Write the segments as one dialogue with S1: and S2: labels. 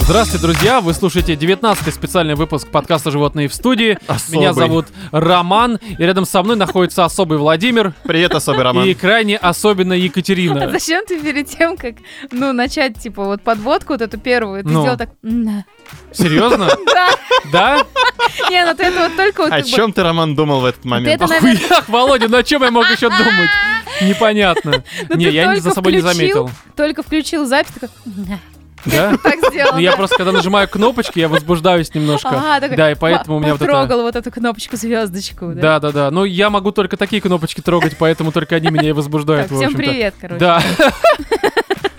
S1: Здравствуйте, друзья! Вы слушаете 19-й специальный выпуск подкаста «Животные в студии».
S2: Особый.
S1: Меня зовут Роман, и рядом со мной находится особый Владимир
S2: Привет, особый Роман.
S1: и крайне особенная
S3: А
S1: Екатерина.
S3: зачем ты перед тем, как, ну, начать, типа, вот подводку вот эту первую, ты
S1: Ну.
S3: сделал так... «М-да».
S1: Серьезно?
S3: Да,
S1: Да?
S3: не, ну ты это вот только вот
S2: О
S1: А
S3: как бы-
S2: чем ты, Роман, думал в этот момент?
S3: это, наверное,
S1: Ах, Володя, ну о чем я мог еще думать? Непонятно.
S3: ну,
S1: Не,
S3: ты
S1: я не-
S3: только
S1: за собой не
S3: включил,
S1: заметил.
S3: Только включил запись, ты как... «М-да».
S1: Да?
S3: Так сделал.
S1: Ну, я просто, когда нажимаю кнопочки, я возбуждаюсь немножко.
S3: А, такой,
S1: Да, и поэтому у меня вот это...
S3: Потрогал вот эту кнопочку звездочку.
S1: Да, да, да. Ну, я могу только такие кнопочки трогать, поэтому только они меня и возбуждают,
S3: Так,
S1: в
S3: всем
S1: общем-то.
S3: привет, короче.
S1: Да.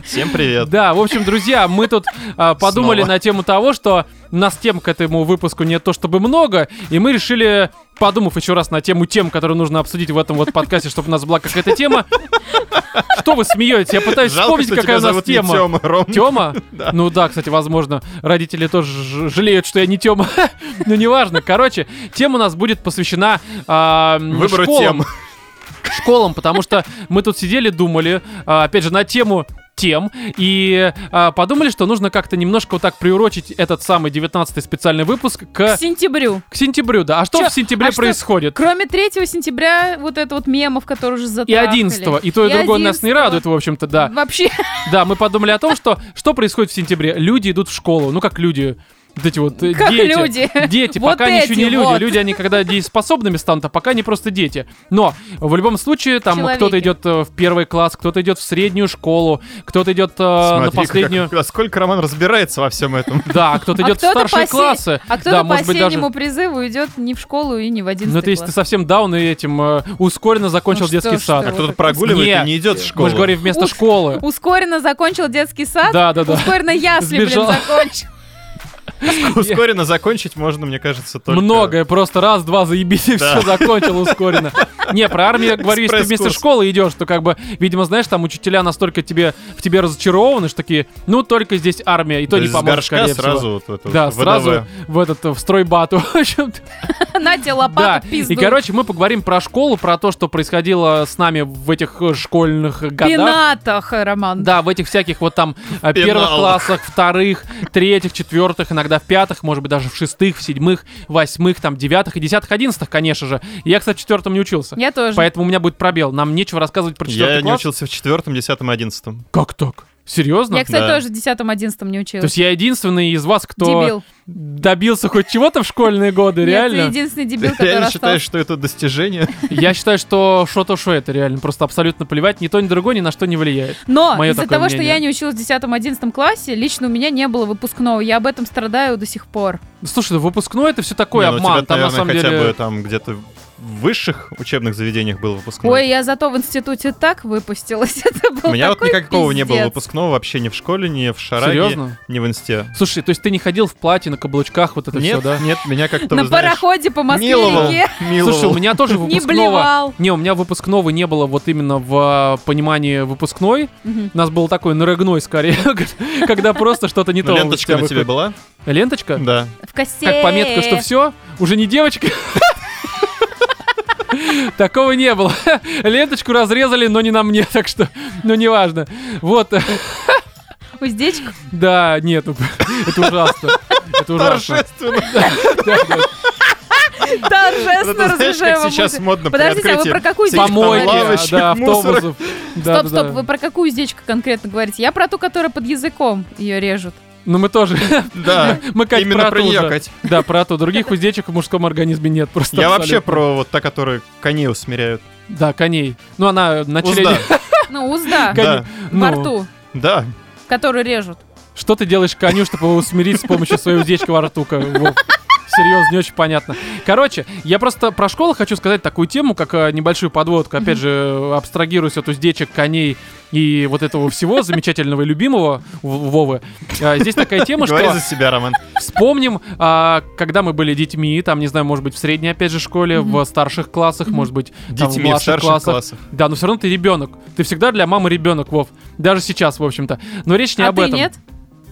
S2: Всем привет.
S1: Да, в общем, друзья, мы тут а, подумали
S2: Снова.
S1: на тему того, что у нас тем к этому выпуску не то чтобы много, и мы решили, подумав еще раз на тему тем, которую нужно обсудить в этом вот подкасте, чтобы у нас была какая-то тема. Что вы смеетесь? Я пытаюсь
S2: Жалко,
S1: вспомнить,
S2: что
S1: какая
S2: тебя
S1: у нас
S2: зовут не
S1: тема.
S2: Тёма, а Ром.
S1: Тема? Ну да, кстати, возможно, родители тоже ж- жалеют, что я не Тема. Ну неважно. Короче, тема у нас будет посвящена а, м,
S2: Выбору
S1: школам
S2: тем.
S1: школам, потому что мы тут сидели, думали, а, опять же, на тему тем и а, подумали, что нужно как-то немножко вот так приурочить этот самый 19 специальный выпуск
S3: К
S1: к,
S3: сентябрю.
S1: к сентябрю. Да, а что
S3: Чё?
S1: в сентябре
S3: А что?
S1: происходит?
S3: Кроме 3 сентября, вот это вот мемов, которые уже
S1: И
S3: затравкали.
S1: 11 и то, и, другое нас не
S3: 11-го.
S1: радует, в общем-то, да.
S3: Вообще, а
S1: Да, мы подумали о том, что что происходит в сентябре. Люди идут в школу, ну как люди, вот эти вот э,
S3: Как
S1: дети.
S3: люди.
S1: Дети,
S3: Вот
S1: пока они еще не
S3: эти
S1: люди.
S3: вот.
S1: Люди, они когда дееспособными станут, а пока они просто дети. Но в любом случае, там
S3: Человеки.
S1: кто-то идет э, в первый класс, кто-то идет в среднюю школу, кто-то идет э, на
S2: Смотри,
S1: последнюю.
S2: как- Сколько Роман разбирается во всем этом.
S1: Да, кто-то
S3: А
S1: идет в
S3: кто-то
S1: старшие
S3: по се-
S1: классы.
S3: А кто-то
S1: да,
S3: по
S1: может быть, даже.
S3: осеннему призыву идет не в школу и не в 11
S1: Ну, это если ты
S3: класс.
S1: совсем даун и этим э, ускоренно закончил
S3: Ну что
S1: детский
S3: ж
S1: сад.
S3: ты,
S2: А кто-то
S3: Нет.
S2: прогуливает и не идет в школу.
S1: Мы же говорим вместо
S3: Ух.
S1: школы.
S3: Ускоренно закончил детский сад.
S1: Да, да, да.
S3: Ускоренно ясли, блин,
S1: Сбежал.
S3: закончил.
S2: Ускоренно закончить можно, мне кажется, только...
S1: Многое, просто раз, два, заебись, и
S2: Да.
S1: все закончил ускоренно. Не, про армию я говорю, если ты вместо
S2: Экспресс-курс.
S1: школы идешь, то как бы, видимо, знаешь, там учителя настолько тебе в тебе разочарованы, что такие, ну только здесь армия, и то
S2: То
S1: не
S2: есть с
S1: поможет,
S2: горшка
S1: скорее всего.
S2: сразу вот в эту
S1: Да,
S2: вот
S1: сразу
S2: ВДВ.
S1: в этот, в стройбату. В общем,
S3: На тебе
S1: да.
S3: лопату А пизду.
S1: И, короче, мы поговорим про школу, про то, что происходило с нами в этих э, школьных годах.
S3: пенатах, Роман.
S1: Да, в этих всяких вот там э, первых
S2: Пеналах.
S1: классах, вторых, третьих, четвертых, иногда в пятых, может быть, даже в шестых, в седьмых, восьмых, там, девятых и десятых, одиннадцатых, конечно же. Я, кстати, в четвертом не учился.
S3: Я тоже.
S1: Поэтому у меня будет пробел. Нам нечего рассказывать про четвертый
S2: Я не
S1: класс.
S2: учился в четвертом, десятом, одиннадцатом.
S1: Как так? Серьезно?
S3: Я, кстати,
S2: Да.
S3: тоже в 10-11 не
S1: То
S3: училась.
S1: есть я единственный из вас, кто
S3: Дебил.
S1: добился хоть чего-то в школьные годы,
S3: Нет, ты
S1: реально?
S3: единственный
S2: Ты
S3: дебил, который
S2: реально
S3: остался.
S2: считаешь, что это достижение?
S1: Я считаю, что шо то шо это реально. Просто абсолютно плевать. Ни то, ни другое ни на что не влияет.
S3: Но
S1: Моё
S3: из-за
S1: такое
S3: того, что
S1: мнение.
S3: я не училась в 10-11 классе, лично у меня не было выпускного. Я об этом страдаю до сих пор.
S1: Слушай, ну, выпускной это все такой
S2: Не, ну, у тебя,
S1: обман. Там на
S2: наверное,
S1: самом
S2: хотя
S1: деле...
S2: бы там где-то в высших учебных заведениях был выпускной.
S3: Ой, я зато в институте так выпустилась. Это был
S2: У меня вот
S3: такой
S2: никакого не было
S3: пиздец.
S2: выпускного вообще ни в школе, ни в шараге,
S1: Серьезно?
S2: ни в инсте.
S1: Слушай, то есть ты не ходил в платье на каблучках, вот это все,
S2: нет,
S1: да?
S2: нет, меня как-то,
S3: На
S2: вы знаешь,
S3: пароходе по
S2: миловал,
S3: Москве-реке.
S2: миловал.
S1: Слушай, у меня тоже
S3: Не
S1: выпускного...
S3: блевал.
S1: Не, у меня выпускного не было вот именно в э, понимании выпускной.
S3: Мгм.
S1: У нас был такой нарыгной скорее, когда просто что-то не
S2: Ну,
S1: то. у
S2: ленточка
S1: тебя
S2: на тебе
S1: выходит.
S2: была?
S1: Ленточка?
S2: Да.
S3: В косте.
S1: Как пометка, что все, уже не девочка. Такого не было. Ленточку разрезали, но не на мне, так что, ну, неважно. Вот, э,
S3: Уздечка.
S1: да, нет, ну, это ужасно. Это ужасно.
S2: Торжественно.
S1: Да, да.
S2: Это
S3: Торжественно
S2: знаешь, как
S3: разрешаем
S2: сейчас модно при
S3: Подождите, а вы
S2: открытии
S3: про какую
S2: всяких
S3: здесь
S2: там
S1: помойки,
S2: лавочек,
S1: да,
S2: мусора.
S1: автобусов. Да,
S3: Стоп,
S1: да, да.
S3: стоп, вы про какую уздечку конкретно говорите? Я про ту, которая под языком ее режут.
S1: Ну мы тоже,
S2: Да,
S1: мы Кать,
S2: именно про
S1: ту
S2: нее,
S1: же.
S2: Кать.
S1: Да, про ту. Других уздечек в мужском организме нет просто.
S2: Я
S1: абсолютно.
S2: вообще про вот та, которая коней усмиряют.
S1: Да, коней. Ну она на
S2: Узда.
S1: члене-
S3: Ну, узда.
S1: Конь-
S2: Да,
S1: Ну,
S3: Во рту,
S2: да.
S3: которую режут.
S1: Что ты делаешь коню, чтобы его усмирить с помощью своей уздечки во рту? ка- Вов? Серьезно, не очень понятно. Короче, я просто про школу хочу сказать такую тему, как э, небольшую подводку. Опять же, абстрагируюсь от уздечек, коней и вот этого всего замечательного и любимого В- Вовы. Э, Здесь такая тема,
S2: Говори
S1: что...
S2: за себя, Роман.
S1: Вспомним, а, когда мы были детьми, там, не знаю, может быть, в средней, опять же, школе, в старших классах, может быть, там, в
S2: Детьми в
S1: младших
S2: старших
S1: классах.
S2: классах.
S1: Да, но все равно ты ребенок. Ты всегда для мамы ребенок, Вов. Даже сейчас, в общем-то. Но речь не
S3: а
S1: об
S3: ты
S1: этом.
S3: нет?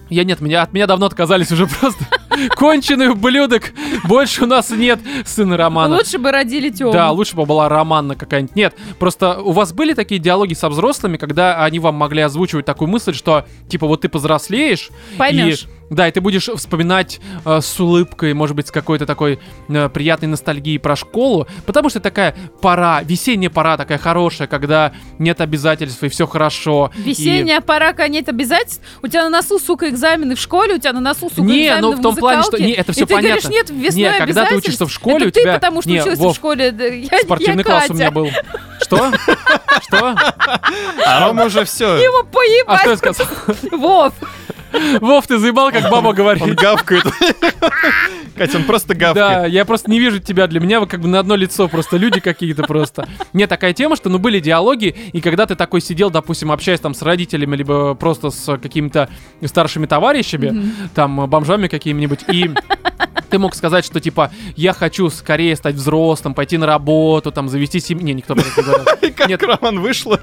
S1: Я нет, меня, от меня давно отказались уже просто. конченый ублюдок, больше у нас нет сына Романа.
S3: Лучше бы родили Тему.
S1: Да, лучше бы была романна какая-нибудь. Нет, просто у вас были такие диалоги со взрослыми, когда они вам могли озвучивать такую мысль, что типа вот ты повзрослеешь,
S3: Поймешь.
S1: и да, и ты будешь вспоминать э, с улыбкой, может быть, с какой-то такой э, приятной ностальгией про школу, потому что такая пора, весенняя пора такая хорошая, когда нет обязательств и все хорошо. и-
S3: Весенняя пора, пора нет обязательств. У тебя на носу, сука, экзамены в школе, у тебя на носу, сука,
S1: Не,
S3: экзамены
S1: ну, в том плане, что-
S3: музыкалке.
S1: не, это всё
S3: И ты говоришь,
S1: понятно.
S3: нет, весной
S1: Не, когда ты
S3: обязательств.
S1: учишься в школе,
S3: Это
S1: у
S3: ты
S1: тебя-
S3: потому что
S1: Не,
S3: училась
S1: Вов,
S3: в школе. да, я- я
S1: Спортивный класс у меня
S3: Катя.
S1: был. Что? Что?
S2: А Рома уже все.
S3: Его
S1: А что я
S3: поебать,
S1: сказал?
S3: Вов.
S1: Вов, ты заебал, как баба говорит.
S2: Он гавкает. Катя, он просто гавкает.
S1: Да, я просто не вижу тебя. Для меня вы как бы на одно лицо просто люди какие-то просто. Нет, такая тема, что ну были диалоги, и когда ты такой сидел, допустим, общаясь там с родителями, либо просто с какими-то старшими товарищами, там э, бомжами какими-нибудь, и ты мог сказать, что типа я хочу скорее стать взрослым, пойти на работу, там завести семью. Не, никто про это не говорил.
S2: И как
S1: Нет.
S2: Роман вышла.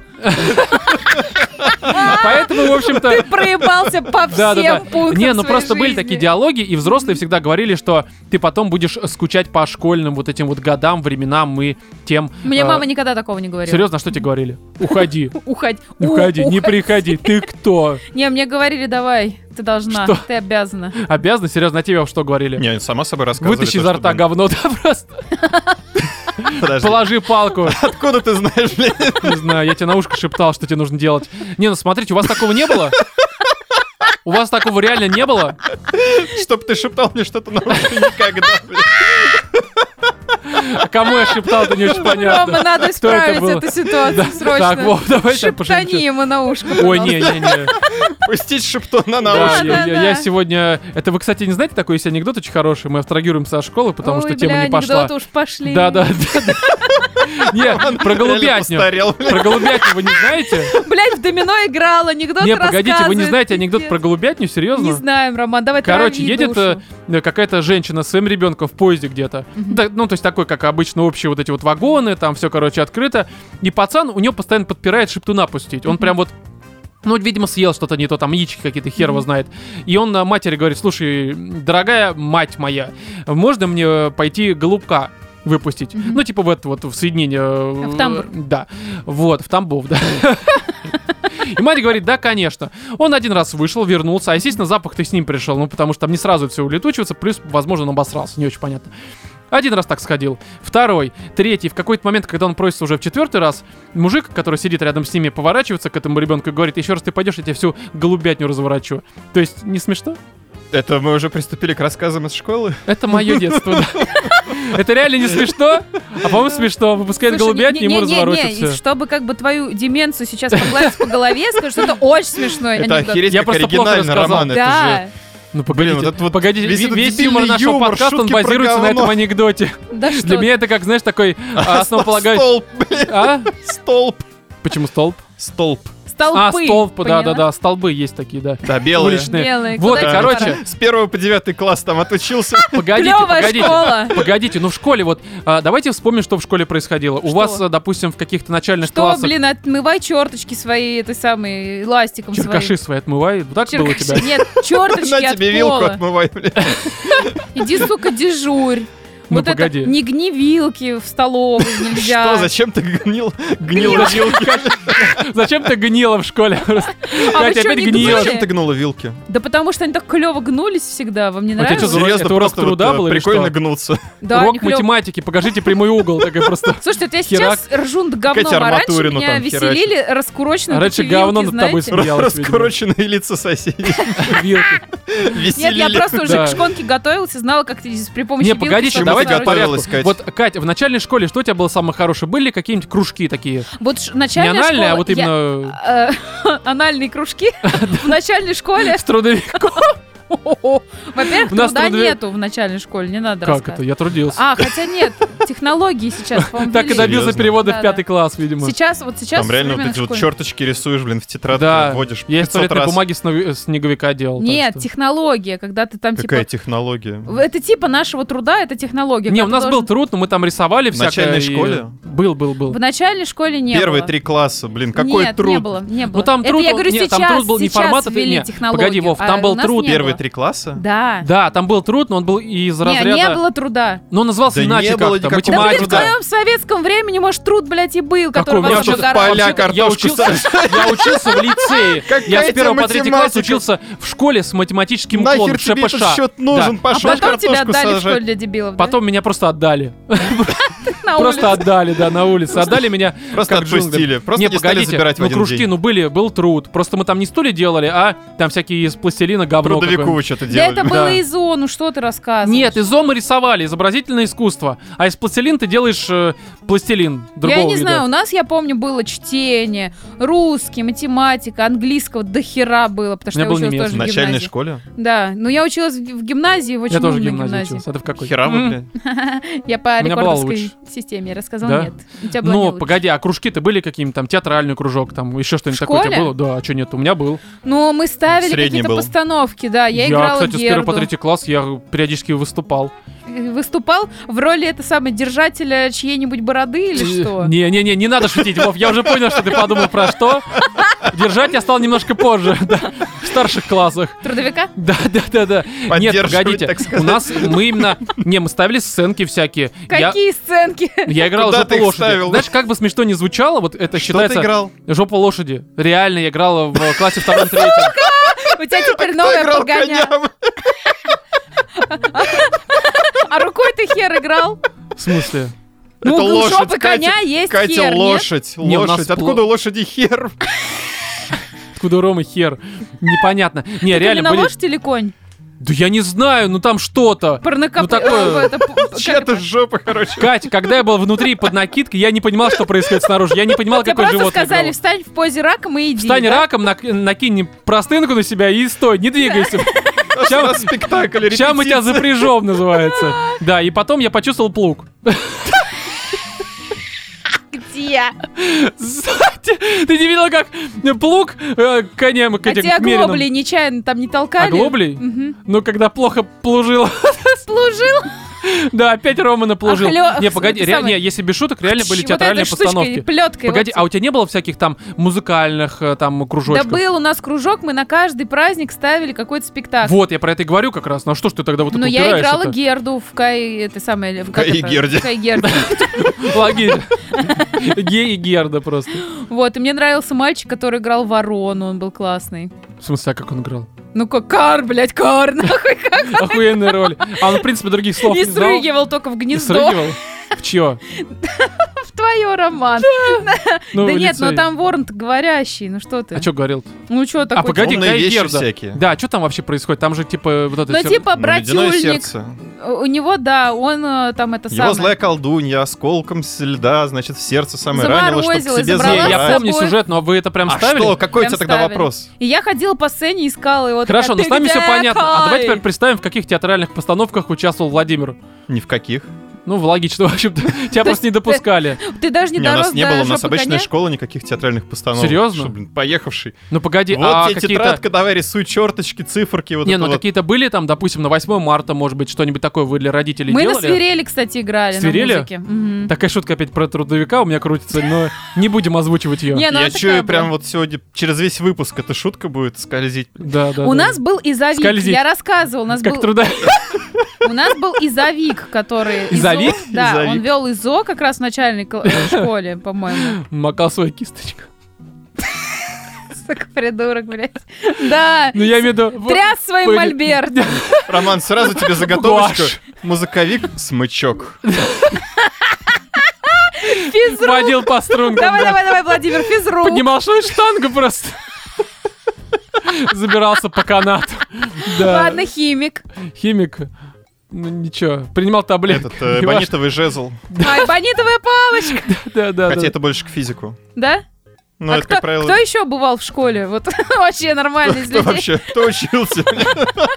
S1: Поэтому, в общем-то,
S3: Ты проебался по
S1: Да, да, да.
S3: всем пунктам
S1: Не, ну
S3: своей
S1: просто были
S3: жизни.
S1: такие диалоги, и взрослые всегда говорили, что ты потом будешь скучать по школьным вот этим вот годам, временам и тем.
S3: Мне
S1: э,
S3: мама никогда такого не говорила.
S1: Серьезно, что тебе говорили? Уходи.
S3: Уходи. У-
S1: Уходи, не
S3: уходи.
S1: приходи. Ты кто?
S3: Не, мне говорили, давай, ты должна,
S1: Что?
S3: ты обязана.
S1: Обязана? Серьезно, на тебе что говорили?
S2: Не, сама собой рассказывали.
S1: Вытащи
S2: то,
S1: изо
S2: что
S1: рта
S2: думали.
S1: говно, да просто.
S2: Подожди,
S1: Положи палку.
S2: откуда ты знаешь, блин?
S1: Не знаю, я тебе на ушко шептал, что тебе нужно делать. Не, ну смотрите, у вас такого не было? У вас такого реально не было?
S2: Чтоб ты шептал мне что-то на ушко никогда, блин.
S1: А кому я шептал, это не очень понятно.
S3: Рома, надо
S1: Кто это
S3: исправить
S1: было?
S3: эту ситуацию срочно.
S1: Так, Вов, давай сейчас
S3: Шептани
S1: пошутим.
S3: ему на ушко.
S1: Ой,
S3: пожалуйста.
S1: не-не-не.
S2: Пустить шептуна на
S1: Да,
S2: ушко.
S3: ушко.
S1: я,
S3: Да,
S1: я-
S3: да.
S1: я сегодня... Это вы, кстати, не знаете, такой есть анекдот очень хороший. Мы абстрагируемся от школы, потому
S3: Ой,
S1: что тема
S3: бля,
S1: не пошла.
S3: анекдоты уж пошли.
S1: Да, да, да. да. Не, про
S2: Реально
S1: голубятню.
S2: постарел, блин.
S1: Про голубятню вы не знаете?
S3: Ну, Блядь, в домино играл, анекдот
S1: Не, погодите, вы не
S3: рассказывает,
S1: знаете анекдот
S3: пиздец.
S1: про голубятню?
S3: Не
S1: Серьезно?
S3: знаем, Роман, давай
S1: Короче,
S3: трави
S1: едет
S3: душу.
S1: э, какая-то женщина с своим ребенком в поезде где-то. Да, ну, то есть такой, как обычно, общие вот эти вот вагоны, там все, короче, открыто. И пацан у него постоянно подпирает шептуна пустить. Он прям вот ну, видимо, съел что-то не то, там яички какие-то, хер его знает. И он э, матери говорит, слушай, дорогая мать моя, можно мне э, пойти голубка выпустить?
S3: Мгм. А
S1: Ну, типа в это вот, в соединение. э,
S3: В тамбур.
S1: Да. Вот, в Тамбов, да. И мать говорит, да, конечно. Он один раз вышел, вернулся, а, естественно, запах ты с ним пришел, ну, потому что там не сразу все улетучивается, плюс, возможно, он обосрался, не очень понятно. Один раз так сходил, второй, третий. В какой-то момент, когда он просится уже в четвертый раз, мужик, который сидит рядом с ними, поворачивается к этому ребенку и говорит, еще раз ты пойдешь, я тебе всю голубятню разворачу. То есть, не смешно?
S2: Это мы уже приступили к рассказам из школы.
S1: Это мое детство, да. Это реально не смешно? А по-моему смешно. Выпускает
S3: Слушай,
S1: голубятню, ему
S3: не-не-не-не,
S1: разворотят
S3: и
S1: все.
S3: Чтобы как бы твою деменцию сейчас погладить по голове, скажу, что это очень смешной
S2: Это
S3: анекдот.
S2: охереть
S1: Я
S2: как
S1: просто плохо
S2: оригинально,
S1: рассказал.
S2: Роман. Это
S3: Да,
S2: же...
S1: Ну
S2: Блин,
S1: погодите,
S2: вот это вот
S1: погодите,
S2: весь этот
S1: весь юмор
S2: дебильный
S1: нашего
S2: юмор,
S1: подкаста, он
S2: шутки про
S1: базируется на этом
S2: говно.
S1: анекдоте.
S3: да что
S1: Для меня это как, знаешь, такой а, основополагающий...
S2: Столб, блин,
S1: А?
S2: столб.
S1: Почему столб?
S2: Столб.
S3: Столпы.
S1: А, столб,
S3: поняла?
S1: да-да-да, столбы есть такие, да.
S2: Да, белые.
S1: Уличные.
S3: Белые.
S1: Вот,
S3: куда
S1: и,
S2: Да.
S3: их
S1: короче,
S3: пора?
S2: С первого по девятый класс там отучился.
S1: погодите,
S3: Клёвая
S1: погодите.
S3: школа.
S1: Погодите, ну в школе вот, а, давайте вспомним, что в школе происходило. У
S3: Что?
S1: вас, а, допустим, в каких-то начальных
S3: Что,
S1: классах
S3: блин, отмывай черточки свои, этой самой, ластиком
S1: черкаши свои отмывай, Вот так
S3: своим.
S1: было у тебя?
S3: Черкаши. Нет, черточки
S2: На
S3: от
S2: тебе вилку
S3: пола.
S2: отмывай, блин.
S3: Иди, сука, дежурь.
S1: Ну,
S3: вот
S1: погоди.
S3: это не гни вилки в столовой нельзя.
S2: Что, зачем ты гнил? Гнила вилки.
S1: Зачем ты гнила в школе? Просто?
S3: А вы
S1: Катя,
S3: чё,
S1: опять
S3: не
S1: гнила.
S3: думали?
S2: Зачем ты гнула вилки?
S3: Да потому что они так клево гнулись всегда, вам не
S1: Вот эти
S3: нравилось?
S1: зубы. урок- это урок
S2: просто
S1: труда
S2: э,
S1: был или
S2: Прикольно
S1: что?
S2: гнуться.
S3: Да, они
S1: Урок
S3: клёво.
S1: математики, покажите прямой угол, такой просто.
S3: Слушайте, вот я сейчас ржу над говном,
S2: Катя
S3: а раньше
S2: Арматурину
S3: меня
S2: там
S3: веселили раскуроченные
S1: ну, А раньше
S3: такие вилки,
S1: говно над тобой
S3: знаете?
S1: смеялась, видимо.
S2: Раскуроченные лица соседей.
S1: Вилки.
S3: Нет,
S2: Веселили.
S3: я просто
S1: Да.
S3: уже к шконке готовилась и знала, как здесь при помощи
S1: Не,
S3: вилки
S1: погодите,
S3: что-то
S1: давайте по
S3: соорудить.
S2: Готовилась,
S1: порядку.
S2: Кать.
S1: Вот, Кать, в начальной школе что у тебя было самое хорошее? Были какие-нибудь кружки такие?
S3: Вот ш-
S1: Не
S3: начальная
S1: анальные, а
S3: школа,
S1: вот
S3: я-
S1: именно
S3: э, анальные кружки в начальной школе.
S1: с трудовиком.
S3: Во-первых,
S1: У нас
S3: труда
S1: трудовик-
S3: нету в начальной школе, не надо
S1: Как это?
S3: рассказывать.
S1: Я трудился.
S3: А, хотя нет, технологии сейчас, по-моему,
S1: Так и
S3: велики.
S1: добился
S2: Серьезно?
S1: перевода в
S3: Да-да.
S1: пятый класс, видимо.
S3: Сейчас, вот сейчас
S2: Там реально вот эти вот черточки рисуешь, блин, в тетрадку вводишь
S1: я из
S2: 500
S1: туалетной
S2: раз.
S1: бумаги снови- э, снеговика делал. так
S3: Нет,
S1: что-
S3: технология, когда ты там
S2: Какая
S3: типа...
S2: технология?
S3: В- Это типа нашего труда, это технология.
S1: Не,
S3: когда
S1: у
S3: ты
S1: нас был
S3: должен-
S1: труд, но мы там рисовали
S2: В
S1: всякое.
S2: начальной
S1: и-
S2: школе?
S1: Был, был, был.
S3: В начальной школе не
S2: Первые
S3: было.
S2: три класса, блин, какой
S3: Нет,
S2: труд.
S3: не было, не было.
S1: Ну там
S3: Это
S1: труд,
S3: я
S1: он-
S3: говорю,
S1: нет,
S3: сейчас,
S1: там труд был не
S3: сейчас
S1: формата, ты-
S3: ввели
S1: нет,
S3: технологию,
S1: погоди, Вов,
S3: а
S1: там был
S3: у нас
S1: труд.
S3: не
S2: Первый
S3: было.
S2: три класса?
S3: Да.
S1: Да, там был труд, но он был из
S3: Не,
S1: разряда...
S3: не было труда.
S1: Но он назывался
S2: Да не
S1: иначе
S2: было
S1: как-то.
S2: никакого
S3: Да,
S2: Мать,
S1: Математика.
S3: блин, в твоем советском времени, может, труд, блядь, и был, который
S1: у меня
S3: вас
S1: вообще-то
S3: обгорал.
S2: поля
S1: Вообще-то я
S2: картошку
S1: учился, я учился в лицее.
S2: Какая
S1: Я с
S2: тебе
S1: первого по третий класс
S2: математика?
S1: учился в школе с математическим уклоном
S2: Нахер
S1: ШПШ.
S2: тебе этот счет
S1: Да.
S2: нужен?
S3: А
S2: Пошел
S3: потом тебя
S2: картошку
S3: отдали в школе
S2: сажать.
S3: для дебилов, да?
S1: Потом меня просто отдали.
S3: на
S1: Просто
S3: улице.
S1: отдали, да, на улице. Отдали меня.
S2: Просто
S1: как джунгли.
S2: отпустили. Просто
S1: не,
S2: не стали
S1: погодите,
S2: забирать в
S1: ну
S2: один
S1: кружки,
S2: день.
S1: ну были, был труд. Просто мы там не стулья делали, а там всякие из пластилина говно.
S2: Трудовику
S1: какое-нибудь.
S2: вы что-то
S3: Да
S2: делали.
S3: это
S1: Да.
S3: было изо, ну что ты рассказываешь?
S1: Нет, из зома рисовали, изобразительное искусство. А из пластилин ты делаешь э, пластилин другого
S3: я не
S1: вида.
S3: знаю, у нас, я помню, было чтение, русский, математика, английского до хера было, потому что
S1: У меня
S3: я
S1: был немецкий.
S2: В
S3: училась тоже в
S2: начальной
S3: гимназии.
S2: школе?
S3: Да, но я училась в в гимназии, в очень
S1: Я тоже в
S3: умной
S1: гимназии
S3: гимназии.
S1: учился. А ты в какой?
S2: Хера
S1: М.
S2: вы, блин.
S3: Я по
S1: У меня была
S3: рекордовской системе я рассказал,
S1: Да?
S3: нет. У тебя была не
S1: Ну,
S3: лучше.
S1: погоди, а кружки-то были какими-то там театральный кружок, там еще что-нибудь
S3: В
S1: такое у тебя
S3: школе?
S1: было? Да, а что нет? У меня был.
S3: Ну, мы ставили
S2: Средний
S3: какие-то
S2: был.
S3: постановки, да, А я, играла
S1: кстати, с первого
S3: Герду.
S1: по третий класс я периодически выступал.
S3: Выступал в роли, это самое, держателя чьей-нибудь бороды или что?
S1: Не-не-не, Э, не надо шутить, Вов, я уже понял, что ты подумал про что. Держать я стал немножко позже, да, в старших классах.
S3: Трудовика?
S1: Да, да, да, да. Нет,
S2: Поддерживать,
S1: погодите,
S2: так сказать.
S1: у нас мы именно. Не, мы ставили сценки всякие. Я-
S3: Какие сценки?
S1: Я играл
S2: Куда
S1: жопу
S2: ты их
S1: лошади.
S2: ставил?
S1: Знаешь, как бы смешно не звучало, вот это
S2: Что ты
S1: считается
S2: играл?
S1: жопа лошади. Реально, я играл в классе втором третьем.
S3: У тебя теперь
S2: Кто
S3: новая
S2: играл
S3: погоня.
S2: коня?
S3: А рукой ты хер играл?
S1: В смысле?
S3: Ну,
S2: Это
S3: у
S2: лошадь,
S3: жопы коня есть
S2: Катя,
S3: хер, нет?
S2: лошадь,
S1: Не, у нас
S2: лошадь.
S1: пла-
S2: Откуда у лошади хер?
S1: Откуда у Ромы хер? Непонятно. Не,
S3: Ты
S1: реально
S3: на
S1: были.
S3: лошадь или конь?
S1: Да я не знаю, ну там что-то.
S3: Порнокоп...
S1: Ну, такое-
S3: э, это п- как
S2: Чья-то
S3: это?
S2: жопа, короче.
S1: Кать, когда я был внутри под накидкой, я не понимал, что происходит снаружи. Я не понимал,
S3: Тебе
S1: какое
S3: просто
S1: животное.
S3: сказали,
S1: играло.
S3: встань в позе раком и иди.
S1: Встань
S3: да?
S1: раком, нак- накинь простынку на себя и стой, не двигайся.
S2: У нас спектакль,
S1: Сейчас мы тебя
S2: репетиция.
S1: запряжем, называется. Да, и потом я почувствовал плуг.
S3: Где?
S1: Кстати, Ты не видел, как плуг э, конем к
S3: А
S1: этим
S3: тебя
S1: меринам? А
S3: глобли нечаянно там не толкали?
S1: Оглоблей? Ну, когда плохо плужил.
S3: Служил.
S1: Да, опять Рома наплужил.
S3: Охлё-
S1: Не, погоди,
S3: это
S1: ре-
S3: самое.
S1: не, если без шуток, реально были
S3: Вот
S1: театральные
S3: этой штучкой,
S1: постановки.
S3: плёткой
S1: Погоди,
S3: вот.
S1: а у тебя не было всяких там музыкальных э, там
S3: Да
S1: кружочков?
S3: был у нас кружок, мы на каждый праздник ставили какой-то спектакль.
S1: Вот, я про это и говорю как раз. Ну что ж ты тогда вот
S3: Но
S1: это
S3: я
S1: упираешься-то?
S3: играла Герду в Кай... Это самое... как
S2: Кай и
S3: это?
S2: Герде.
S3: В Кай и Герде.
S1: Логично. Гей и Герда просто.
S3: Вот, и мне нравился мальчик, который играл ворону, он был классный.
S1: В смысле, а как он играл?
S3: Ну как, кар, блядь, кар, нахуй, как
S1: Охуенная роль. А он, в принципе, других слов не
S3: И
S1: знал.
S3: срыгивал только в
S1: И
S3: гнездо.
S1: срыгивал? В чье?
S3: В твое, Роман.
S1: Ну,
S3: да нет,
S1: лицей.
S3: но там ворон говорящий, ну что ты?
S1: А что говорил?
S3: Ну что такое?
S1: А погоди,
S2: Умные
S1: какая
S2: вещи
S1: Герда?
S2: всякие.
S1: Да, что там вообще происходит? Там же типа вот это
S3: Ну
S1: всё-
S3: типа
S2: Ну, ледяное
S3: братюльник,
S2: сердце.
S3: э, у него, да, он э, там это
S2: Его
S3: самое.
S2: злая колдунья осколком с льда, значит, в сердце самое
S3: Заморозила,
S2: ранило, чтобы к себе
S3: забрала
S1: Не, я
S3: собой.
S2: забрать.
S1: помню сюжет, но вы это прям
S2: А
S1: ставили?
S2: что, какой у
S3: Прям
S2: тебя тогда
S3: ставили.
S2: вопрос?
S3: И я ходила по сцене, искала его.
S1: Хорошо, но
S3: такая,
S1: с нами
S3: «Ты
S1: все
S3: где,
S1: понятно. А давай
S3: Кай?»
S1: теперь представим, в каких театральных постановках участвовал Владимир.
S2: Ни в каких.
S1: Ну, в логично, в общем-то. Тебя
S3: э,
S1: просто не допускали.
S3: Ты даже не
S2: Не, у
S3: дорос
S2: нас не
S3: до
S2: было, у нас
S3: жопы
S2: обычная
S3: коня?
S2: школа, никаких театральных постановок.
S1: Серьезно?
S2: Что, блин, поехавший.
S1: Ну, погоди,
S2: Вот
S1: а
S2: тебе
S1: какие-то...
S2: тетрадка, давай рисуй черточки, циферки, вот
S1: Не,
S2: это
S1: ну
S2: вот.
S1: какие-то были там, допустим, на 8 марта, может быть, что-нибудь такое вы для родителей
S3: Мы на
S1: делали?
S3: свирели, кстати, играли. на
S1: Свирели?
S3: музыке. Мгм.
S1: Такая шутка опять про трудовика у меня крутится, но не будем озвучивать ее.
S3: Не, ну
S2: Я
S3: она такая
S2: чую, прям
S3: была.
S2: вот сегодня через весь выпуск эта шутка будет скользить.
S1: Да, да.
S3: У
S1: да.
S3: нас был изовик,
S1: Скользит.
S3: я рассказывал, у нас
S1: Как
S3: был
S1: труда...
S3: У нас был изовик, который... ИЗО,
S1: Изовик?
S3: Да,
S2: Изовик.
S3: он вел ИЗО как раз в начальной кл- э, школе, по-моему.
S1: Макал свою кисточку.
S3: Сука, придурок, блядь. Да,
S1: Ну, я имею в виду...
S3: тряс свой
S1: Были.
S3: мольберт.
S2: Роман, сразу тебе заготовочку.
S1: Гуашь.
S2: Музыковик, смычок.
S3: Физрук.
S1: Водил по стрункам.
S3: Давай,
S1: да.
S3: давай, давай, Владимир, физрук.
S1: Поднимал свою штангу просто. Забирался по канату. Да.
S3: Ладно, химик.
S1: Химик. Ну ничего. Принимал таблетки.
S2: Этот э,
S1: Не важно.
S2: бонитовый жезл.
S3: Ай, бонитовая палочка.
S1: Да, да,
S2: Хотя
S1: да.
S2: это больше к физику.
S3: Да?
S2: Ну,
S3: а
S2: это,
S3: кто,
S2: как правило,
S3: кто еще бывал в школе? Вот вообще нормально из
S2: кто
S3: людей.
S2: вообще? Кто учился? Ну,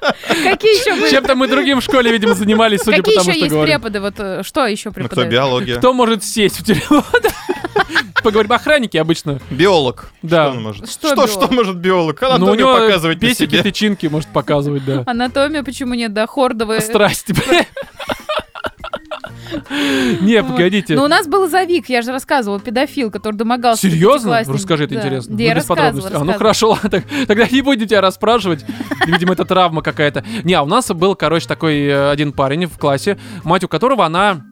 S3: Какие еще были?
S1: Чем-то мы другим в школе, видимо, занимались, судя по
S3: Какие
S1: тому,
S3: еще
S1: что
S3: есть
S1: говорим.
S3: преподы? Вот э, что еще
S2: Ну, кто
S3: преподают?
S2: биология?
S1: Кто может сесть в тюрьму? Поговорим. Охранники обычно.
S2: Биолог.
S1: Да.
S2: Что он может?
S3: Что
S2: что,
S3: биолог?
S2: что может биолог?
S1: Но у
S2: Анатомию
S1: него
S2: показывать на
S1: песики,
S2: себе.
S1: тычинки может показывать, да.
S3: Э. Анатомия, почему нет? Да, хордовые.
S1: Страсть. бля. Не, Э, погодите.
S3: Но Ну, у нас был Завик, я же рассказывала, педофил, который домогался.
S1: Серьезно?
S3: пятиклассникам.
S1: Расскажи, это
S3: Да.
S1: интересно.
S3: Да,
S1: Ну,
S3: я
S1: без
S3: рассказывала,
S1: подробностей. А, ну
S3: рассказывала.
S1: хорошо, ладно. так- Тогда не будем тебя расспрашивать. Видимо, это травма какая-то. Не, а у нас был, короче, такой э, один парень в классе, мать у которого она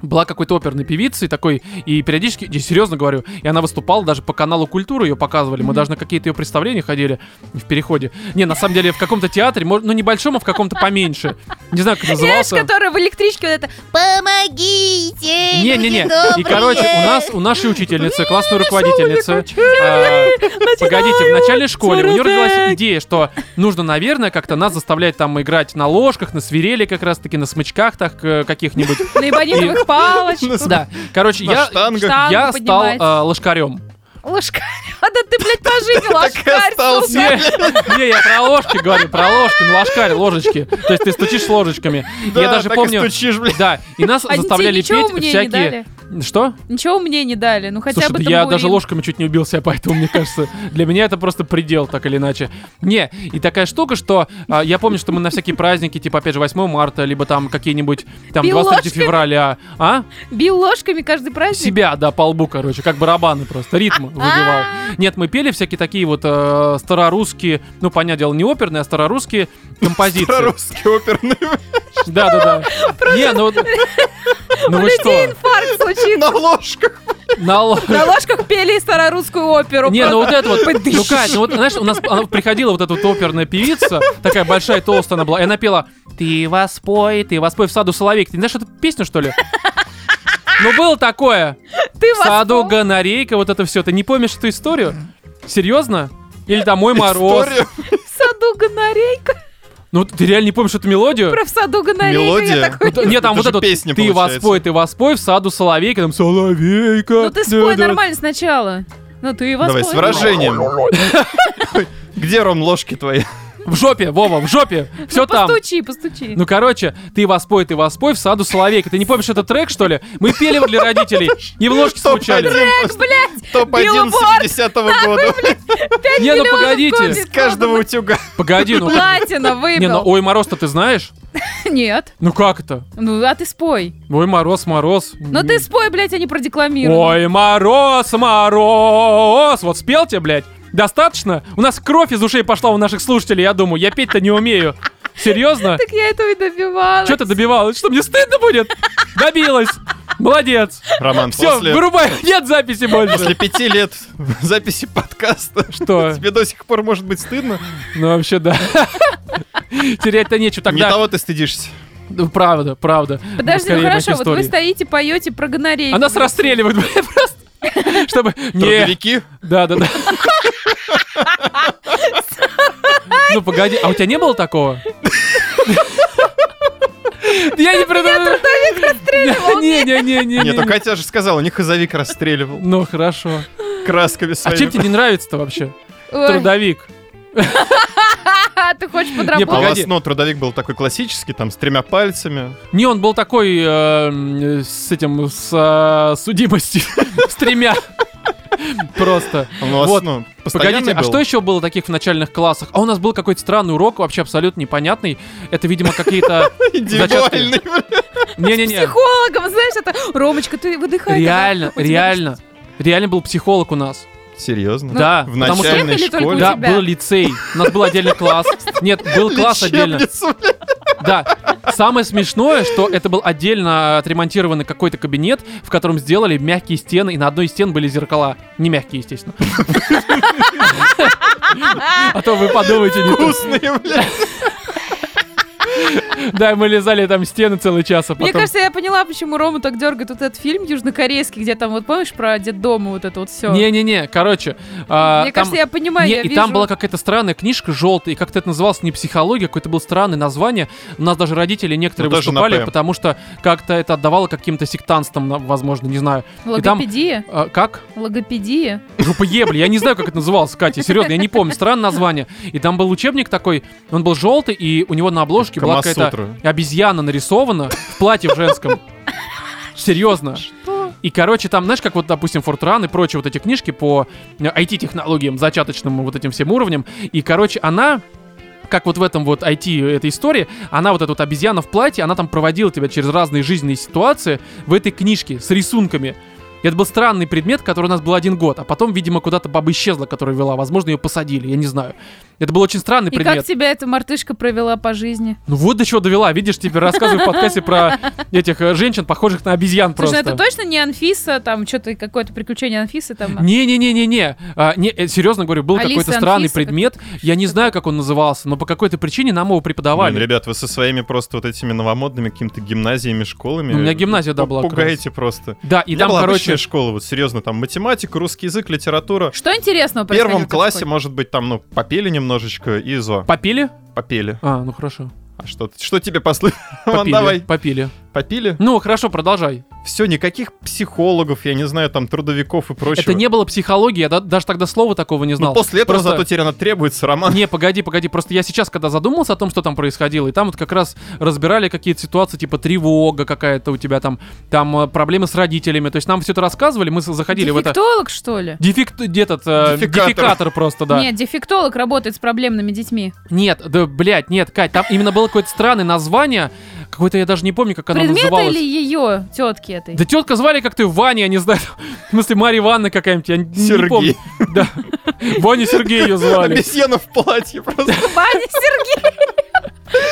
S1: была какой-то оперной певицей такой, и периодически, я серьезно говорю, и она выступала даже по каналу культуры, ее показывали, мы даже на какие-то ее представления ходили в переходе. Не, на самом деле в каком-то театре, мож- ну небольшом, а в каком-то поменьше. Не знаю, как
S3: Знаешь,
S1: назывался.
S3: которая в электричке вот это «Помогите,
S1: Не-не-не.
S3: люди
S1: И, короче, у
S3: добрые!»
S1: нас у нашей учительницы, классной руководительницы. а, Погодите, в начальной школе у нее родилась
S3: царапать.
S1: идея, что нужно, наверное, как-то нас заставлять там играть на ложках, на свирели как раз-таки, на смычках так э, каких-нибудь.
S3: На ибонитовых палочках.
S1: Да. Короче,
S2: На
S1: я
S2: штангах.
S3: штангу
S1: я стал
S3: поднимать.
S1: э, лошкарем.
S3: Лошкарь. А да ты, блядь, пожил,
S2: Так и
S3: лошкарь,
S2: остался.
S1: Не, не, я про ложки говорю, про ложки, ну, лошкарь, ложечки. То есть ты стучишь ложечками. Я
S2: Да,
S1: даже
S2: так и
S1: помню...
S2: стучишь, блядь.
S1: Да, и нас
S3: А детей
S1: заставляли
S3: ничего
S1: петь
S3: мне не
S1: всякие...
S3: дали?
S1: Что?
S3: Ничего мне не дали, ну хотя
S1: Слушай,
S3: бы
S1: да я даже
S3: тамбурин.
S1: ложками чуть не убил себя, поэтому, мне кажется, для меня это просто предел, так или иначе. Не, и такая штука, что а, я помню, что мы на всякие праздники, типа, опять же, 8 марта, либо там какие-нибудь, там,
S3: Бил
S1: 23
S3: ложками?
S1: февраля, а?
S3: Бил ложками каждый праздник.
S1: Себя, да, по лбу, короче, как барабаны просто, ритм выбивал. Нет, мы пели всякие такие вот э, старорусские, ну, понятное дело, не оперные, а старорусские композиции.
S2: Русский оперный.
S1: Да, да, да. Не, ну... Ну вы что?
S3: Инфаркт случился.
S2: На ложках.
S1: На л-
S3: На ложках пели старорусскую оперу.
S1: Не, ну
S3: Просто
S1: вот это вот,
S3: Подыщешь.
S1: ну Кать, ну вот знаешь, у нас она приходила вот эта вот оперная певица, такая большая, толстая она была, и она пела «Ты воспой, ты воспой в саду соловейки». Ты не знаешь эту песню, что ли? Ну было такое.
S3: ты
S1: В саду
S3: воспол-
S1: гонорейка, вот это все. Ты не помнишь эту историю? Серьезно? Или «Домой мороз».
S2: Историю.
S3: В саду гонорейка.
S1: Ну ты реально не помнишь эту мелодию?
S3: Про в саду гонорейка.
S2: Мелодия?
S3: Я такой...
S1: Да, Нет, там
S2: Это
S1: вот
S2: же
S1: это вот
S2: песня
S1: «Ты
S2: получается».
S1: воспой, ты воспой в саду соловейка», там «Соловейка».
S3: Ну ты спой
S1: да-да».
S3: нормально сначала. Ну ты и воспой.
S2: Давай, с выражением. Ой, Где, Ром, ложки твои?
S1: В жопе, Вова, в жопе. Все
S3: Ну,
S1: там.
S3: Постучи, постучи.
S1: Ну, короче, ты воспой, ты воспой в саду Соловейка. Ты не помнишь этот трек, что ли? Мы пели его для родителей и в ложке скучали.
S3: блядь!
S2: Топ-1
S3: Billboard.
S2: 70-го года.
S1: Не, ну
S3: миллионов
S1: погодите,
S3: копий.
S2: С каждого утюга.
S1: погоди, ну...
S3: Платина
S1: Не, ну
S3: выбил.
S1: Ой Мороз-то ты знаешь?
S3: Нет.
S1: Ну как это?
S3: Ну, а ты спой.
S1: Ой Мороз, Мороз.
S3: Ну ты спой, блядь, а не продекламируй.
S1: Ой Мороз, Мороз. Вот спел тебе, блядь. Достаточно? У нас кровь из ушей пошла у наших слушателей, я думаю. Я петь-то не умею. Серьезно?
S3: Так я этого и добивалась.
S1: Что ты добивалась? Что, мне стыдно будет? Добилась. Молодец.
S2: Роман,
S1: Все,
S2: после...
S1: вырубай. Нет записи больше.
S2: После пяти лет записи подкаста
S1: Что?
S2: тебе до сих пор может быть стыдно.
S1: Ну, вообще, да. Терять-то нечего
S2: Не
S1: тогда.
S2: того ты стыдишься.
S1: Ну, Правда, правда.
S3: Подожди, ну
S1: Скорее
S3: хорошо,
S1: наши
S3: вот вы
S1: истории.
S3: стоите, поете про гонорейку.
S1: А нас расстреливают, блядь, просто. Чтобы... Не,
S2: Трудовики.
S1: да, да, да. Ну, погоди, а у тебя не было такого? Я не предупреждаю. Не, не, не, не,
S2: Нет, ну
S1: не.
S2: Катя же сказала, у них хозовик расстреливал
S1: Ну, хорошо.
S2: красками
S1: А чем
S2: своими.
S1: тебе не нравится-то вообще?
S3: Ой, а
S1: Трудовик.
S3: Ты хочешь подработать?
S1: погоди.
S2: Полосно, ну, трудовик был такой классический, там, с тремя пальцами.
S1: Не, он был такой э, м, с этим, с э, судимостью, с тремя. Просто.
S2: Он у вас,
S1: Вот.
S2: ну, постоянный
S1: Погодите, а
S2: был.
S1: что еще было таких в начальных классах? А у нас был какой-то странный урок, вообще абсолютно непонятный. Это, видимо, какие-то...
S2: Индивидуальный.
S1: Не-не-не.
S3: Психологом, знаешь, это... Ромочка, ты выдыхай.
S1: Реально,
S3: когда у тебя
S1: реально. Реально был психолог у нас.
S2: Серьезно?
S1: Да.
S2: В
S1: потому что-
S2: начальной
S3: Всех или только у
S2: школе?
S1: Да,
S3: тебя?
S1: был лицей. У нас был отдельный класс. Нет, был класс отдельно.
S2: Лечебницу, блядь.
S1: Да. Самое смешное, что это был отдельно отремонтированный какой-то кабинет, в котором сделали мягкие стены, и на одной из стен были зеркала. Не мягкие, естественно. А то вы подумаете, не то.
S2: Вкусные, блядь.
S1: Да, мы лизали там стены целый час, а
S3: Мне
S1: потом...
S3: кажется, я поняла, почему Рому так дергает вот этот фильм южнокорейский, где там, вот помнишь, про детдом и вот это вот все.
S1: Не-не-не, короче. а,
S3: Мне
S1: там-
S3: кажется, я понимаю,
S1: Не,
S3: я
S1: и
S3: вижу.
S1: там была какая-то странная книжка желтая, и как-то это называлось не психология, а какое-то было странное название. У нас даже родители некоторые
S2: Ну, тоже на
S1: выступали,
S2: «П».
S1: потому что как-то это отдавало каким-то сектантством, на- возможно, не знаю. и там-
S3: Логопедия?
S1: А, как?
S3: Логопедия?
S1: Группа Ебли, я не знаю, как это называлось, Катя, серьезно, я не помню, странное название. И там был учебник такой, он был желтый, и у него на обложке была какая-то
S2: Камасутра.
S1: обезьяна нарисована в платье в женском. Серьезно. И, короче, там, знаешь, как вот, допустим, Фортран и прочие вот эти книжки по э, IT-технологиям, зачаточным вот этим всем уровням. И, короче, она как вот в этом вот IT этой истории, она вот эта вот обезьяна в платье, она там проводила тебя через разные жизненные ситуации в этой книжке с рисунками. И это был странный предмет, который у нас был один год, а потом, видимо, куда-то баба исчезла, которая вела. Возможно, ее посадили, я не знаю. Это был очень странный
S3: И
S1: предмет.
S3: как тебя эта мартышка провела по жизни?
S1: Ну вот до чего довела. Видишь, тебе рассказываю в подкасте про этих э, женщин, похожих на обезьян
S3: Слушай, ну
S1: просто.
S3: это точно не Анфиса, там что-то какое-то приключение Анфисы там.
S1: Не-не-не-не-не. А, не, э, серьезно говорю, был
S3: Алиса,
S1: какой-то странный
S3: Анфиса, как-
S1: предмет. Я не знаю, как он назывался, но по какой-то причине нам его преподавали.
S2: Блин, ну, ребят, вы со своими просто вот этими новомодными какими-то гимназиями, школами.
S1: Ну, У меня гимназия, да,
S2: пу-
S1: была как раз.
S2: Пугаете просто.
S1: да, и
S2: У меня
S1: там,
S2: была
S1: короче,
S2: обычная школа, вот серьезно, там математика, русский язык, литература.
S3: Что интересного
S2: В первом
S3: происходило в этой
S2: классе,
S3: школе?
S2: может быть, там, ну, попели немножечко и зо.
S1: попили?
S2: Попели.
S1: А, ну хорошо.
S2: А что, ты- что тебе послышно? Вон,
S1: Попили,
S2: давай.
S1: попили.
S2: Попили.
S1: Ну, хорошо, продолжай.
S2: Все, никаких психологов, я не знаю, там, трудовиков и прочего.
S1: Это не было психологии, я да- даже тогда слова такого не
S2: Ну,
S1: знал.
S2: после этого
S1: Просто-
S2: зато теперь она требуется, Роман.
S1: Не, погоди, погоди, просто я сейчас, когда задумался о том, что там происходило, и там вот как раз разбирали какие-то ситуации, типа тревога какая-то у тебя там, там э, проблемы с родителями, то есть нам все это рассказывали, мы с- заходили в это...
S3: Дефектолог, что ли?
S1: Дефект, этот, э,
S2: Дефикатор.
S1: дефикатор просто, да.
S3: Нет, дефектолог работает с проблемными детьми.
S1: Нет, да, блядь, нет, Кать, там именно было какое-то странное название, какое-то я даже не помню, как оно
S3: Предмета
S1: называлось.
S3: или ее тетки этой?
S1: Да тетка звали как-то Ваня, я не знаю, в смысле Марья Ивановна какая-нибудь, я не
S2: Сергей.
S1: помню. Да, Ваня Сергей ее звали.
S2: Обезьяна в платье просто.
S3: Ну, Ваня Сергей.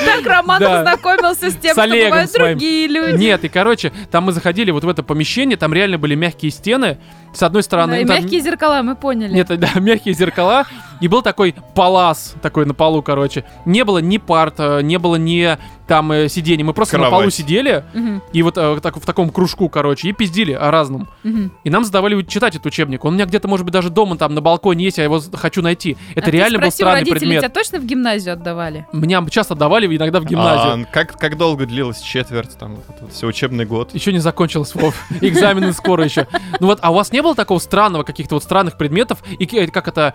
S3: Так Роман
S1: Да.
S3: познакомился с тем,
S1: С
S3: что
S1: Олегом
S3: бывают
S1: своим.
S3: другие люди.
S1: Нет, и короче, там мы заходили вот в это помещение, там реально были мягкие стены, с одной
S3: Да,
S1: стороны...
S3: и
S1: там-
S3: Мягкие зеркала, мы поняли.
S1: Нет, да, мягкие зеркала, и был такой палас, такой на полу, короче. Не было ни парт, э, не было ни там э, сидений, мы просто на
S2: Кровать.
S1: полу сидели,
S3: Мгм,
S1: и вот э, так, в таком кружку, короче, и пиздили о разном.
S3: мгм.
S1: И нам задавали вот читать этот учебник. Он у меня где-то, может быть, даже дома там на балконе есть, я его з- хочу найти. Это
S3: А ты
S1: реально был
S3: спроси у
S1: странный
S3: родителей,
S1: предмет.
S3: Тебя точно в гимназию отдавали?
S1: Меня часто давали иногда в гимназию.
S2: А, Как как долго длилась четверть, там, вот это вот все учебный год?
S1: Еще не закончилось, Вов. Экзамены скоро еще. Ну вот, а у вас не было такого странного, каких-то вот странных предметов, и к- э, как это,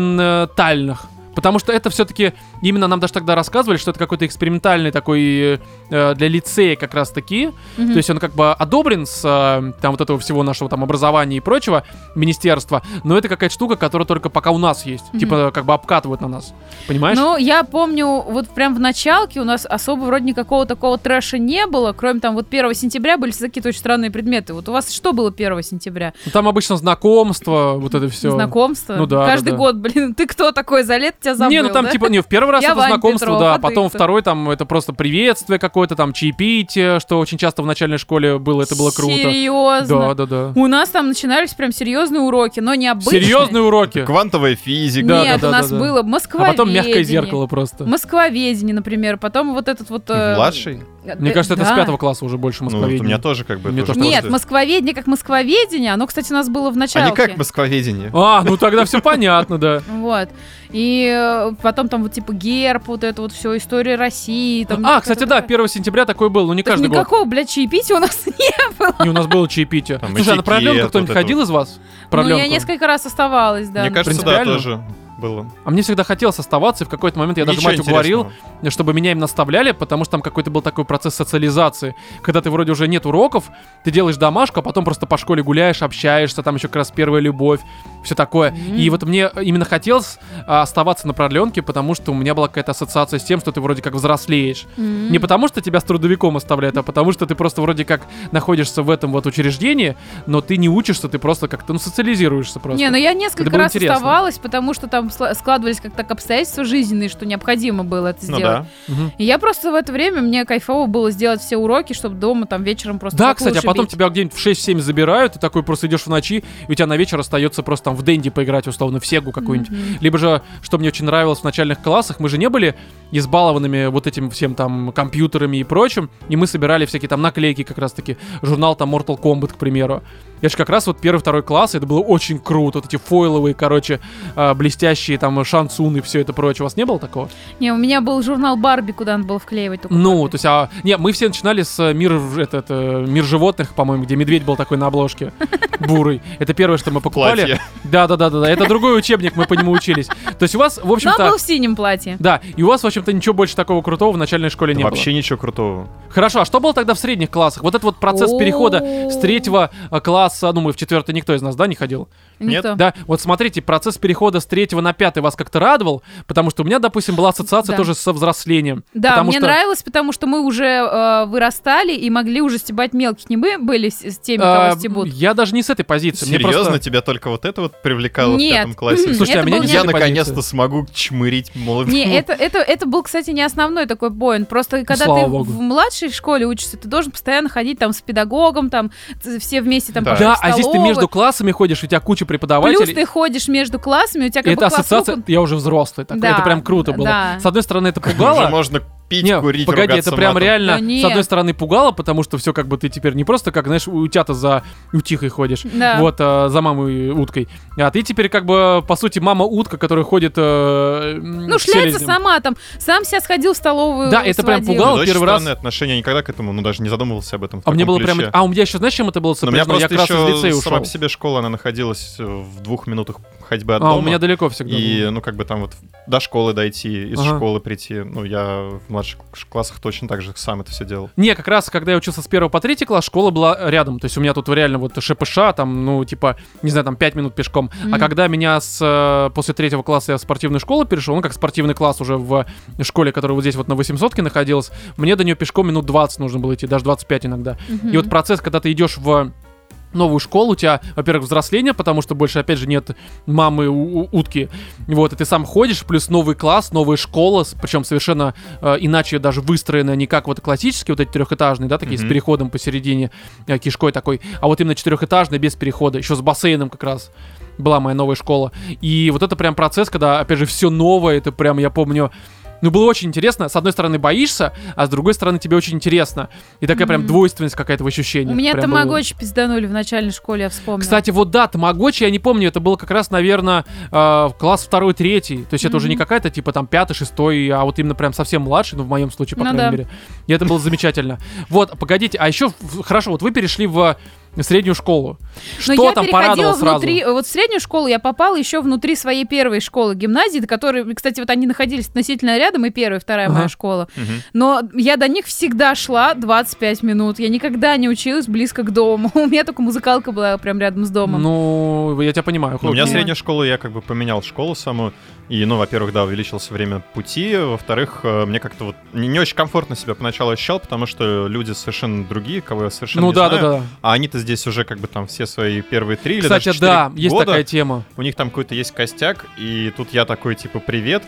S1: экспериментальных? Потому что это все-таки, именно нам даже тогда рассказывали, что это какой-то экспериментальный такой э, для лицея как раз-таки.
S3: Мгм.
S1: То есть он как бы одобрен с э, там вот этого всего нашего там образования и прочего, министерства, но это какая-то штука, которая только пока у нас есть.
S3: Мгм.
S1: Типа как бы обкатывают на нас. Понимаешь?
S3: Ну, я помню, вот прям в началке у нас особо вроде никакого такого трэша не было, кроме там вот 1 сентября были всякие какие-то очень странные предметы. Вот у вас что было 1 сентября?
S1: Ну, Там обычно знакомство, вот это все.
S3: Знакомство?
S1: Ну да,
S3: Каждый
S1: да, да.
S3: год, блин, ты кто такой? За лет тебя забыл,
S1: не, ну там
S3: да?
S1: типа, не, в первый раз
S3: Я
S1: это
S3: Ваня
S1: знакомство,
S3: Петров,
S1: да,
S3: а ты
S1: потом
S3: кто?
S1: второй там это просто приветствие какое-то, там чаепитие, что очень часто в начальной школе было, это было круто. Да,
S3: Серьезно?
S1: да, да.
S3: У нас там начинались прям серьезные уроки, но не обычные.
S1: Серьезные уроки.
S2: Квантовая физика.
S1: Да,
S3: Нет,
S1: да,
S3: у
S1: да,
S3: нас
S1: да, да.
S3: было Москва.
S1: А потом мягкое зеркало просто.
S3: Москвоведение, например, потом вот этот вот... э,
S2: Ну, Младший?
S3: э,
S1: Мне кажется, это с
S3: да.
S1: пятого класса уже больше
S2: Ну, вот у
S1: москвоведения.
S2: меня тоже как бы...
S1: Мне
S2: это
S1: тоже
S2: уже
S1: Потому
S3: Нет,
S2: просто-
S3: москвоведение как москвоведение, оно, кстати, у нас было в
S2: А
S3: начале.
S2: не как москвоведение.
S1: А, ну тогда все понятно, да.
S3: Вот. И э, потом там вот типа герб, вот это вот все, история России. Там,
S1: А,
S3: вот
S1: кстати,
S3: это
S1: да,
S3: такое.
S1: 1 сентября такой был, но не
S3: Так
S1: каждый год.
S3: никакого, блядь, чаепития у нас не было.
S1: Не, у нас было чаепитие.
S2: Там
S1: Слушай, а на
S2: этикет,
S1: продленку
S2: вот
S1: кто-нибудь
S2: это
S1: ходил из вас?
S3: Ну, я
S1: Продленку.
S3: несколько раз оставалась, да.
S2: Мне кажется, да,
S1: Принципиально?
S2: тоже было.
S1: А мне всегда хотелось оставаться, и в какой-то момент я даже
S2: Ничего
S1: мать уговорил,
S2: интересного.
S1: чтобы меня им наставляли, потому что там какой-то был такой процесс социализации, когда ты вроде уже нет уроков, ты делаешь домашку, а потом просто по школе гуляешь, общаешься, там еще как раз первая любовь, все такое.
S3: Мгм.
S1: И вот мне именно хотелось а, оставаться на продленке, потому что у меня была какая-то ассоциация с тем, что ты вроде как взрослеешь.
S3: М.
S1: Не потому, что тебя с трудовиком оставляют, а потому, что ты просто вроде как находишься в этом вот учреждении, но ты не учишься, ты просто как-то ну, социализируешься просто.
S3: Не, ну я несколько
S1: было
S3: раз
S1: интересно.
S3: оставалась, потому что там сла- складывались как так обстоятельства жизненные, что необходимо было это
S2: Ну
S3: сделать.
S2: да.
S1: Мгм.
S3: И я просто в это время, мне кайфово было сделать все уроки, чтобы дома там вечером просто
S1: Да,
S3: поклуши
S1: кстати, а потом
S3: бить.
S1: тебя где-нибудь в 6-7 забирают, ты такой просто идешь в ночи, и у тебя на вечер остается просто там в Дэнди поиграть, условно, в Сегу какую-нибудь.
S3: Мгм.
S1: Либо же, что мне очень нравилось в начальных классах, мы же не были избалованными вот этим всем там компьютерами и прочим, и мы собирали всякие там наклейки как раз-таки, журнал там Mortal Kombat, к примеру. Я же как раз вот первый-второй класс, и это было очень круто, вот эти фойловые, короче, а, блестящие там шансуны, все это прочее. У вас не было такого?
S3: Не, у меня был журнал Барби, куда надо было вклеивать только.
S1: Ну, то есть, а... Не, мы все начинали с э, мир, в- это, это, мир животных, по-моему, где медведь был такой на обложке, бурый. Это первое, что мы покупали.
S2: Платье.
S1: Да-да-да-да, это другой учебник, мы по нему учились. То есть у вас, в
S3: Но
S1: общем-то...
S3: был в синем платье.
S1: Да, и у вас, в общем-то, ничего больше такого крутого в начальной школе не
S2: Вообще ничего крутого.
S1: было. Хорошо, а что было тогда в средних классах? Вот этот вот процесс
S3: О.
S1: перехода с третьего э, класса, ну мы в четвертый никто из нас, да, не ходил?
S2: Нет,
S3: Никто.
S1: Да, вот смотрите, процесс перехода с третьего на пятый вас как-то радовал, потому что у меня, допустим, была ассоциация
S3: Да.
S1: тоже со взрослением.
S3: Да,
S1: потому
S3: мне
S1: что,
S3: нравилось, потому что мы уже э, вырастали и могли уже стебать мелких. Не мы были с, с теми,
S1: а,
S3: кого стебут.
S1: я даже не с этой позиции. мне
S2: Серьезно,
S1: просто-
S2: тебя только вот это вот привлекало
S3: Нет.
S2: в пятом классе?
S3: Мгм.
S1: Слушайте,
S3: Это
S1: а меня
S3: был
S1: не с
S2: Я
S1: этой позиции.
S2: наконец-то смогу чмырить молодых.
S3: Не, это, это, это был, кстати, не основной такой поинт. Просто когда
S1: слава
S3: ты
S1: богу.
S3: в младшей школе учишься, ты должен постоянно ходить там с педагогом, там ц- все вместе там
S2: Да.
S3: пошли
S1: Да,
S3: в
S1: а здесь ты
S3: столовую.
S1: между классами ходишь, у тебя куча преподавателей.
S3: Плюс ты ходишь между классами, у тебя
S1: И
S3: как
S1: это
S3: бы класс
S1: ассоциация,
S3: руку-
S1: я уже взрослый, так,
S3: Да,
S1: это прям круто было.
S3: да.
S1: С одной стороны, это
S2: Уже
S1: пугало.
S2: можно пить,
S1: Не,
S2: курить,
S1: погоди,
S2: ругаться
S1: это прям
S2: матом.
S1: реально,
S3: Да нет.
S1: с одной стороны, пугало, потому что все как бы ты теперь не просто как, знаешь, утята за утихой ходишь,
S3: Да.
S1: вот, а, за мамой уткой, а ты теперь как бы, по сути, мама-утка, которая ходит Ну,
S3: Ну, шляется сама там, сам себя сходил в столовую.
S1: Да, это прям
S3: сводил.
S1: пугало.
S2: Ну, это очень
S1: первый раз.
S2: странные отношения, я никогда к этому, ну, даже не задумывался об этом. в
S1: А мне
S2: таком
S1: было прям...
S2: ключе.
S1: А у меня еще, знаешь, чем это было
S2: Но у меня
S1: сопряжено? Я
S2: просто
S1: как раз из лицея
S2: еще сама
S1: ушел.
S2: по себе школа, она находилась э, в двух минутах ходьбы от
S1: А, у
S2: дома.
S1: меня далеко всегда.
S2: И, ну, как бы там вот до школы дойти, из
S1: Ага.
S2: школы прийти. Ну, я в младших классах точно так же сам это все делал.
S1: Не, как раз, когда я учился с первого по третий класс, школа была рядом. То есть у меня тут реально вот ШПШ, там, ну, типа, не знаю, там 5 минут пешком. А
S3: Мгм.
S1: когда меня с, э, после третьего класса я в спортивную школу перешел, ну, как спортивный класс уже в школе, которая вот здесь вот на 800-ке находилась, мне до нее пешком минут 20 нужно было идти, даже 25 иногда.
S3: Мгм.
S1: И вот процесс, когда ты идешь в новую школу, у тебя, во-первых, взросление, потому что больше, опять же, нет мамы у- у- утки. Вот, и ты сам ходишь, плюс новый класс, новая школа, причем совершенно э, иначе даже выстроена, не как вот классические вот эти трехэтажные, да, такие с
S2: Мгм.
S1: переходом посередине, э, кишкой такой, а вот именно четырехэтажные без перехода, еще с бассейном как раз была моя новая школа. И вот это прям процесс, когда, опять же, все новое, это прям, я помню, ну, было очень интересно. С одной стороны, боишься, а с другой стороны, тебе очень интересно. И такая прям
S3: Мгм.
S1: двойственность какая-то в ощущении.
S3: У меня
S1: Прям было-
S3: тамагочи пизданули в начальной школе, я вспомнила.
S1: Кстати, вот да, Тамагочи, я не помню, это было как раз, наверное, э, класс второй, третий. То есть это уже не
S3: Мгм.
S1: какая-то типа там пятый, шестой, а вот именно прям совсем младший, ну в моем случае, по
S3: Ну
S1: крайней
S3: да.
S1: мере. И это было замечательно. Вот, погодите, а еще, в- хорошо, вот вы перешли в среднюю школу.
S3: Но
S1: Что
S3: я
S1: там
S3: переходила
S1: порадовало сразу?
S3: внутри, э, вот в среднюю школу я попала еще внутри своей первой школы гимназии, до которой, кстати, вот они находились относительно рядом, и первая, и вторая
S1: Ага.
S3: моя школа. Но я до них всегда шла 25 минут. Я никогда не училась близко к дому. У меня только музыкалка была прям рядом с домом.
S1: Ну, я тебя понимаю.
S2: Ну, у
S1: Хлоп.
S2: меня
S3: Окей.
S2: средняя школа, я как бы поменял школу саму. И, ну, во-первых, да, увеличилось время пути. Во-вторых, э, мне как-то вот не, не очень комфортно себя поначалу ощущал, потому что люди совершенно другие, кого я совершенно
S1: Ну
S2: не
S1: да, да,
S2: знаю.
S1: да.
S2: А они-то здесь уже как бы там все свои первые три или даже
S1: Кстати,
S2: четыре
S1: да, есть
S2: года.
S1: такая тема.
S2: У них там какой-то есть костяк, и тут я такой, типа, привет.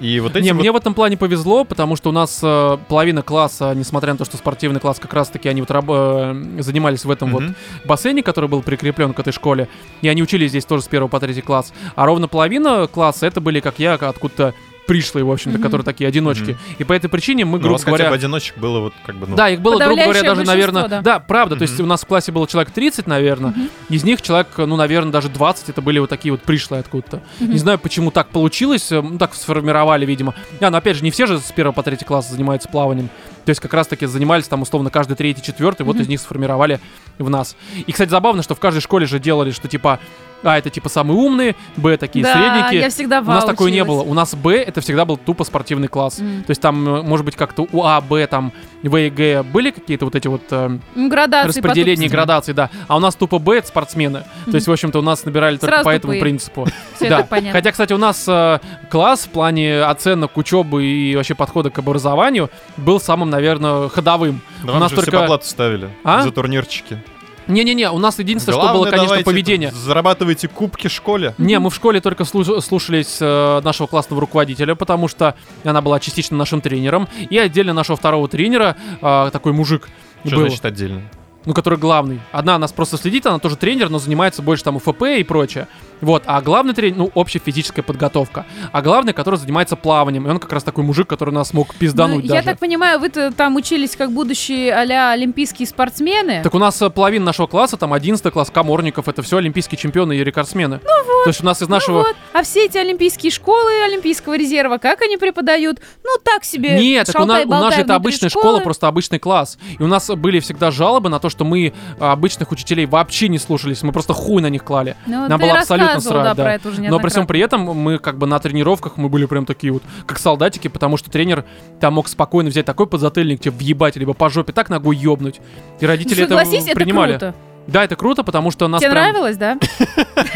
S2: И вот эти
S1: не,
S2: вот-
S1: мне в этом плане повезло, потому что у нас э, половина класса, несмотря на то, что спортивный класс, как раз-таки они вот раб- э, занимались в этом вот
S2: Мгм.
S1: бассейне, который был прикреплен к этой школе, и они учились здесь тоже с первого по третий класс, а ровно половина класса это были, как я, откуда-то пришлые, в общем-то,
S3: Мгм.
S1: которые такие одиночки.
S2: Мгм.
S1: И по этой причине мы,
S2: Ну, у
S1: грубо
S2: вас хотя
S1: говоря...
S2: бы одиночек было вот как бы, ну...
S1: Да, их было, грубо говоря,
S3: Подавляющее
S1: даже, наверное... Да,
S3: большинство,
S1: правда, то есть
S2: Мгм.
S1: у нас в классе было человек 30, наверное,
S3: Мгм.
S1: из них человек, ну, наверное, даже 20, это были вот такие вот пришлые откуда-то.
S3: Мгм.
S1: Не знаю, почему так получилось, э, ну, так сформировали, видимо. А, ну, опять же, не все же с первого по третий класс занимаются плаванием. То есть как раз-таки занимались там, условно, каждый третий, четвертый, вот
S3: Мгм.
S1: из них сформировали в нас. И, кстати, забавно, что в каждой школе же делали, что типа, а, это типа самые умные, б, такие
S3: да,
S1: средники.
S3: я всегда
S1: У нас
S3: вау
S1: такое не было.
S3: училась.
S1: У нас Б это всегда был тупо спортивный класс.
S3: М.
S1: То есть там, э, может быть, как-то у А, Б, там, В и Г были какие-то вот эти вот э,
S3: М, Градации.
S1: распределения и
S3: потупости.
S1: градации, да. А у нас тупо Б это спортсмены. То есть, в общем-то, у нас набирали только
S3: Сразу
S1: по этому
S3: тупые.
S1: принципу.
S3: Всё, я
S1: Да.
S3: так понятно.
S1: Хотя, кстати, у нас э, класс в плане оценок учебы и вообще подхода к образованию был самым, наверное, ходовым.
S2: Да
S1: у
S2: вам
S1: нас
S2: же
S1: только-
S2: все поплату ставили
S1: А?
S2: за турнирчики.
S1: Не-не-не, у нас единственное, что было,
S2: Главное,
S1: конечно,
S2: давайте
S1: поведение.
S2: тут Зарабатывайте кубки в школе.
S1: Не, мы в школе только слу- слушались э, нашего классного руководителя, потому что она была частично нашим тренером, и отдельно нашего второго тренера, э, такой мужик,
S2: Что
S1: был,
S2: значит отдельно?
S1: ну, который главный. Одна нас просто следит, она тоже тренер, но занимается больше там УФП и прочее. Вот, а главный тренер, ну, общая физическая подготовка. А главный, который занимается плаванием, и он как раз такой мужик, который нас мог пиздануть
S3: Ну,
S1: даже.
S3: Я так понимаю, вы-то там учились как будущие а-ля олимпийские спортсмены.
S1: Так у нас э, половина нашего класса, там 11 класс каморников, это все олимпийские чемпионы и рекордсмены. Ну вот. То есть у нас из нашего...
S3: Вот. А все эти олимпийские школы Олимпийского резерва, как они преподают? Ну, так себе.
S1: Нет, так у, на-
S3: шалтай-болтай
S1: у нас же это
S3: внутри
S1: обычная
S3: школы.
S1: школа, просто обычный класс. И у нас были всегда жалобы на то, что мы а, обычных учителей вообще не слушались, мы просто хуй на них клали.
S3: Ну,
S1: Нам
S3: ты
S1: было абсолютно
S3: рассказывал,
S1: срать,
S3: да,
S1: да.
S3: про это уже
S1: Но при всем
S3: неоднократно.
S1: при этом мы как бы на тренировках мы были прям такие вот, как солдатики, потому что тренер там мог спокойно типа, взять такой подзатыльник, тебе въебать, либо по жопе так ногой ёбнуть. И родители это
S3: Ну, Согласись,
S1: м, принимали.
S3: это круто.
S1: Да, это круто, потому что нас
S3: Тебе
S1: прям...
S3: нравилось, да?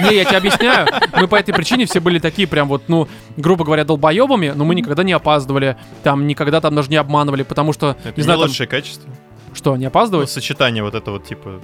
S1: Не, я тебе объясняю. Мы по этой причине все были такие прям вот, ну, грубо говоря, долбоебами, но мы никогда не опаздывали, там никогда там даже не обманывали, потому что,
S2: Это
S1: не
S2: не
S1: знаю, там-
S2: лучшее качество.
S1: что, не
S2: Ну,
S1: опаздывать?
S2: сочетание вот этого типа,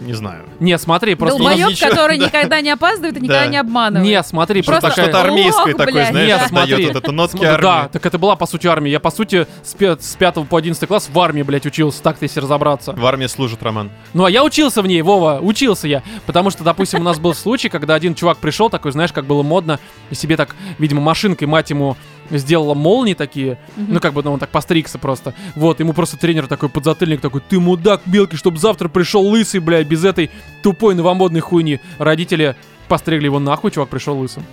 S2: не знаю.
S1: Не, смотри, просто...
S2: Долбоёб,
S3: Долбоеб,
S2: ничего,
S3: который
S2: да.
S3: никогда не опаздывает и
S2: Да.
S3: никогда не обманывает.
S1: Не, смотри,
S3: Просто-
S1: просто
S2: Что-то
S1: такая...
S2: что-то армейское
S3: Лох,
S2: такое,
S3: блядь,
S1: да.
S2: знаешь,
S1: Смотри.
S2: отдает вот это нотки
S1: См- Да,
S2: армии.
S1: так это была, по сути, армия. Я, по сути, с, пе- с 5 по 11 класс в армии, блядь, учился, так-то если разобраться.
S2: В армии служит Роман.
S1: Ну, а я учился в ней, Вова, учился я. Потому что, допустим, у нас был случай, когда один чувак пришел такой, знаешь, как было модно, и себе так, видимо, машинкой мать ему сделала молнии такие.
S3: Мгм.
S1: Ну, как бы, ну, он так постригся просто. Вот, ему просто тренер такой подзатыльник такой, ты мудак, белки, чтобы завтра пришел лысый, блядь, без этой тупой новомодной хуйни. Родители постригли его нахуй, чувак пришел лысым.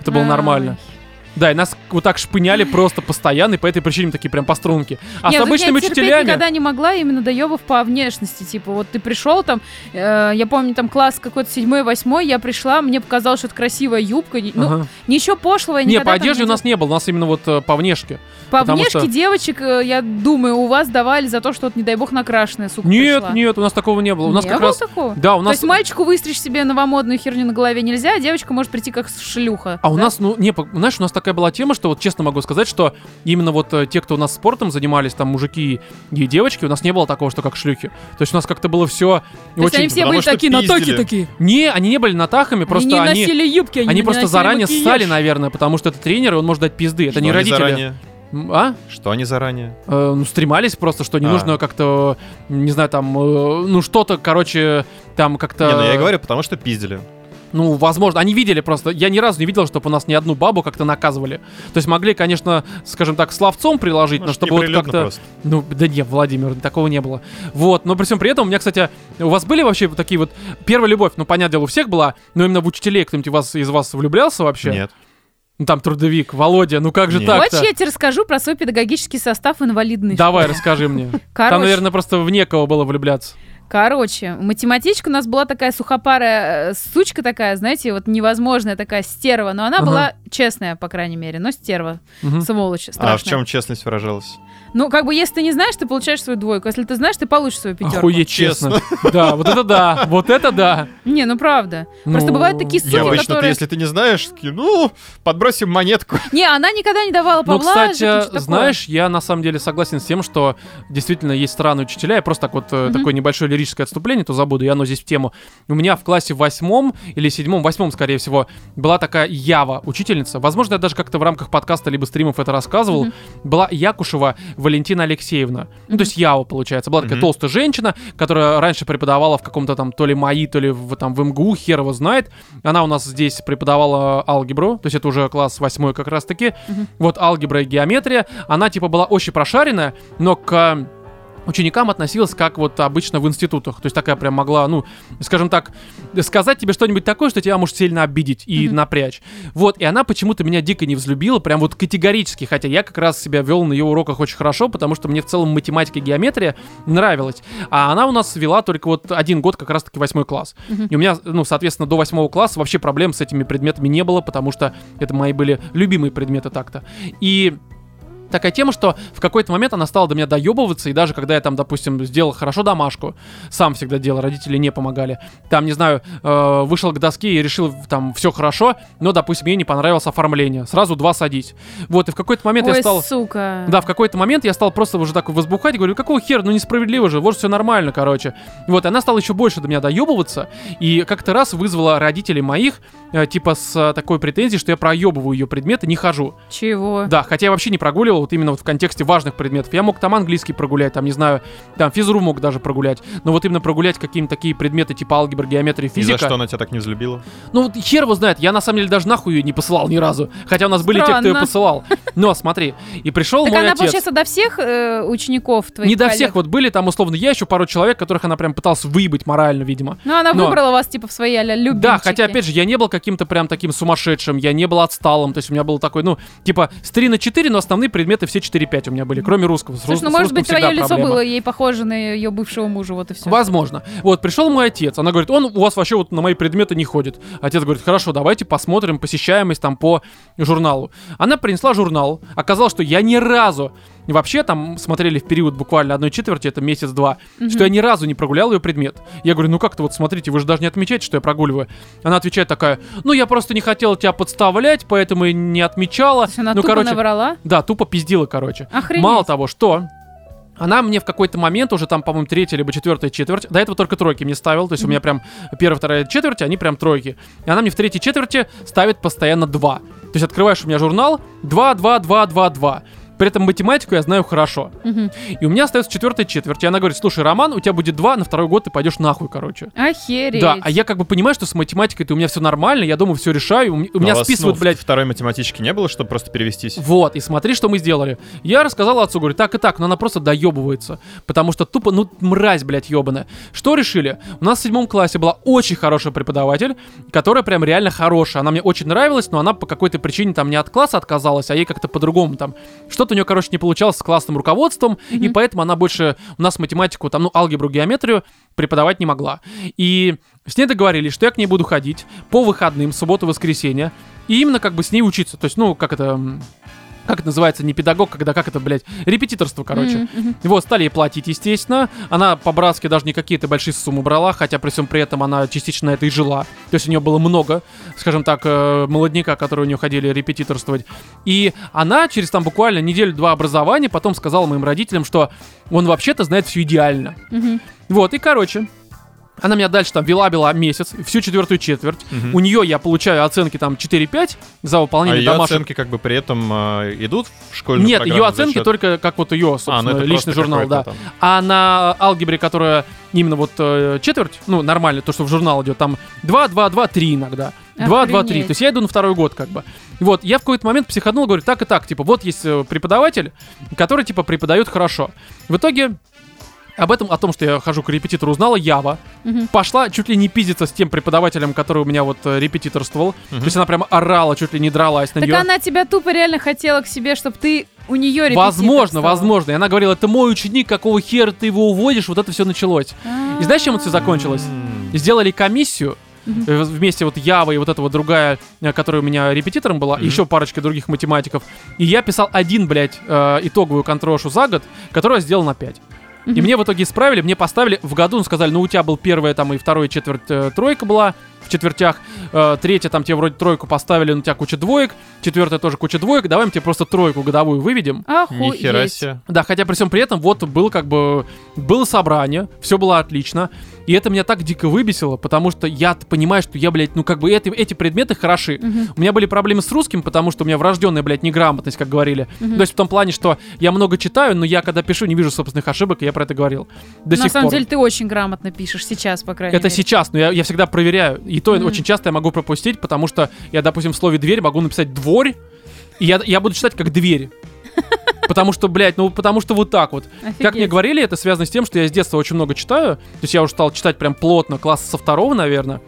S1: Это было
S3: Ай.
S1: нормально. Да, и нас вот так шпыняли просто постоянно, и по этой причине мы такие прям по струнке. А
S3: Нет,
S1: с
S3: так
S1: обычными
S3: ну, я терпеть
S1: учителями...
S3: никогда не могла именно доебов по внешности. Типа, вот ты пришел там, э, я помню, там класс какой-то седьмой, восьмой, я пришла, мне показалось, что это красивая юбка. не- Ну,
S1: Ага.
S3: ничего пошлого я
S1: Не,
S3: никогда
S1: по
S3: там
S1: одежде у
S3: не
S1: нас не было, у нас именно вот э, по внешке.
S3: делала. По
S1: потому
S3: внешке
S1: что-
S3: девочек, э, я думаю, у вас давали за то, что, вот, не дай бог, накрашенная сука
S1: Нет,
S3: пришла.
S1: нет, у нас такого не было. У нас
S3: Не
S1: как
S3: было
S1: раз...
S3: такого?
S1: Да, у
S3: То
S1: нас...
S3: есть мальчику выстричь себе новомодную херню на голове нельзя, а девочка может прийти как шлюха.
S1: А у
S3: да?
S1: нас, ну, не, по- знаешь, у нас такая была тема, что вот честно могу сказать, что именно вот э, те, кто у нас спортом занимались, там мужики и, и девочки, у нас не было такого, что как шлюхи. То есть у нас как-то было все
S3: То есть
S1: очень...
S3: они все
S2: потому
S3: были
S2: что
S3: такие, на токе
S2: пиздили.
S3: такие.
S1: Не, они не были натахами, просто
S3: они не
S1: они...
S3: носили юбки, они,
S1: Они
S3: не
S1: просто
S3: носили
S1: заранее
S3: макияж.
S1: ссали, наверное, потому что это тренер, и он может дать пизды. Это
S2: Что
S1: не
S2: они
S1: родители.
S2: заранее?
S1: М, А?
S2: Что они заранее?
S1: Э, ну, стремались просто, что не
S2: А.
S1: нужно как-то, не знаю, там, э, ну, что-то, короче, там как-то...
S2: Не, ну я и говорю, потому что пиздили.
S1: Ну, возможно, они видели просто. Я ни разу не видел, чтобы у нас ни одну бабу как-то наказывали. То есть могли, конечно, скажем так, словцом приложить, но
S2: Может,
S1: чтобы вот
S2: неприлюдно
S1: как-то.
S2: просто.
S1: Ну, да не, Владимир, такого не было. Вот, но при всем при этом, у меня, кстати, у вас были вообще вот такие вот. Первая любовь, ну, понятное дело, у всех была, но именно в учителей кто-нибудь из вас, из вас влюблялся вообще?
S2: Нет. А
S1: Ну, там трудовик, Володя, ну как же
S2: Нет.
S1: так-то?
S3: Хочешь, я тебе расскажу про свой педагогический состав инвалидный?
S1: Давай, расскажи мне.
S3: Короче,
S1: Там, наверное, просто в некого было влюбляться.
S3: короче, математичка у нас была такая сухопарая э, сучка такая, знаете, вот невозможная такая стерва, но она
S1: Ага.
S3: была честная, по крайней мере, но стерва,
S1: Мгм.
S3: сволочь, страшная.
S2: А в чем честность выражалась?
S3: Ну, как бы, если ты не знаешь, ты получаешь свою двойку, если ты знаешь, ты получишь свою пятерку.
S1: Охуеть, честно. Да, вот это да, вот это да.
S3: Не, ну правда. Просто
S1: Ну,
S3: бывают такие суки,
S2: Я обычно, ты,
S3: которые...
S2: если ты не знаешь, такие, ну, подбросим монетку.
S3: Не, она никогда не давала
S1: Ну,
S3: поблажек. ничего
S1: кстати,
S3: такого.
S1: знаешь, я на самом деле согласен с тем, что действительно есть странные учителя. Я просто так вот э,
S3: Мгм.
S1: такое небольшое лирическое отступление, то забуду, и оно здесь в тему. У меня в классе восьмом или седьмом, восьмом, скорее всего, была такая Ява, учительница. Возможно, я даже как-то в рамках подкаста либо стримов это рассказывал.
S3: Мгм.
S1: Была Якушева Валентина Алексеевна. Ну, то есть Ява, получается. Была такая
S2: Мгм.
S1: толстая женщина, которая раньше преподавала в каком-то там то ли МАИ, то ли в, там, в МГУ, хер его знает. Она у нас здесь преподавала алгебру, то есть это уже класс восьмой как раз-таки.
S3: Мгм.
S1: Вот алгебра и геометрия. Она типа была очень прошаренная, но к э, ученикам относилась как вот обычно в институтах. То есть такая прям могла, ну, скажем так, сказать тебе что-нибудь такое, что тебя может сильно обидеть и
S3: Мгм.
S1: напрячь. Вот, и она почему-то меня дико не взлюбила, прям вот категорически, хотя я как раз себя вел на ее уроках очень хорошо, потому что мне в целом математика и геометрия нравилась. А она у нас вела только вот один год, как раз-таки восьмой класс.
S3: Мгм.
S1: И у меня, ну, соответственно, до восьмого класса вообще проблем с этими предметами не было, потому что это мои были любимые предметы так-то. И такая тема, что в какой-то момент она стала до меня доебываться, и даже когда я там, допустим, сделал хорошо домашку, сам всегда делал, родители не помогали, там, не знаю, э, вышел к доске и решил там все хорошо, но, допустим, ей не понравилось оформление, сразу два садись. Вот, и в какой-то момент я
S3: Ой,
S1: стал...
S3: сука.
S1: Да, в какой-то момент я стал просто уже так возбухать, говорю, какого хера, ну несправедливо же, вот все нормально, короче. Вот, и она стала еще больше до меня доебываться, и как-то раз вызвала родителей моих, э, типа с э, такой претензией, что я проебываю ее предметы, не хожу.
S3: Чего?
S1: Да, хотя я вообще не прогуливал, вот именно вот в контексте важных предметов. Я мог там английский прогулять, там, не знаю, там физру мог даже прогулять, но вот именно прогулять какие-то такие предметы типа алгебра, геометрия,
S2: И
S1: физика.
S2: за что она тебя так не взлюбила?
S1: Ну вот хер его знает, я на самом деле даже нахуй ее не посылал ни разу. Хотя у нас были те, кто ее
S3: Странно.
S1: посылал. Но смотри, и пришел
S3: Так
S1: мой
S3: она,
S1: отец.
S3: получается, до всех э, учеников твоих
S1: Не до
S3: коллег?
S1: всех вот были, там условно я еще пару человек, которых она прям пыталась выебать морально, видимо.
S3: Ну, она
S1: Но-
S3: выбрала вас, типа, в свои а-ля любимчики.
S1: Да, хотя, опять же, я не был каким-то прям таким сумасшедшим, я не был отсталым, то есть у меня был такой, ну, типа, с 3 на 4, но основные предметы все 4-5 у меня были, кроме русского. С рус-
S3: Слушай, ну,
S1: с
S3: может
S1: русским
S3: быть, твое
S1: всегда
S3: лицо
S1: проблема.
S3: было ей похоже на ее бывшего мужа, вот и все.
S1: Возможно. Вот, пришел мой отец. Она говорит, он у вас вообще вот на мои предметы не ходит. Отец говорит, хорошо, давайте посмотрим посещаемость там по журналу. Она принесла журнал. узнал. Оказалось, что я ни разу и вообще там смотрели в период буквально одной четверти, это месяц-два,
S3: Мгм.
S1: что я ни разу не прогулял ее предмет. Я говорю, ну как-то вот смотрите, вы же даже не отмечаете, что я прогуливаю. Она отвечает такая, ну я просто не хотела тебя подставлять, поэтому и не отмечала.
S3: То есть она
S1: ну
S3: тупо
S1: короче,
S3: наврала?
S1: да, тупо пиздила, короче.
S3: Охренеть.
S1: Мало того, что она мне в какой-то момент, уже там, по-моему, третья либо четвертая четверть, до этого только тройки мне ставила, то есть у меня прям первая, вторая четверть, они прям тройки. И она мне в третьей четверти ставит постоянно два. То есть открываешь у меня журнал, два, два, два, два, два. При этом математику я знаю хорошо.
S3: Мгм.
S1: И у меня остается четвертая четверть. И она говорит, слушай, Роман, у тебя будет два, на второй год ты пойдешь нахуй, короче.
S3: Охереть.
S1: Да, а я как бы понимаю, что с математикой-то у меня все нормально, я думаю, все решаю, у м- у меня
S2: А у вас,
S1: списывают,
S2: ну,
S1: блядь,
S2: Второй математички не было, чтобы просто перевестись.
S1: вот, и смотри, что мы сделали. Я рассказал отцу, говорю, так и так, но она просто доебывается. Потому что тупо, ну, мразь, блядь, ебаная. Что решили? У нас в седьмом классе была очень хорошая преподаватель, которая прям реально хорошая. Она мне очень нравилась, но она по какой-то причине там не от класса отказалась, а ей как-то по-другому там. Что-то у нее, короче, не получалось с классным руководством, и
S3: Мгм.
S1: поэтому она больше у нас математику, там, ну, алгебру, геометрию преподавать не могла. И с ней договорились, что я к ней буду ходить по выходным, субботу, воскресенье, и именно как бы с ней учиться. То есть, ну, как это... м, Как это называется, не педагог, когда как это, блядь, репетиторство, короче.
S3: Мгм, мгм.
S1: Вот, стали ей платить, естественно. Она по-братски даже не какие-то большие суммы брала, хотя при всем при этом она частично на это и жила. То есть у нее было много, скажем так, э, молодняка, которые у нее ходили репетиторствовать. И она через там буквально неделю-два образования потом сказала моим родителям, что он вообще-то знает все идеально.
S3: Мгм.
S1: Вот, и короче, она меня дальше там вела-вела месяц, всю четвертую четверть.
S2: Мгм.
S1: У нее я получаю оценки там 4-5 за
S2: А
S1: выполнение
S2: ее
S1: домашних.
S2: оценки как бы при этом э, идут в школьную
S1: Нет, ее
S2: программу за
S1: оценки
S2: счет-
S1: только как вот ее, собственно,
S2: А, ну это
S1: личный
S2: просто
S1: журнал, да.
S2: какой-то там.
S1: А на алгебре, которая именно вот э, четверть, ну, нормально, то, что в журнал идет, там 2, 2, 2, 3 иногда. 2, 2, 3.
S3: Охренеть.
S1: То есть я иду на второй год, как бы. Вот, я в какой-то момент психанул, говорю, так и так, типа, вот есть э, преподаватель, который, типа, преподает хорошо. В итоге об этом, о том, что я хожу к репетитору, узнала Ява.
S3: Мгм.
S1: Пошла чуть ли не пиздиться с тем преподавателем, который у меня вот э, репетиторствовал.
S2: Мгм.
S1: То есть она прям орала, чуть ли не дралась на
S3: Так
S1: нее.
S3: она тебя тупо реально хотела к себе, чтобы ты у нее
S1: Возможно, возможно. И она говорила, это мой ученик, какого хера ты его уводишь? Вот это все началось. И знаешь, чем это все закончилось?
S2: М.
S1: Сделали комиссию,
S3: Мгм.
S1: э, вместе вот Ява и вот эта вот другая, э, которая у меня репетитором была, и
S2: Мгм.
S1: еще парочка других математиков. И я писал один, блядь, э, итоговую контрошу за год, которую я сделал на 5. И
S3: Мгм.
S1: мне в итоге исправили, мне поставили в году, ну, сказали, ну у тебя был первая там и вторая четверть э, тройка была в четвертях, э, третья там тебе вроде тройку поставили, но у тебя куча двоек, четвертая тоже куча двоек, давай мы тебе просто тройку годовую выведем.
S2: Ни хера
S3: Охуеть.
S2: себе.
S1: Да, хотя при всем при этом, вот было как бы было собрание, все было отлично. И это меня так дико выбесило, потому что я понимаю, что я, блядь, ну как бы эти, эти предметы хороши.
S3: Мгм.
S1: У меня были проблемы с русским, потому что у меня врожденная, блядь, неграмотность, как говорили.
S3: Мгм.
S1: То есть в том плане, что я много читаю, но я когда пишу, не вижу собственных ошибок, и я про это говорил. До
S3: На
S1: сих
S3: самом
S1: пор.
S3: деле ты очень грамотно пишешь сейчас, по крайней
S1: Это
S3: мере.
S1: сейчас, но я, я всегда проверяю. И то
S3: Мгм.
S1: очень часто я могу пропустить, потому что я, допустим, в слове дверь могу написать дворь, и я, я буду читать как дверь. Потому что, блядь, ну потому что вот так вот. Как мне
S3: Офигеть.
S1: говорили, это связано с тем, что я с детства очень много читаю. То есть я уже стал читать прям плотно, класса со второго, наверное.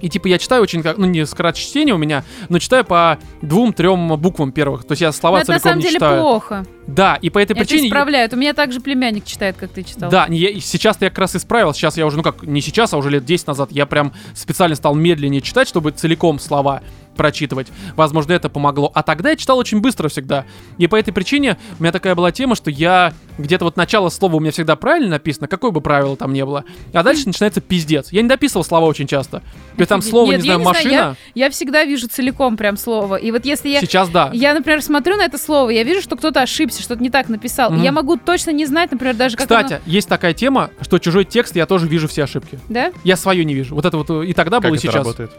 S1: И типа я читаю очень, как- ну не скорочтение у меня, но читаю по двум-трем буквам первых. То есть я
S3: Но
S1: слова
S3: Ну, это на
S1: целиком
S3: самом
S1: не
S3: деле
S1: читаю.
S3: плохо.
S1: Да, и по этой
S3: Это
S1: причине...
S3: исправляют. У меня также племянник читает, как ты читал.
S1: Да, не, я- и сейчас-то я как раз исправил. Сейчас я уже, ну как, не сейчас, а уже лет 10 назад я прям специально стал медленнее читать, чтобы целиком слова прочитывать. Возможно, это помогло. А тогда я читал очень быстро всегда. И по этой причине у меня такая была тема, что я где-то вот начало слова у меня всегда правильно написано, какое бы правило там не было. А дальше начинается пиздец. Я не дописывал слова очень часто. То есть там
S3: Офигеть.
S1: слово,
S3: Нет,
S1: не
S3: я
S1: знаю,
S3: не знаю,
S1: машина.
S3: Я всегда вижу целиком прям слово. И вот если я...
S1: Сейчас да.
S3: Я, например, смотрю на это слово, я вижу, что кто-то ошибся, что-то не так написал. И
S1: Мгм.
S3: я могу точно не знать, например, даже как
S1: Кстати,
S3: оно-
S1: есть такая тема, что чужой текст я тоже вижу все ошибки.
S3: Да?
S1: Я свою не вижу. Вот это вот э, и тогда
S2: Как
S1: было, и
S2: это
S1: сейчас.
S2: работает?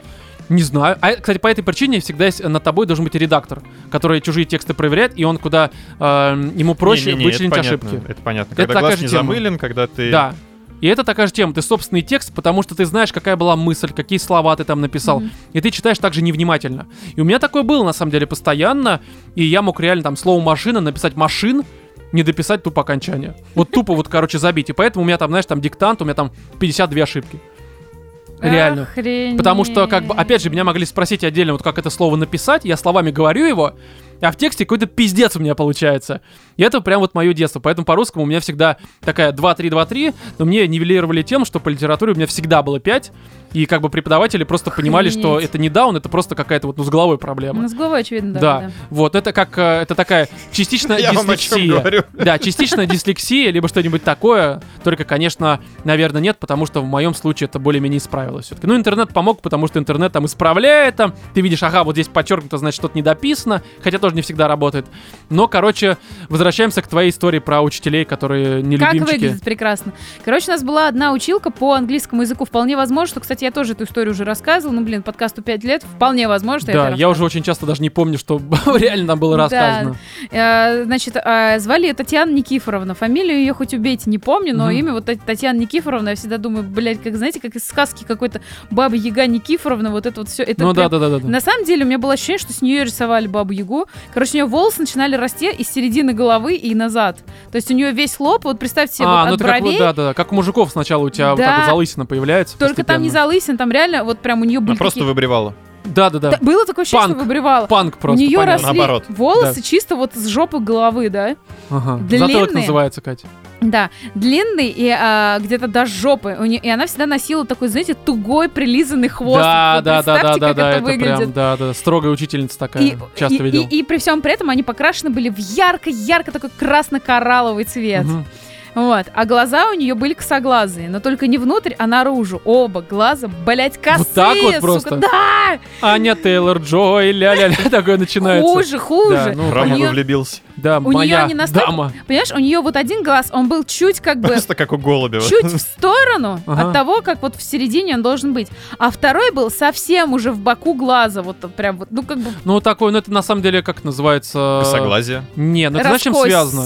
S1: Не знаю. А, кстати, по этой причине всегда есть, э, над тобой должен быть редактор, который чужие тексты проверяет, и он куда э, ему проще
S2: Не-не-не, это
S1: вычленить
S2: понятно,
S1: ошибки.
S2: Это понятно.
S1: Это
S2: Когда
S1: такая
S2: глаз
S1: же
S2: не
S1: тема.
S2: замылен, когда ты...
S1: Да. И это такая же тема. Ты собственный текст, потому что ты знаешь, какая была мысль, какие слова ты там написал.
S3: Мгм.
S1: И ты читаешь также невнимательно. И у меня такое было, на самом деле, постоянно. И я мог реально там слово машина написать машин, не дописать тупо окончание. Вот тупо вот, короче, забить. И поэтому у меня там, знаешь, там диктант, у меня там 52 ошибки. Реально.
S3: Охренеть.
S1: Потому что, как бы, опять же, меня могли спросить отдельно, вот как это слово написать. Я словами говорю его, а в тексте какой-то пиздец у меня получается. И это прям вот мое детство. Поэтому по-русскому у меня всегда такая 2-3-2-3, но мне нивелировали тем, что по литературе у меня всегда было 5, и как бы преподаватели просто понимали, что
S3: Охренеть.
S1: это не даун, это просто какая-то вот ну, с головой
S3: У
S1: проблема.
S3: нас голова, очевидно, да.
S1: Да.
S3: да.
S1: вот это как, э, это такая частично
S2: Я вам о чем
S1: дислексия.
S2: говорю.
S1: Да, частичная дислексия, либо что-нибудь такое. Только, конечно, наверное, нет, потому что в моем случае это более-менее исправилось все-таки. Ну, интернет помог, потому что интернет там исправляет, там, ты видишь, ага, вот здесь подчеркнуто, значит, что-то недописано, хотя тоже не всегда работает. Но, короче, возвращаемся к твоей истории про учителей, которые не
S3: Как
S1: любимчики.
S3: выглядит прекрасно. Короче, у нас была одна училка по английскому языку. Вполне возможно, что, кстати, я тоже эту историю уже рассказывала. Ну, блин, подкасту 5 лет. Вполне возможно,
S1: Да,
S3: это
S1: я уже очень часто даже не помню, что реально нам было
S3: Да.
S1: рассказано.
S3: Э, Значит, э, звали ее Татьяна Никифоровна. Фамилию ее хоть убейте, не помню, но
S1: Мгм.
S3: имя вот Тат- Татьяна Никифоровна. Я всегда думаю, блядь, как, знаете, как из сказки какой-то Баба Яга Никифоровна. Вот это вот все. Это
S1: Ну
S3: прям-
S1: да, да, да, да. да.
S3: На самом деле у меня было ощущение, что с нее рисовали Бабу Ягу. Короче, у нее волосы начинали расти из середины головы и назад. То есть у нее весь лоб, вот представьте себе,
S1: А,
S3: вот
S1: ну
S3: от
S1: это как вот,
S3: бровей.
S1: да, да, да, как у мужиков сначала у тебя вот так
S3: Да.
S1: вот залысина появляется.
S3: Только там не
S1: постепенно.
S3: залысин, там реально вот прям у нее были
S2: Она просто
S3: такие-
S2: выбривала.
S1: Да, да, да.
S3: Да, Было такое ощущение,
S1: Панк.
S3: что выбривала.
S1: Панк
S3: У
S1: просто.
S3: нее
S1: понятно.
S3: росли
S2: Наоборот.
S3: волосы чисто вот с жопы головы, да?
S1: Ага.
S3: Длинные.
S1: Затылок называется, Катя.
S3: Да, длинный и а, где-то до жопы. У нее, и она всегда носила такой, знаете, тугой прилизанный хвост.
S1: да, да,
S3: Вот
S1: да, да,
S3: представьте,
S1: да,
S3: как
S1: да,
S3: это,
S1: это
S3: выглядит.
S1: прям, да, да, строгая учительница такая,
S3: И,
S1: часто
S3: и-
S1: видел.
S3: и- и при всем при этом они покрашены были в ярко-ярко такой красно-коралловый цвет.
S1: Мгм.
S3: Вот. А глаза у нее были косоглазые, но только не внутрь, а наружу. Оба глаза, блядь, косые,
S1: Вот так вот
S3: сука.
S1: просто?
S3: Да,
S1: Аня Тейлор Джой, ля-ля-ля, такое начинается.
S3: хуже, хуже.
S1: Да, ну,
S2: Равно
S1: понятно.
S3: неё-
S2: влюбился.
S1: Да,
S3: у неё
S1: моя
S3: не настолько-
S1: дама.
S3: Понимаешь, у нее вот один глаз, он был чуть как бы
S2: Просто как у голубя.
S3: чуть в сторону
S1: Ага.
S3: от того, как вот в середине он должен быть. А второй был совсем уже в боку глаза, вот прям вот, ну как бы...
S1: Ну, такое, ну, это на самом деле, как это называется?
S2: Косоглазие.
S1: Не, ну, это знаешь, чем
S3: раскос-
S1: связано?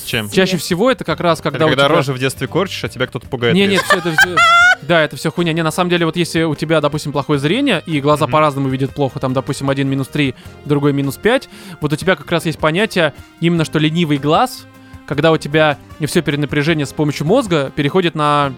S3: С
S2: чем?
S1: Чаще всего это как раз,
S2: Это
S1: когда у
S2: когда
S1: тебя...
S2: рожи в детстве корчишь, а тебя кто-то пугает.
S1: Не,
S2: бесит.
S1: нет, все это все... Да, это все хуйня. Не, на самом деле, вот если у тебя, допустим, плохое зрение, и глаза
S2: Мгм.
S1: по-разному видят плохо, там, допустим, один минус 3, другой минус 5, вот у тебя как раз есть понятие именно, что ленивый глаз, когда у тебя все перенапряжение с помощью мозга переходит на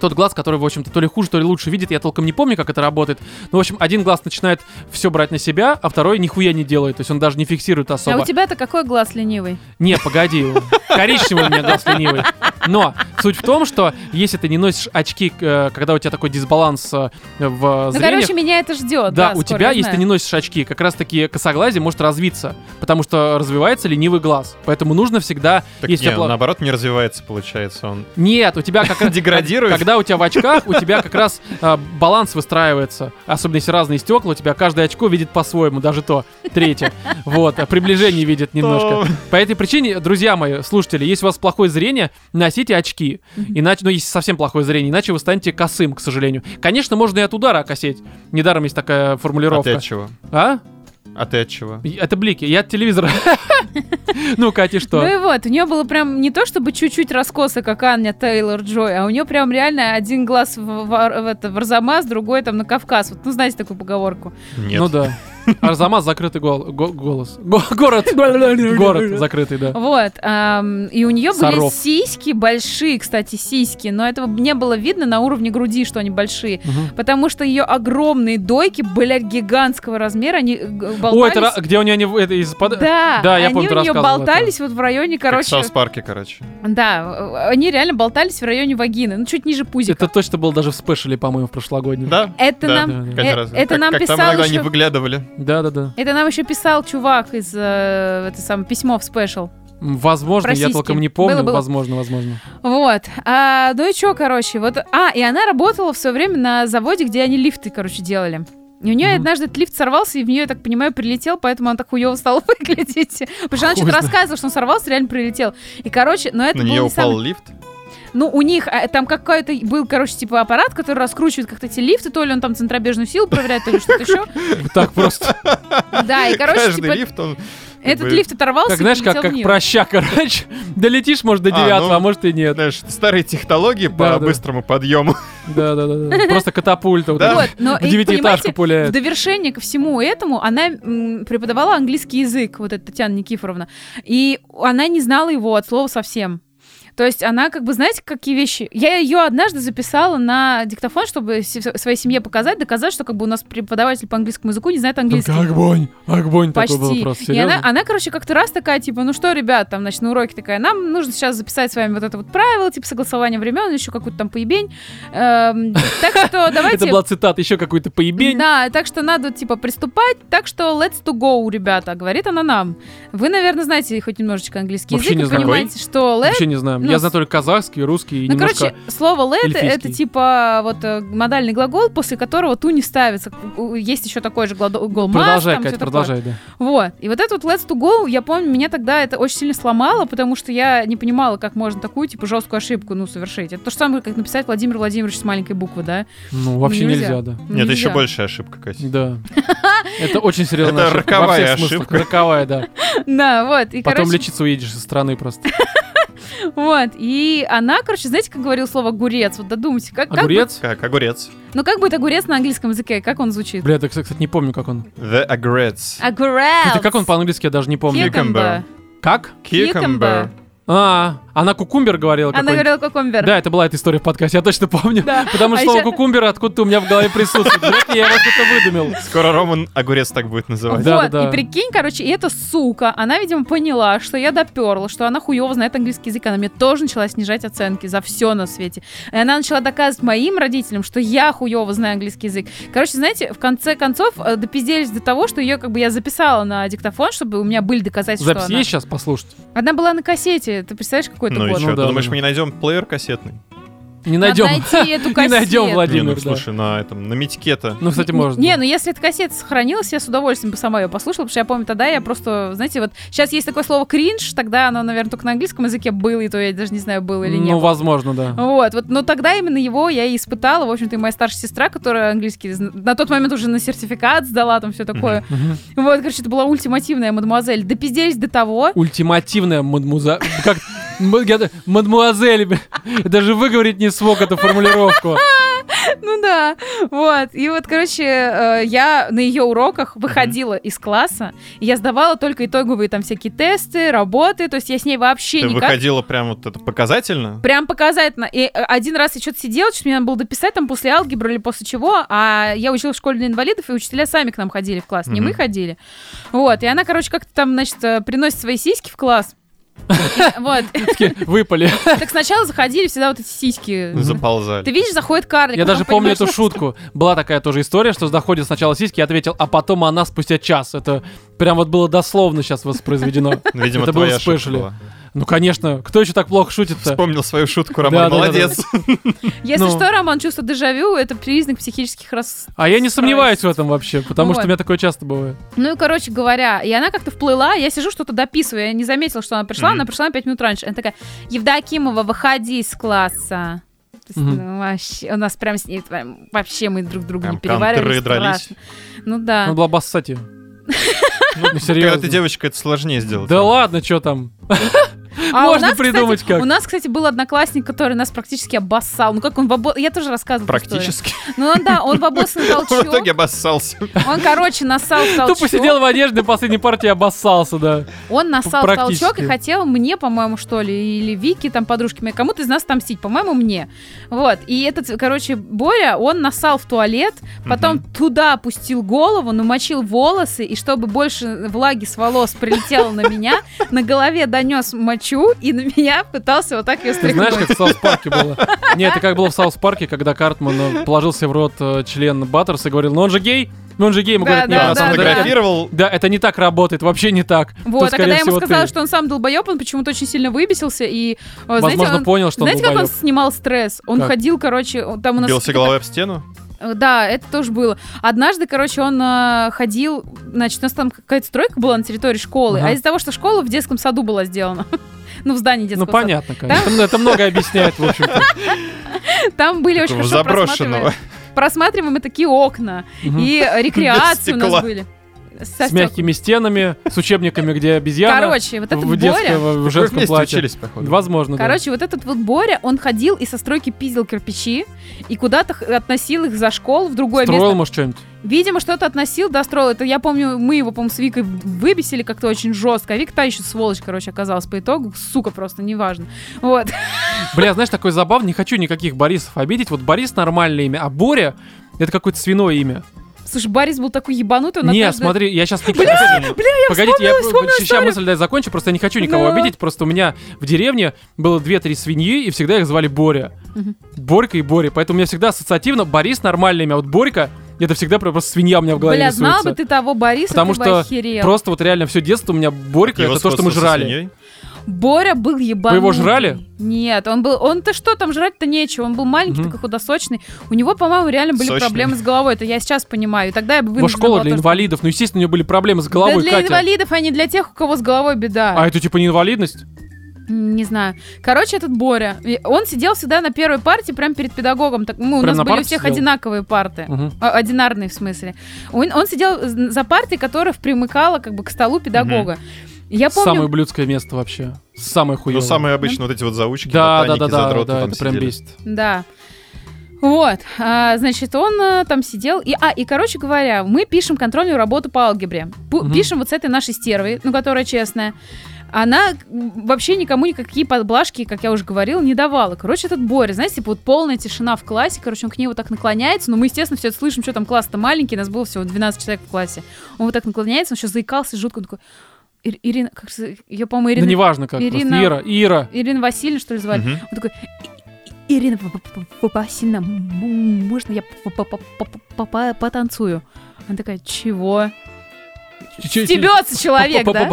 S1: тот глаз, который, в общем-то, то ли хуже, то ли лучше видит. Я толком не помню, как это работает. Но, в общем, один глаз начинает все брать на себя, а второй нихуя не делает. То есть он даже не фиксирует
S3: А
S1: особо.
S3: у тебя-то какой глаз ленивый?
S1: Не, погоди, коричневый у меня глаз ленивый. Но суть в том, что если ты не носишь очки, э, когда у тебя такой дисбаланс э, в
S3: Ну,
S1: зрениях,
S3: короче, меня это ждет.
S1: да,
S3: Да,
S1: у
S3: скоро,
S1: тебя,
S3: я
S1: если ты
S3: знаю.
S1: не носишь очки, как раз-таки косоглазие может развиться, потому что развивается ленивый глаз. Поэтому нужно всегда,
S2: Так
S1: если
S2: не,
S1: у тебя пла-
S2: наоборот, не развивается, получается. Он
S1: нет, у тебя как раз
S2: деградирует.
S1: Когда у тебя в очках, у тебя как раз э, баланс выстраивается. Особенно если разные стекла, у тебя каждое очко видит по-своему, даже то, третье. Вот, а приближение видит немножко. По этой причине, друзья мои, слушатели, если у вас плохое зрение, носите очки. Иначе, ну, если совсем плохое зрение, иначе вы станете косым, к сожалению. Конечно, можно и от удара окосеть. Недаром есть такая
S2: А ты
S1: формулировка.
S2: от чего?
S1: А?
S2: А ты от чего?
S1: И- Это блики. Я от телевизора. Ну, Кати,
S3: Ну
S1: что?
S3: и вот, у нее было прям не то чтобы чуть-чуть раскоса, как Анна Тейлор Джой, а у нее прям реально один глаз в, в- в это, в Арзамас, другой там на Кавказ. Вот, ну, знаете такую поговорку.
S2: Нет.
S1: Ну да. Арзамас закрытый гол- го- голос. Го- Город. Город закрытый, да.
S3: Вот. ам, и у нее были
S1: Саров.
S3: сиськи большие, кстати, сиськи, но этого не было видно на уровне груди, что они большие.
S1: Мгм.
S3: Потому что ее огромные дойки, блядь, гигантского размера, они э, г- болтались.
S1: О, это ра- где у нее не- это из-под...
S3: Да,
S1: Да, я
S3: они
S1: помню, ты
S3: у нее
S1: рассказывала это.
S3: болтались вот в районе,
S2: Как в
S3: короче,
S2: Саус Парке, короче.
S3: да, э, они реально болтались в районе вагины, ну чуть ниже пузика.
S1: Это точно было даже в спешле, по-моему, в прошлогоднем.
S2: Да?
S3: Это
S2: Да,
S3: нам,
S1: да,
S2: Катя,
S3: э,
S2: раз-
S3: это
S2: как-
S3: нам
S2: как
S3: писал
S2: там иногда
S3: еще-
S2: они выглядывали.
S1: Да, да, да.
S3: это нам еще писал чувак из э, это самое письмо в спешл.
S1: Возможно,
S3: Про
S1: я
S3: сиськи.
S1: толком не помню.
S3: Было, было.
S1: Возможно, возможно.
S3: Вот. А, ну и что, короче, вот. А, и она работала в свое время на заводе, где они лифты, короче, делали. И у нее
S1: Мгм.
S3: однажды этот лифт сорвался, и в нее, я так понимаю, прилетел, поэтому она так хуево стала выглядеть. Потому что она
S1: Хуй
S3: что-то
S1: знает.
S3: рассказывала, что он сорвался, реально прилетел. И, короче, но это
S2: На
S3: был
S2: нее
S3: не самый-
S2: упал лифт.
S3: Ну, у них а, там какой-то был, короче, типа аппарат, который раскручивает как-то эти лифты, то ли он там центробежную силу проверяет, то ли что-то еще.
S1: Вот Так просто.
S3: Да, и, короче,
S2: Каждый
S3: типа,
S2: лифт, он... как
S3: этот
S2: бы,
S3: лифт оторвался
S1: Как знаешь,
S3: и
S1: как,
S3: полетел
S1: как
S3: вниз.
S1: проща, короче. Долетишь, может, до
S2: А, ну.
S1: девятого, а может и нет.
S2: Знаешь, старые технологии
S1: Да,
S2: по
S1: да.
S2: быстрому подъему.
S1: Да, да, да. да. Просто катапульта. вот
S2: Да.
S1: эта.
S3: Вот, но
S1: В
S3: и,
S1: девятиэтажку
S3: понимаете, в
S1: пуляет.
S3: довершение ко всему этому она м, преподавала английский язык, вот эта Татьяна Никифоровна, и она не знала его от слова совсем. То есть она как бы, знаете, какие вещи? Я ее однажды записала на диктофон, чтобы се- своей семье показать, доказать, что как бы у нас преподаватель по английскому языку не знает английский.
S1: Огонь, огонь Ну, такой был
S3: Почти.
S1: просто,
S3: и она, а,
S1: серьезно?
S3: она, короче, как-то раз такая, типа, ну что, ребят, там, значит, на уроке такая, нам нужно сейчас записать с вами вот это вот правило, типа, согласование времен, еще какую-то там поебень. Эм, Так что
S1: Это
S3: давайте...
S1: была цитата, еще какой-то поебень.
S3: Да, так что надо, типа, приступать. Так что let's to go, ребята, говорит она нам. Вы, наверное, знаете хоть немножечко английский
S1: Вообще не
S3: язык и
S1: знаю.
S3: понимаете, что let...
S1: Вообще не знаю.
S3: ну,
S1: Я
S3: с-
S1: знаю только казахский, русский и
S3: Ну,
S1: немножко...
S3: короче, слово let это
S1: эльфийский.
S3: типа вот э, модальный глагол, после которого ту не ставится. У- у- Есть еще такой же глагол must,
S1: Продолжай,
S3: там, всё
S1: Катя,
S3: такое.
S1: продолжай, да.
S3: Вот. И вот этот вот Let's To Go, я помню, меня тогда это очень сильно сломало, потому что я не понимала, как можно такую, типа, жесткую ошибку, ну, совершить. Это то же самое, как написать Владимир Владимирович с маленькой буквы, да?
S1: Ну, вообще
S3: Нельзя.
S1: нельзя, да.
S2: Нет, это еще
S3: Нельзя.
S2: большая ошибка, Катя.
S1: Да. Это очень серьезная
S2: Это
S1: ошибка. во
S2: роковая
S1: всех смыслах.
S2: ошибка.
S1: Роковая, да.
S3: Да, вот. И,
S1: Потом
S3: короче,
S1: лечиться уедешь из страны просто.
S3: вот. И она, короче, знаете, как говорил слово «огурец»? Вот додумайте,
S1: А
S3: как, как бы-
S1: Огурец?
S2: Как огурец.
S3: ну, как будет огурец на английском языке? Как он звучит?
S1: Бля, я, так, кстати, не помню, как он.
S2: The
S3: А,
S2: огурец.
S3: Огурец!
S1: Кстати, как он по-английски, я даже не помню.
S3: Кекомба.
S1: Как?
S3: Cucumber.
S2: Cucumber.
S1: А, она кукумбер говорила
S3: Она
S1: какой-нибудь.
S3: говорила кокомбер.
S1: Да, это была эта история в подкасте, я точно помню.
S3: Да.
S1: Потому
S3: А
S1: что слово
S3: ещё-
S1: кукумбер откуда-то у меня в голове присутствует. Вряд ли я его то выдумил.
S2: Скоро Роман огурец так будет называть.
S1: Да,
S3: вот,
S1: да, да.
S3: и прикинь, короче, и эта сука, она, видимо, поняла, что я доперла, что она хуево знает английский язык, она мне тоже начала снижать оценки за все на свете. И она начала доказывать моим родителям, что я хуево знаю английский язык. Короче, знаете, в конце концов э, допизделись до того, что ее как бы я записала на диктофон, чтобы у меня были доказательства.
S1: Запись
S3: она...
S1: есть сейчас послушать?
S3: она была на кассете, ты представляешь, какой это
S2: Ну и
S3: год?
S1: Ну
S2: что, ты
S1: да,
S2: думаешь,
S1: да.
S2: мы не найдем плеер кассетный?
S1: Не
S3: Надо
S1: найдем.
S3: найти эту
S1: Не найдем,
S3: кассету.
S2: Не, ну
S1: Владимир, да.
S2: слушай, на этом, на митикета.
S1: Ну, кстати,
S3: Не-
S1: можно.
S3: Не, ну если эта кассета сохранилась, я с удовольствием бы сама ее послушала, потому что я помню, тогда я просто, знаете, вот сейчас есть такое слово кринж, тогда оно, наверное, только на английском языке было, и то я даже не знаю, было или нет.
S1: Ну, возможно, да.
S3: Вот, вот, но тогда именно его я и испытала, в общем-то, и моя старшая сестра, которая английский зн- на тот момент уже на сертификат сдала, там все такое.
S1: Мгм.
S3: Вот, короче, это была ультимативная мадемуазель. Допизделись до того,
S1: Ультимативная мадмуза... Как... М- я д- Мадмуазель, бля. даже выговорить не смог эту формулировку.
S3: Ну да, вот. И вот, короче, э, я на ее уроках выходила из класса, и я сдавала только итоговые там всякие тесты, работы, то есть я с ней вообще
S2: Ты
S3: никак...
S2: выходила прям вот это показательно?
S3: Прям показательно. И э, один раз я что-то сидела, что-то мне надо было дописать там после алгебры или после чего, а я училась в школе для инвалидов, и учителя сами к нам ходили в класс, не
S2: Мгм.
S3: мы ходили. Вот, и она, короче, как-то там, значит, э, приносит свои сиськи в класс. И, Вот.
S1: Такие, Выпали.
S3: Так сначала заходили всегда вот эти сиськи.
S2: Заползали.
S3: Ты видишь, заходит карлик.
S1: Я
S3: потом
S1: даже помню
S3: понимаешь,
S1: эту шутку. Была такая тоже история, что заходит сначала сиськи, я ответил, а потом она спустя час. Это прям вот было дословно сейчас воспроизведено.
S2: Ну, Видимо,
S1: Это
S2: твоя
S1: было в
S2: ошибка
S1: спешле.
S2: была.
S1: Ну, конечно, кто еще так плохо шутит-то?
S2: Вспомнил свою шутку,
S1: Да, да, да,
S2: Роман,
S1: да.
S2: молодец.
S3: Если
S1: Ну.
S3: что, Роман, чувство дежавю — это признак психических рас...
S1: А я не сомневаюсь в этом вообще, потому что
S3: Вот.
S1: у меня такое часто бывает.
S3: Ну и, короче говоря, и она как-то вплыла, я сижу, что-то дописываю, я не заметила, что она пришла,
S2: Мгм.
S3: она пришла на 5 минут раньше. Она такая, Евдокимова, выходи из класса. То есть,
S1: Мгм.
S3: ну, вообще, у нас прям с ней прям вообще мы друг друга не
S2: Прям
S3: переваривали.
S2: контры дрались.
S3: страшно. Ну да.
S1: Надо было обоссать ее. типа. Ну,
S2: Когда ты
S1: серьезно.
S2: девочка, это сложнее сделать.
S1: Да ладно, что там?
S3: А
S1: Можно
S3: у нас,
S1: придумать
S3: кстати,
S1: как.
S3: У нас, кстати, был одноклассник, который нас практически обоссал. Ну как он в обо... Я тоже рассказывала. эту историю.
S2: Практически.
S3: Ну он, да, он в обоссанный
S2: В
S3: толчок.
S2: итоге обоссался.
S3: Он, короче, нассал в толчок.
S1: Тупо сидел в одежде, последней партии обоссался, да.
S3: Он насал
S1: Практически.
S3: толчок и хотел мне, по-моему, что ли, или Вики, там, подружки моей, кому-то из нас отомстить, по-моему, мне. Вот, и этот, короче, Боря, он насал в туалет, потом туда опустил голову, намочил волосы, и чтобы больше влаги с волос прилетело на меня, на голове донес мочу, и на меня пытался вот так ее
S1: Ты знаешь,
S3: стряхнуть.
S1: как в Саус Парке было? Нет, это как было в Саус Парке, когда Картман э, положил себе в рот э, член Баттерс и говорил, ну он же гей, ну он же гей. Ему
S3: Да,
S1: говорят,
S3: да,
S1: «Нет,
S2: Я
S1: на самом
S3: да,
S1: деле
S3: да.
S1: это-
S2: сфотографировал.
S1: Да, это не так работает, вообще не так.
S3: Вот,
S1: Тут,
S3: а когда я
S1: скорее
S3: ему
S1: всего,
S3: сказала,
S1: ты.
S3: что он сам долбоеб, он почему-то очень сильно выбесился, и, э, знаете,
S1: Возможно,
S3: он...
S1: понял, что
S3: Знаете,
S1: он
S3: как он
S1: долбоёб.
S3: снимал стресс? Он
S1: Как?
S3: ходил, короче, он- там у нас...
S2: Бился головой об стену.
S3: Э, Да, это тоже было. Однажды, короче, он э, ходил, значит, у нас там какая-то стройка была на территории школы,
S1: Ага.
S3: а из-за того, что школа в детском саду была сделана, ну, в здании
S1: Ну,
S3: детского
S1: понятно, конечно. Это- Это многое объясняет, в общем-то.
S3: сада. Там были очень
S2: Такого
S3: хорошо
S2: заброшенного.
S3: просматриваемые- просматриваемые такие окна
S1: Мгм.
S3: и э, рекреации у нас
S2: стекла.
S3: были.
S1: с мягкими стенами, с учебниками, где обезьяна.
S3: Короче, вот этот
S1: в детском,
S3: Боря...
S1: в
S2: Вы
S1: женском
S2: вместе
S1: платье.
S2: учились, походу.
S1: Возможно, да.
S3: Короче, вот этот вот Боря, он ходил и со стройки пиздил кирпичи, и куда-то х- относил их за школу в другое
S1: Строил,
S3: место.
S1: может, что-нибудь.
S3: Видимо, что-то относил, да, строил. Это я помню, мы его, по-моему, с Викой выбесили как-то очень жестко. А Вика та еще сволочь, короче, оказалась по итогу. Сука просто, неважно. Вот.
S1: Бля, знаешь, такой забав, не хочу никаких Борисов обидеть. Вот Борис нормальное имя, а Боря это какое-то свиное имя.
S3: Слушай, Борис был такой ебанутый. он
S1: не,
S3: однажды-
S1: смотри, я сейчас... Бля, бля, Погодите, я сейчас мысль дай закончу, просто я не хочу никого
S3: Да.
S1: обидеть. Просто у меня в деревне было 2-3 свиньи, и всегда их звали Боря.
S3: Мгм.
S1: Борька и Боря. Поэтому у меня всегда ассоциативно Борис нормальное имя, а вот Борька это всегда прям просто свинья у меня в голове
S3: Бля, знал
S1: рисуется.
S3: бы ты того Бориса,
S1: Потому
S3: ты
S1: что
S3: бы охерел.
S1: Просто вот реально все детство у меня Борька,
S2: Его
S1: это то, что
S2: сходство
S1: мы
S2: со
S1: жрали.
S2: свиньей? Ну,
S3: Боря был ебанутый.
S1: жрали?
S3: Нет, он был... Он-то что, там жрать-то нечего. Он был маленький,
S1: Мгм.
S3: такой худосочный. У него, по-моему, реально были
S2: Сочный.
S3: проблемы с головой. Это я сейчас понимаю. И тогда я бы
S1: Вот
S3: вынуждена
S1: школа
S3: была
S1: для
S3: тоже-
S1: инвалидов, ну, естественно, у нее были проблемы с головой,
S3: Да для
S1: Катя.
S3: инвалидов, а не для тех, у кого с головой беда.
S1: А это типа не инвалидность?
S3: М, Не знаю. Короче, этот Боря, и он сидел всегда на первой парте, прям перед педагогом. Так, ну, у
S1: Прям
S3: нас
S1: на
S3: были у
S1: парте
S3: всех
S1: сидел?
S3: одинаковые парты.
S1: Мгм.
S3: А, Одинарные, в смысле. Он, он сидел з- за партой, которая примыкала как бы к столу педагога. Я помню...
S1: Самое ублюдское место вообще. Самое
S2: Ну,
S1: хуевое.
S2: самые обычные вот эти вот заучки,
S1: Да, да,
S2: ботаники,
S1: да, да,
S2: задроты
S1: да,
S2: там
S1: это прям
S2: сидели.
S1: бесит. Ну,
S3: Да. Вот, а, значит, он а, там сидел, и, а, и, короче говоря, мы пишем контрольную работу по алгебре, Пу-
S1: Мгм.
S3: пишем вот с этой нашей стервой, ну, которая честная, она м, вообще никому никакие подблажки, как я уже говорила, не давала. Короче, этот Боря, знаете, типа вот полная тишина в классе, короче, он к ней вот так наклоняется, но мы, естественно, все это слышим, что там класс-то маленький, нас было всего 12 человек в классе. Он вот так наклоняется, он еще заикался жутко, он такой, «Ир- Ирина, как же, ее, по-моему,
S1: Да
S3: Ирина,
S1: неважно как. просто.
S3: Ирина-
S1: Ира, Ира.
S3: Ирина Васильевна, что ли, звали?
S2: Мгм.
S3: Он такой, «И- Ирина П- П- П- Васильевна, м, можно я п- п- п- п- п- п- потанцую? Она такая, чего? Стебется человек, да?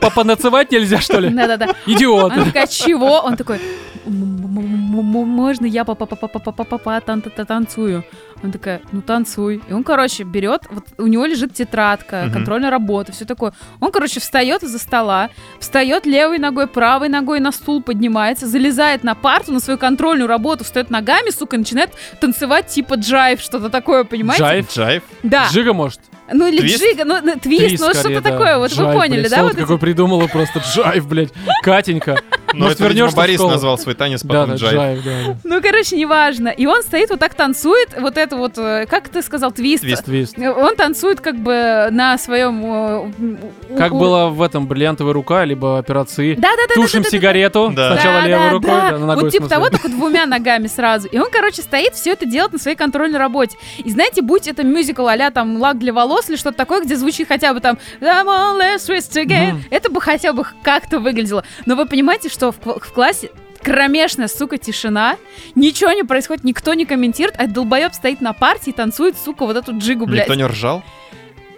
S1: Попанацевать нельзя, что ли?
S3: Да-да-да.
S1: Идиот.
S3: Она такая, чего? Он такой, «М- м- м- м- можно я па- па- па- па- па- па- па- па- тан- та- та- танцую? Он такая, ну танцуй. И он, короче, берет, вот у него лежит тетрадка,
S2: Мгм.
S3: контрольная работа, все такое. Он, короче, встает из-за стола, встает левой ногой, правой ногой на стул поднимается, залезает на парту, на свою контрольную работу, встает ногами, сука, и начинает танцевать типа джайв, что-то такое, понимаете?
S1: Джайв?
S2: Джайв.
S3: Да.
S1: Джига, может?
S3: Ну или
S2: Твист?
S3: джига, ну, ну, твист,
S1: Твист,
S3: ну
S1: скорее,
S3: что-то
S1: да.
S3: такое, вот вы
S1: Джайв,
S3: поняли,
S1: блядь,
S3: да?
S1: слово
S3: вот эти-
S1: какое придумала просто. Джайв, блядь. Катенька.
S2: Ну,
S1: Может,
S2: это, видимо,
S1: вернешься в
S2: Борис
S1: школу?
S2: назвал свой танец,
S1: Да,
S2: потом
S1: да,
S2: джайв.
S1: Джайв, да.
S3: Ну, короче, неважно. И он стоит вот так танцует, вот это вот, э, как ты сказал, твист.
S2: Твист.
S1: Твист.
S3: Он танцует как бы на э, своем...
S1: Как было в этом бриллиантовая рука, либо операции.
S3: Да, да, да.
S1: Тушим сигарету.
S2: Да.
S1: Сначала
S3: да,
S1: левой
S3: да,
S1: рукой,
S3: да.
S1: да, ну, ногой,
S3: вот
S1: в
S3: типа
S1: смысле.
S3: того, только двумя ногами сразу. И он, короче, стоит, все это делает на своей контрольной работе. И знаете, будь это мюзикл а там лак для волос или что-то такое, где звучит хотя бы там «Come on, let's twist again»,
S1: Мгм.
S3: это бы хотя бы как-то выглядело. Но вы понимаете, что в, кла- в классе кромешная, сука, тишина, ничего не происходит, никто не комментирует, а долбоеб стоит на партии и танцует, сука, вот эту джигу, блядь.
S2: Никто не ржал?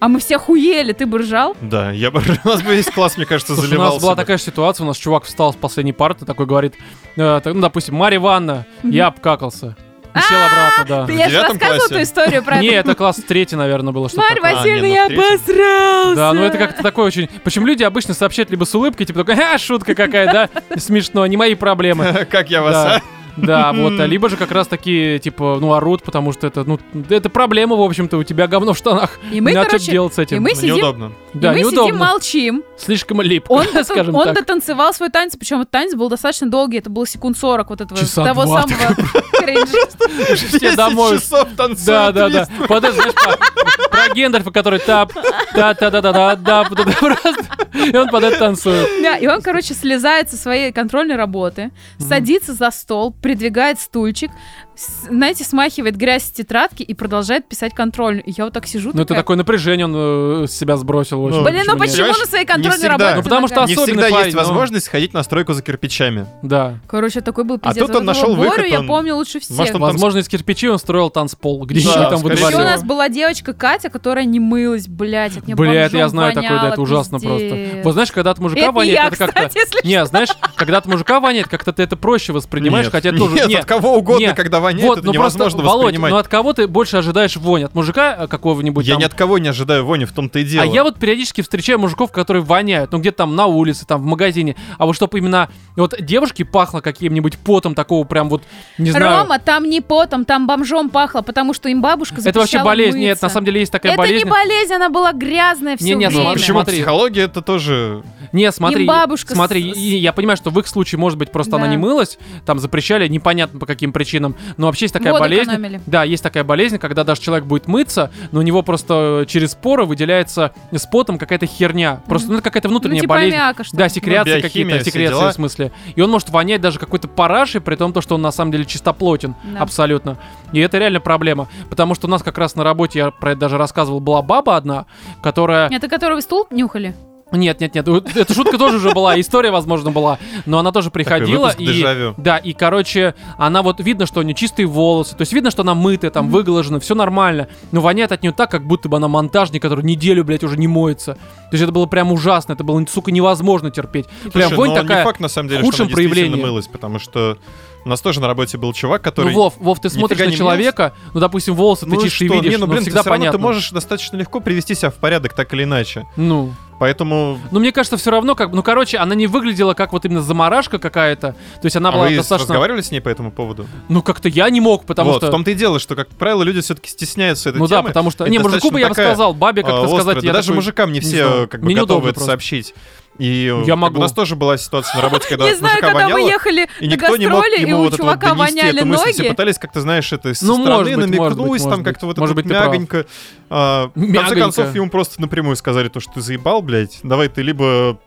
S3: А мы все хуели, ты бы ржал?
S2: Да, я бы... У нас бы весь класс, мне кажется,
S1: Слушай, у нас
S2: заливался.
S1: была
S2: бы.
S1: такая же ситуация, у нас чувак встал с последней парты, такой говорит, э, так, ну, допустим, Марья Ивановна, я обкакался. И сел обратно,
S3: я же
S2: девятом
S3: рассказывала
S2: классе?
S3: эту историю
S1: да.
S3: А, про
S1: Не,
S3: это.
S1: это класс третий, наверное, было что-то
S3: Марь
S1: такое.
S3: Васильевна,
S2: А, не, ну,
S3: я
S2: в третьем.
S3: обосрался.
S1: Да, ну это как-то такое очень... Почему люди обычно сообщают либо с улыбкой, типа такой, ха, шутка какая, да? Смешно, не мои проблемы.
S2: Как я вас,
S1: Да,
S2: а?
S1: да, вот, а либо же как раз такие, типа, ну, орут, потому что это, ну, это проблема, в общем-то, у тебя говно в штанах.
S3: И мы,
S1: Не надо
S3: короче,
S1: что-то делать с этим.
S3: и мы
S2: Ну,
S3: сидим-
S2: Неудобно.
S1: Да,
S3: и мы сидим,
S1: неудобно.
S3: молчим.
S1: Слишком липко,
S3: Он, дот-
S1: скажем
S3: он
S1: так.
S3: дотанцевал свой танец, причем этот танец был достаточно долгий, это было секунд 40 вот этого
S1: Часа
S3: того
S1: два
S3: самого кринжа.
S1: Все
S2: 10
S1: домой
S2: часов танцуют
S1: Да, да, да.
S2: твист.
S1: Вот это, знаешь, про- про Гендальфа, который тап, та та да да да да вот это просто. И он под это танцует.
S3: Да, и он, короче, слезает со своей контрольной работы,
S1: Мгм.
S3: садится за стол, придвигает стульчик, с- знаете, смахивает грязь с тетрадки и продолжает писать контрольную. И я вот так сижу,
S1: Ну, это
S3: такая,
S1: такое напряжение он э, с себя сбросил. в общем,
S2: Ну,
S3: Блин, ну почему
S2: нет?
S3: на своей
S2: Не
S3: контрольной
S2: всегда.
S3: работе?
S1: Ну, потому что
S3: нога?»
S2: Не
S1: Особенный
S2: всегда
S1: парень,
S2: есть
S1: но-
S2: возможность сходить на стройку за кирпичами.
S1: Да.
S3: Короче, такой был
S2: А
S3: пиздец.
S2: тут
S3: Вот
S2: он
S3: этого
S2: нашел выход,
S3: Борю я
S2: он-
S3: помню лучше всех.
S2: Может, он там
S1: Возможно, из кирпичей он строил танцпол, где
S2: Да,
S1: щи там
S2: скорее
S1: выдвали.
S3: Еще
S2: Валера.
S3: у нас была девочка Катя, которая не мылась, блядь, от нее
S1: Бля, это я
S3: бомжом
S1: знаю такое, да,
S3: воняло,
S1: это ужасно просто.
S3: пиздец.
S1: Вот знаешь, когда от мужика
S3: Это не
S1: воняет,
S3: я,
S1: это как-то...
S3: кстати, если
S1: Не, знаешь, когда от мужика воняет, как-то ты это проще воспринимаешь,
S2: Нет,
S1: хотя тоже...
S2: Нет,
S1: не,
S2: от кого угодно,
S1: нет.
S2: когда воняет,
S1: вот,
S2: это
S1: ну просто,
S2: невозможно
S1: Володь,
S2: воспринимать.
S1: ну от кого ты больше ожидаешь вонь? От мужика э, какого-нибудь
S2: Я
S1: там?
S2: ни от кого не ожидаю вони, в том-то и дело.
S1: А я вот периодически встречаю мужиков, которые воняют, ну где-то там на улице, там в магазине, а вот чтобы именно вот девушки пахло каким-нибудь потом такого прям вот, не знаю...
S3: Рома, там не потом, там бомжом пахло, потому что им бабушка
S1: это вообще
S3: запрещала
S1: болезнь,
S3: мыться.
S1: нет, на самом деле есть такая
S3: Это
S1: болезнь. ну,
S3: не болезнь, она была грязная все
S1: Не-не,
S3: время.
S1: Ладно,
S2: Почему
S1: смотри.
S2: Ну, психология это тоже...
S1: Не, смотри,
S3: бабушка
S1: смотри,
S3: с- с-
S1: и я понимаю, что в их случае, может быть, просто она
S3: Да.
S1: не мылась, там запрещали, непонятно по каким причинам, но вообще есть такая
S3: Воду
S1: болезнь.
S3: экономили.
S1: Да, есть такая болезнь, когда даже человек будет мыться, но у него просто через поры выделяется с потом какая-то херня. Просто ну, это какая-то
S3: Ну,
S1: внутренняя
S3: типа
S1: болезнь.
S3: аммиака, что
S1: Да,
S3: ли?
S1: секреции
S2: Ну,
S1: какие-то,
S2: биохимия, все
S1: секреции
S2: дела.
S1: в смысле. И он может вонять даже какой-то парашей, при том, то, что он на самом деле чистоплотен.
S3: Да.
S1: Абсолютно. И это реально проблема. Потому что у нас как раз на работе, я про это даже рассказывал, была баба одна, которая...
S3: Это который вы стул нюхали?
S1: Нет, нет, нет. вот Эта шутка тоже уже была, история, возможно, была. Но она тоже приходила.
S2: выпуск дежавю.
S1: Да, и, короче, она вот видно, что у нее чистые волосы. То есть видно, что она мытая, там, выглажена, все нормально. Но воняет от нее так, как будто бы она монтажник, который неделю, блядь, уже не моется. То есть это было прям ужасно, это было, сука, невозможно терпеть. Прям
S2: Слушай,
S1: вонь
S2: но
S1: такая.
S2: не факт, на самом деле,
S1: в худшем
S2: что она действительно
S1: проявлении.
S2: мылась, потому что у нас тоже на работе был чувак,
S1: Ну,
S2: который...
S1: Вов, Вов, ты
S2: нифига
S1: смотришь
S2: не
S1: на
S2: мылся.
S1: человека, ну, допустим, волосы
S2: Ну
S1: ты
S2: и
S1: чистые
S2: что?
S1: видишь,
S2: не, ну, блин, ты
S1: всегда
S2: всё равно
S1: понятно.
S2: ты можешь достаточно легко привести себя в порядок, так или иначе.
S1: Ну.
S2: Поэтому
S1: Ну, мне кажется, все равно, как бы, ну, короче, она не выглядела как вот именно заморашка какая-то. То есть она
S2: А
S1: была
S2: вы
S1: достаточно...
S2: разговаривали с ней по этому поводу?
S1: Ну, как-то я не мог, потому
S2: вот,
S1: что...
S2: в том-то и дело, что, как правило, люди все-таки стесняются этой
S1: Ну да,
S2: темы.
S1: потому что-
S2: Это
S1: не, мужику бы я бы
S2: достаточно такая,
S1: сказал, бабе как-то
S2: а, острая.
S1: сказать,
S2: Да
S1: я
S2: даже
S1: такой,
S2: мужикам не
S1: не
S2: все
S1: знаю,
S2: как бы
S1: мне неудобно
S2: готовы это
S1: просто.
S2: сообщить. И э,
S1: Я
S2: как бы
S1: могу.
S2: у нас тоже была ситуация на работе, когда
S3: Не знаю,
S2: мужика
S3: когда
S2: а воняло,
S3: мы ехали
S2: и
S3: на
S2: никто не мог
S3: гастроли, и
S2: ему
S3: у
S2: вот это вот
S3: чувака
S2: донести
S3: воняли
S2: эту мысль. Все
S3: ноги.
S2: пытались как-то, знаешь, это со
S1: Ну,
S2: стороны
S1: может быть, может
S2: намекнуть,
S1: быть,
S2: там
S1: может
S2: как-то вот
S1: быть. Может
S2: это
S1: быть,
S2: вот
S1: ты прав.
S2: мягонько. А, В
S1: Мягонько.
S2: конце концов, ему просто напрямую сказали то, что ты заебал, блядь, давай ты либо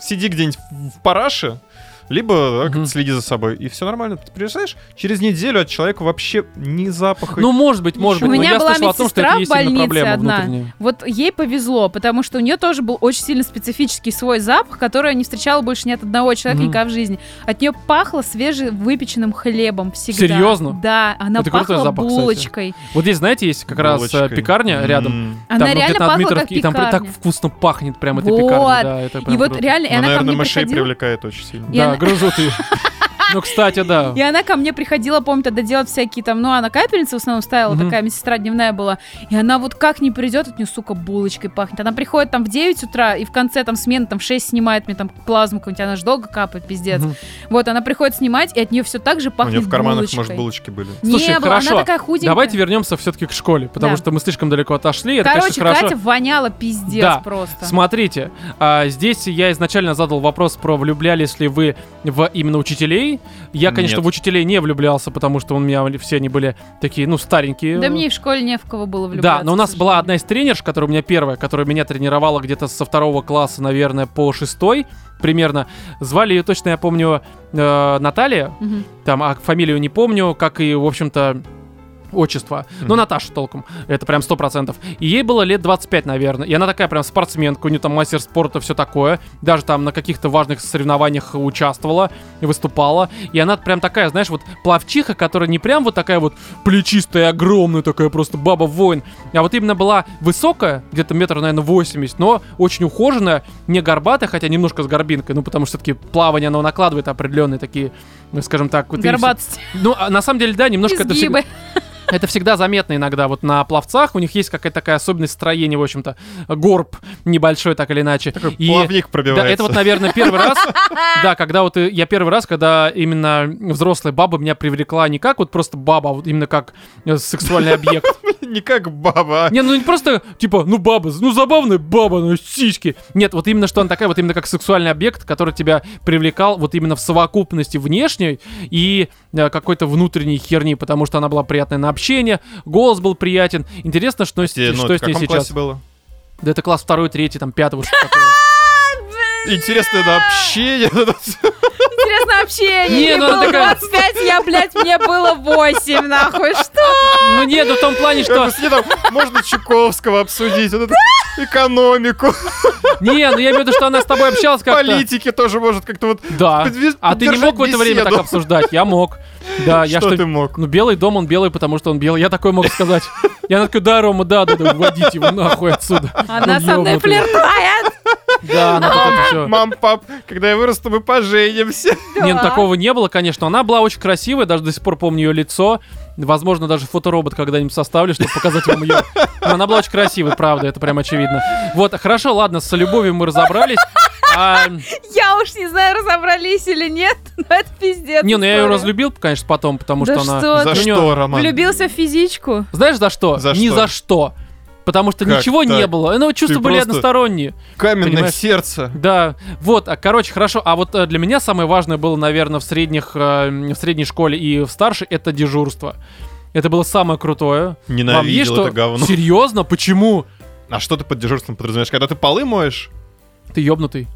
S2: сиди где-нибудь в в параше, либо да, как-то
S1: Мгм.
S2: следи за собой. И все нормально. Ты приезжаешь, через неделю от человека вообще ни запаха.
S1: Ну, может быть, может
S3: У
S1: быть. но
S3: меня
S1: я
S3: была
S1: слышал о том, что это
S3: медсестра
S1: не
S3: в
S1: сильно
S3: больнице
S1: проблема
S3: одна.
S1: внутренняя.
S3: Вот ей повезло, потому что у нее тоже был очень сильно специфический свой запах, который я не встречала больше ни от одного человека
S1: Мгм.
S3: никогда в жизни. От нее пахло свежевыпеченным хлебом всегда.
S1: Серьёзно?
S3: Да, она
S1: Это крутой
S3: пахла
S1: запах, кстати.
S3: булочкой.
S1: Вот здесь, знаете, есть
S2: Ну,
S1: как раз э,
S2: Булочкой.
S1: пекарня рядом.
S2: М.
S1: там,
S3: Она
S1: ну,
S3: реально
S1: где-то на
S3: пахла как
S1: Дмитровке, и там прям
S3: пекарня.
S1: так вкусно пахнет прям эта
S3: Вот.
S1: пекарня. Да, это прям
S3: и вот
S1: круто.
S3: реально, и
S2: Ну,
S3: она ко
S2: наверное,
S3: мне
S2: мышей
S3: приходила.
S2: привлекает очень сильно.
S3: И
S1: Да,
S3: она-
S1: грызут и... Ну, кстати, да.
S3: И она ко мне приходила, помню, тогда делать всякие там, ну, она капельницы в основном ставила,
S1: Мгм.
S3: такая медсестра дневная была. И она вот как не придет, от нее, сука, булочкой пахнет. Она приходит там в 9 утра, и в конце там смены там в 6 снимает мне там плазму какую-нибудь, она же долго капает, пиздец.
S1: Мгм.
S3: Вот, она приходит снимать, и от нее все так же
S2: У
S3: пахнет
S2: нее в карманах,
S3: булочкой.
S2: может, булочки были.
S3: Не
S1: Слушай,
S3: было,
S1: хорошо.
S3: она такая худенькая.
S1: Давайте вернемся все-таки к школе, потому
S3: Да.
S1: что мы слишком далеко отошли. Это,
S3: Короче,
S1: конечно, хорошо.
S3: Катя воняла пиздец
S1: Да.
S3: просто.
S1: Смотрите, а, здесь я изначально задал вопрос про влюблялись ли вы в именно учителей. Я, конечно,
S2: Нет.
S1: в учителей не влюблялся, потому что у меня все они были такие, ну, старенькие.
S3: Да мне и в школе не в кого было влюбляться.
S1: Да, но у нас была одна из тренерш, которая у меня первая, которая меня тренировала где-то со второго класса, наверное, по шестой примерно. Звали ее точно, я помню, э, Наталья,
S3: Мгм.
S1: там, а фамилию не помню, как и, в общем-то, отчество. Но
S2: Мгм.
S1: Наташа толком. Это прям 100%. И ей было лет 25, наверное. И она такая прям спортсменка, у нее там мастер спорта, все такое. Даже там на каких-то важных соревнованиях участвовала, выступала. И она прям такая, знаешь, вот плавчиха, которая не прям вот такая вот плечистая, огромная такая просто баба-воин. А вот именно была высокая, где-то метр, наверное, 80, но очень ухоженная, не горбатая, хотя немножко с горбинкой, ну потому что все-таки плавание оно накладывает определенные такие, ну, скажем так, вот и
S3: Горбатость.
S1: все- Ну, а на самом деле, да, немножко это всегда,
S3: Изгибы.
S1: это всегда заметно иногда. Вот на пловцах у них есть какая-то такая особенность строения, в общем-то, горб небольшой, так или иначе. И-
S2: Плавник
S1: да,
S2: пробивается.
S1: это вот, наверное, первый раз. Да, когда вот э, я первый раз, когда именно взрослая баба меня привлекла не как вот просто баба, а вот именно как э, сексуальный объект.
S2: Не как баба. а.
S1: Не, ну не просто, типа, ну баба, ну забавная баба, ну сиськи. Нет, вот именно, что она такая, вот именно как сексуальный объект, который тебя привлекал вот именно в совокупности внешней и э, какой-то внутренней херни, потому что она была приятная на общение, голос был приятен. Интересно, что, с-
S2: Э, ну,
S1: что
S2: это
S1: с
S2: в
S1: ней
S2: каком
S1: сейчас.
S2: классе было?
S1: Да это класс второй, третий, там, пятого, что
S2: Интересное да, общение.
S3: Интересно общение.
S1: Не,
S3: Мне
S1: ну она
S3: было
S1: такая-
S3: 25, я, блядь, мне было 8, нахуй. Что?
S1: Ну нет, ну в том плане,
S2: Как
S1: что...
S2: бы с ней там Можно Чуковского обсудить. вот это Экономику,
S1: Не, ну я имею в виду, что она с тобой общалась как-то.
S2: политики тоже может как-то вот...
S1: Да.
S2: подвиж-
S1: А ты не
S2: поддержать
S1: мог в это время так
S2: беседу.
S1: обсуждать? Я мог. Да, я
S2: Что
S1: что
S2: ты мог?
S1: Ну, белый дом, он белый, потому что он белый. Я такой мог сказать. Я такой, да, Рома, да, да, да, водите его нахуй отсюда.
S3: Она
S1: Ну,
S3: со мной
S1: ёбнутый.
S3: флиртует.
S1: Да, она потом все.
S2: Мам, пап, когда я вырасту, мы поженимся.
S1: Не, ну
S3: Да.
S1: такого не было, конечно. Она была очень красивая, даже до сих пор помню ее лицо. Возможно, даже фоторобот когда-нибудь составлю, чтобы показать вам ее. Но она была очень красивой, правда, это прям очевидно. Вот, хорошо, ладно, с любовью мы разобрались. А,
S3: Я уж не знаю, разобрались или нет, но это пиздец.
S1: не, ну я ее
S3: история.
S1: разлюбил, конечно, потом, потому
S3: Да
S1: что она...
S3: что
S2: За
S1: ты?
S2: что, Роман?
S3: Влюбился в физичку.
S1: Знаешь, за что?
S2: За
S1: Ни
S2: что?
S1: за что. Потому что
S2: Как
S1: ничего не
S2: так?
S1: было. Ну, чувства
S2: Ты
S1: были
S2: просто-
S1: односторонние.
S2: Каменное
S1: Понимаешь?
S2: сердце.
S1: Да, вот, а, короче, хорошо. А вот э, для меня самое важное было, наверное, в средних, э, в средней школе и в старшей это дежурство. Это было самое крутое. Вам есть
S2: Ненавидел
S1: что?
S2: это говно.
S1: Серьезно? Почему?
S2: А что ты под дежурством подразумеваешь? Когда ты полы моешь?
S1: Ты ёбнутый.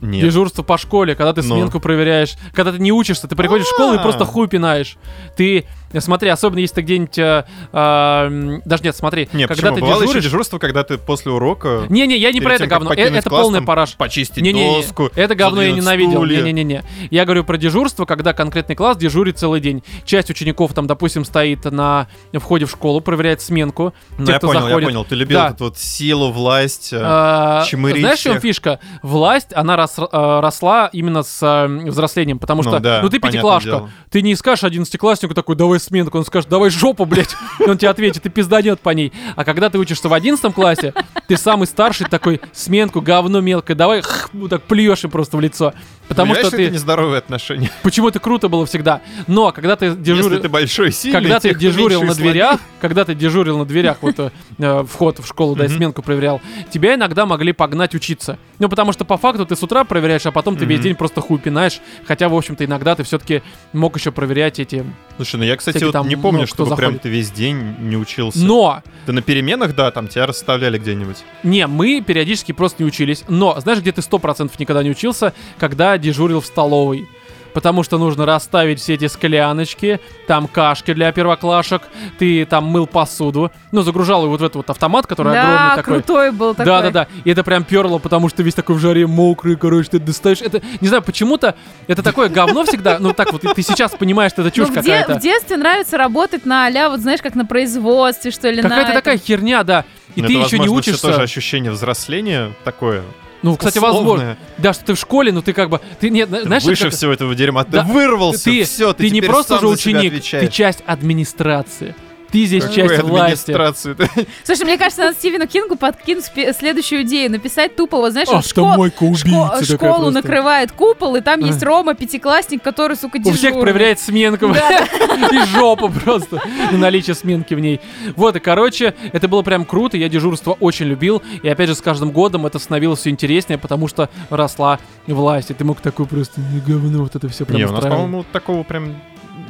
S2: Нет.
S1: Дежурство по школе, когда ты
S2: Ну.
S1: сменку проверяешь, когда ты не учишься, ты приходишь в школу и
S2: А.
S1: просто хуй пинаешь. Ты, э, смотри, особенно если ты где-нибудь, э, а, м, даже нет, смотри,
S2: Не,
S1: когда
S2: почему?
S1: ты
S2: Бывало еще
S1: дежуришь...
S2: дежурство, когда ты после урока...
S1: Не, не, я не
S2: перед
S1: про это
S2: тем, как
S1: говно. Э,
S2: покинуть
S1: это
S2: класс,
S1: полная
S2: там,
S1: параш.
S2: Почистить
S1: Не-не-не,
S2: доску.
S1: это говно я
S2: задвинуть
S1: ненавидел.
S2: стулья.
S1: Не-не-не. Я говорю про дежурство, когда конкретный класс дежурит целый день. Часть учеников там, допустим, стоит на входе в школу, проверяет сменку.
S2: Ну,
S1: Те,
S2: я
S1: кто
S2: понял,
S1: заходит.
S2: я понял. Ты любил
S1: Да.
S2: эту вот силу, власть. э,
S1: А,
S2: Чмырить
S1: Знаешь, в чем
S2: всех.
S1: фишка? Власть, она рос- э, росла именно с э, взрослением, потому
S2: Ну
S1: что,
S2: да,
S1: ну ты
S2: понятное
S1: пятиклашка,
S2: дело.
S1: ты не скажешь одиннадцатикласснику такой, давай сменку, он скажет, давай жопу, блядь, и он тебе ответит, ты пизданет по ней. А когда ты учишься в одиннадцатом классе, ты самый старший такой, сменку, говно мелкое, давай, хх, ну так плюешь им просто в лицо. Потому
S2: понимаешь,
S1: что
S2: это
S1: ты,
S2: нездоровые отношения.
S1: почему это круто было всегда. Но когда ты
S2: Если ты
S1: дежурил...
S2: большой, сильный,
S1: Когда ты
S2: тех
S1: дежурил
S2: меньше и
S1: на
S2: слабее.
S1: дверях, когда ты дежурил на дверях, вот э, э, вход в школу, да, и
S2: Мгм.
S1: сменку проверял, тебя иногда могли погнать учиться. Ну, потому что по факту ты с утра проверяешь, а потом ты весь
S2: Мгм.
S1: день просто хуй пинаешь. Хотя, в общем-то, иногда ты все-таки мог еще проверять эти.
S2: Слушай, ну я, кстати,
S1: всякие
S2: вот
S1: там,
S2: не
S1: ну,
S2: помню,
S1: кто
S2: чтобы прям
S1: заходит. Ну.
S2: ты весь день не учился.
S1: Но!
S2: Ты на переменах, да, там тебя расставляли где-нибудь.
S1: Не, мы периодически просто не учились. Но знаешь, где ты 100% никогда не учился? Когда дежурил в столовой. Потому что нужно расставить все эти скляночки, там кашки для первоклашек, ты там мыл посуду, ну, загружал ее вот в этот вот автомат, который
S3: Да,
S1: огромный такой.
S3: крутой был такой.
S1: Да-да-да, и это прям перло, потому что ты весь такой в жаре мокрый, короче, ты достаешь. Это, не знаю, почему-то это такое говно всегда, ну так вот, и ты сейчас понимаешь, что это
S3: Ну,
S1: чушь
S3: в, де-
S1: какая-то.
S3: в детстве нравится работать на а вот знаешь, как на производстве, что ли, на
S1: Какая-то
S3: этом.
S1: такая херня, да. И
S2: Ну,
S1: ты
S2: это,
S1: еще не
S2: возможно, всё
S1: учишься.
S2: тоже ощущение взросления такое.
S1: Ну, кстати, возможно.
S2: условное.
S1: Да, что ты в школе, но ты как бы. Ты не
S2: Ты
S1: знаешь, это
S2: выше
S1: как-
S2: всего этого дерьма.
S1: Да,
S2: ты вырвался,
S1: ты,
S2: все, ты,
S1: ты не
S2: теперь
S1: просто
S2: сам
S1: же
S2: за себя
S1: ученик, ты
S2: отвечаешь.
S1: часть администрации. Ты здесь
S2: Какой
S1: часть власти.
S2: администрации?
S3: Слушай, мне кажется, надо Стивену Кингу подкинуть спе- следующую идею. Написать тупо, вот
S1: А,
S3: знаешь, вот шко- шко- школу накрывает купол, и там есть Рома, пятиклассник, который,
S1: А. У
S3: сука, дежурный.
S1: всех проверяет сменку.
S3: Да.
S1: И жопа просто. И наличие сменки в ней. Вот, и короче, это было прям круто. Я дежурство очень любил. И опять же, с каждым годом это становилось все интереснее, потому что росла власть. И ты мог такой просто «Ну, говно, вот это все прям
S2: Не, у нас,
S1: устраивало.
S2: по-моему, такого прям...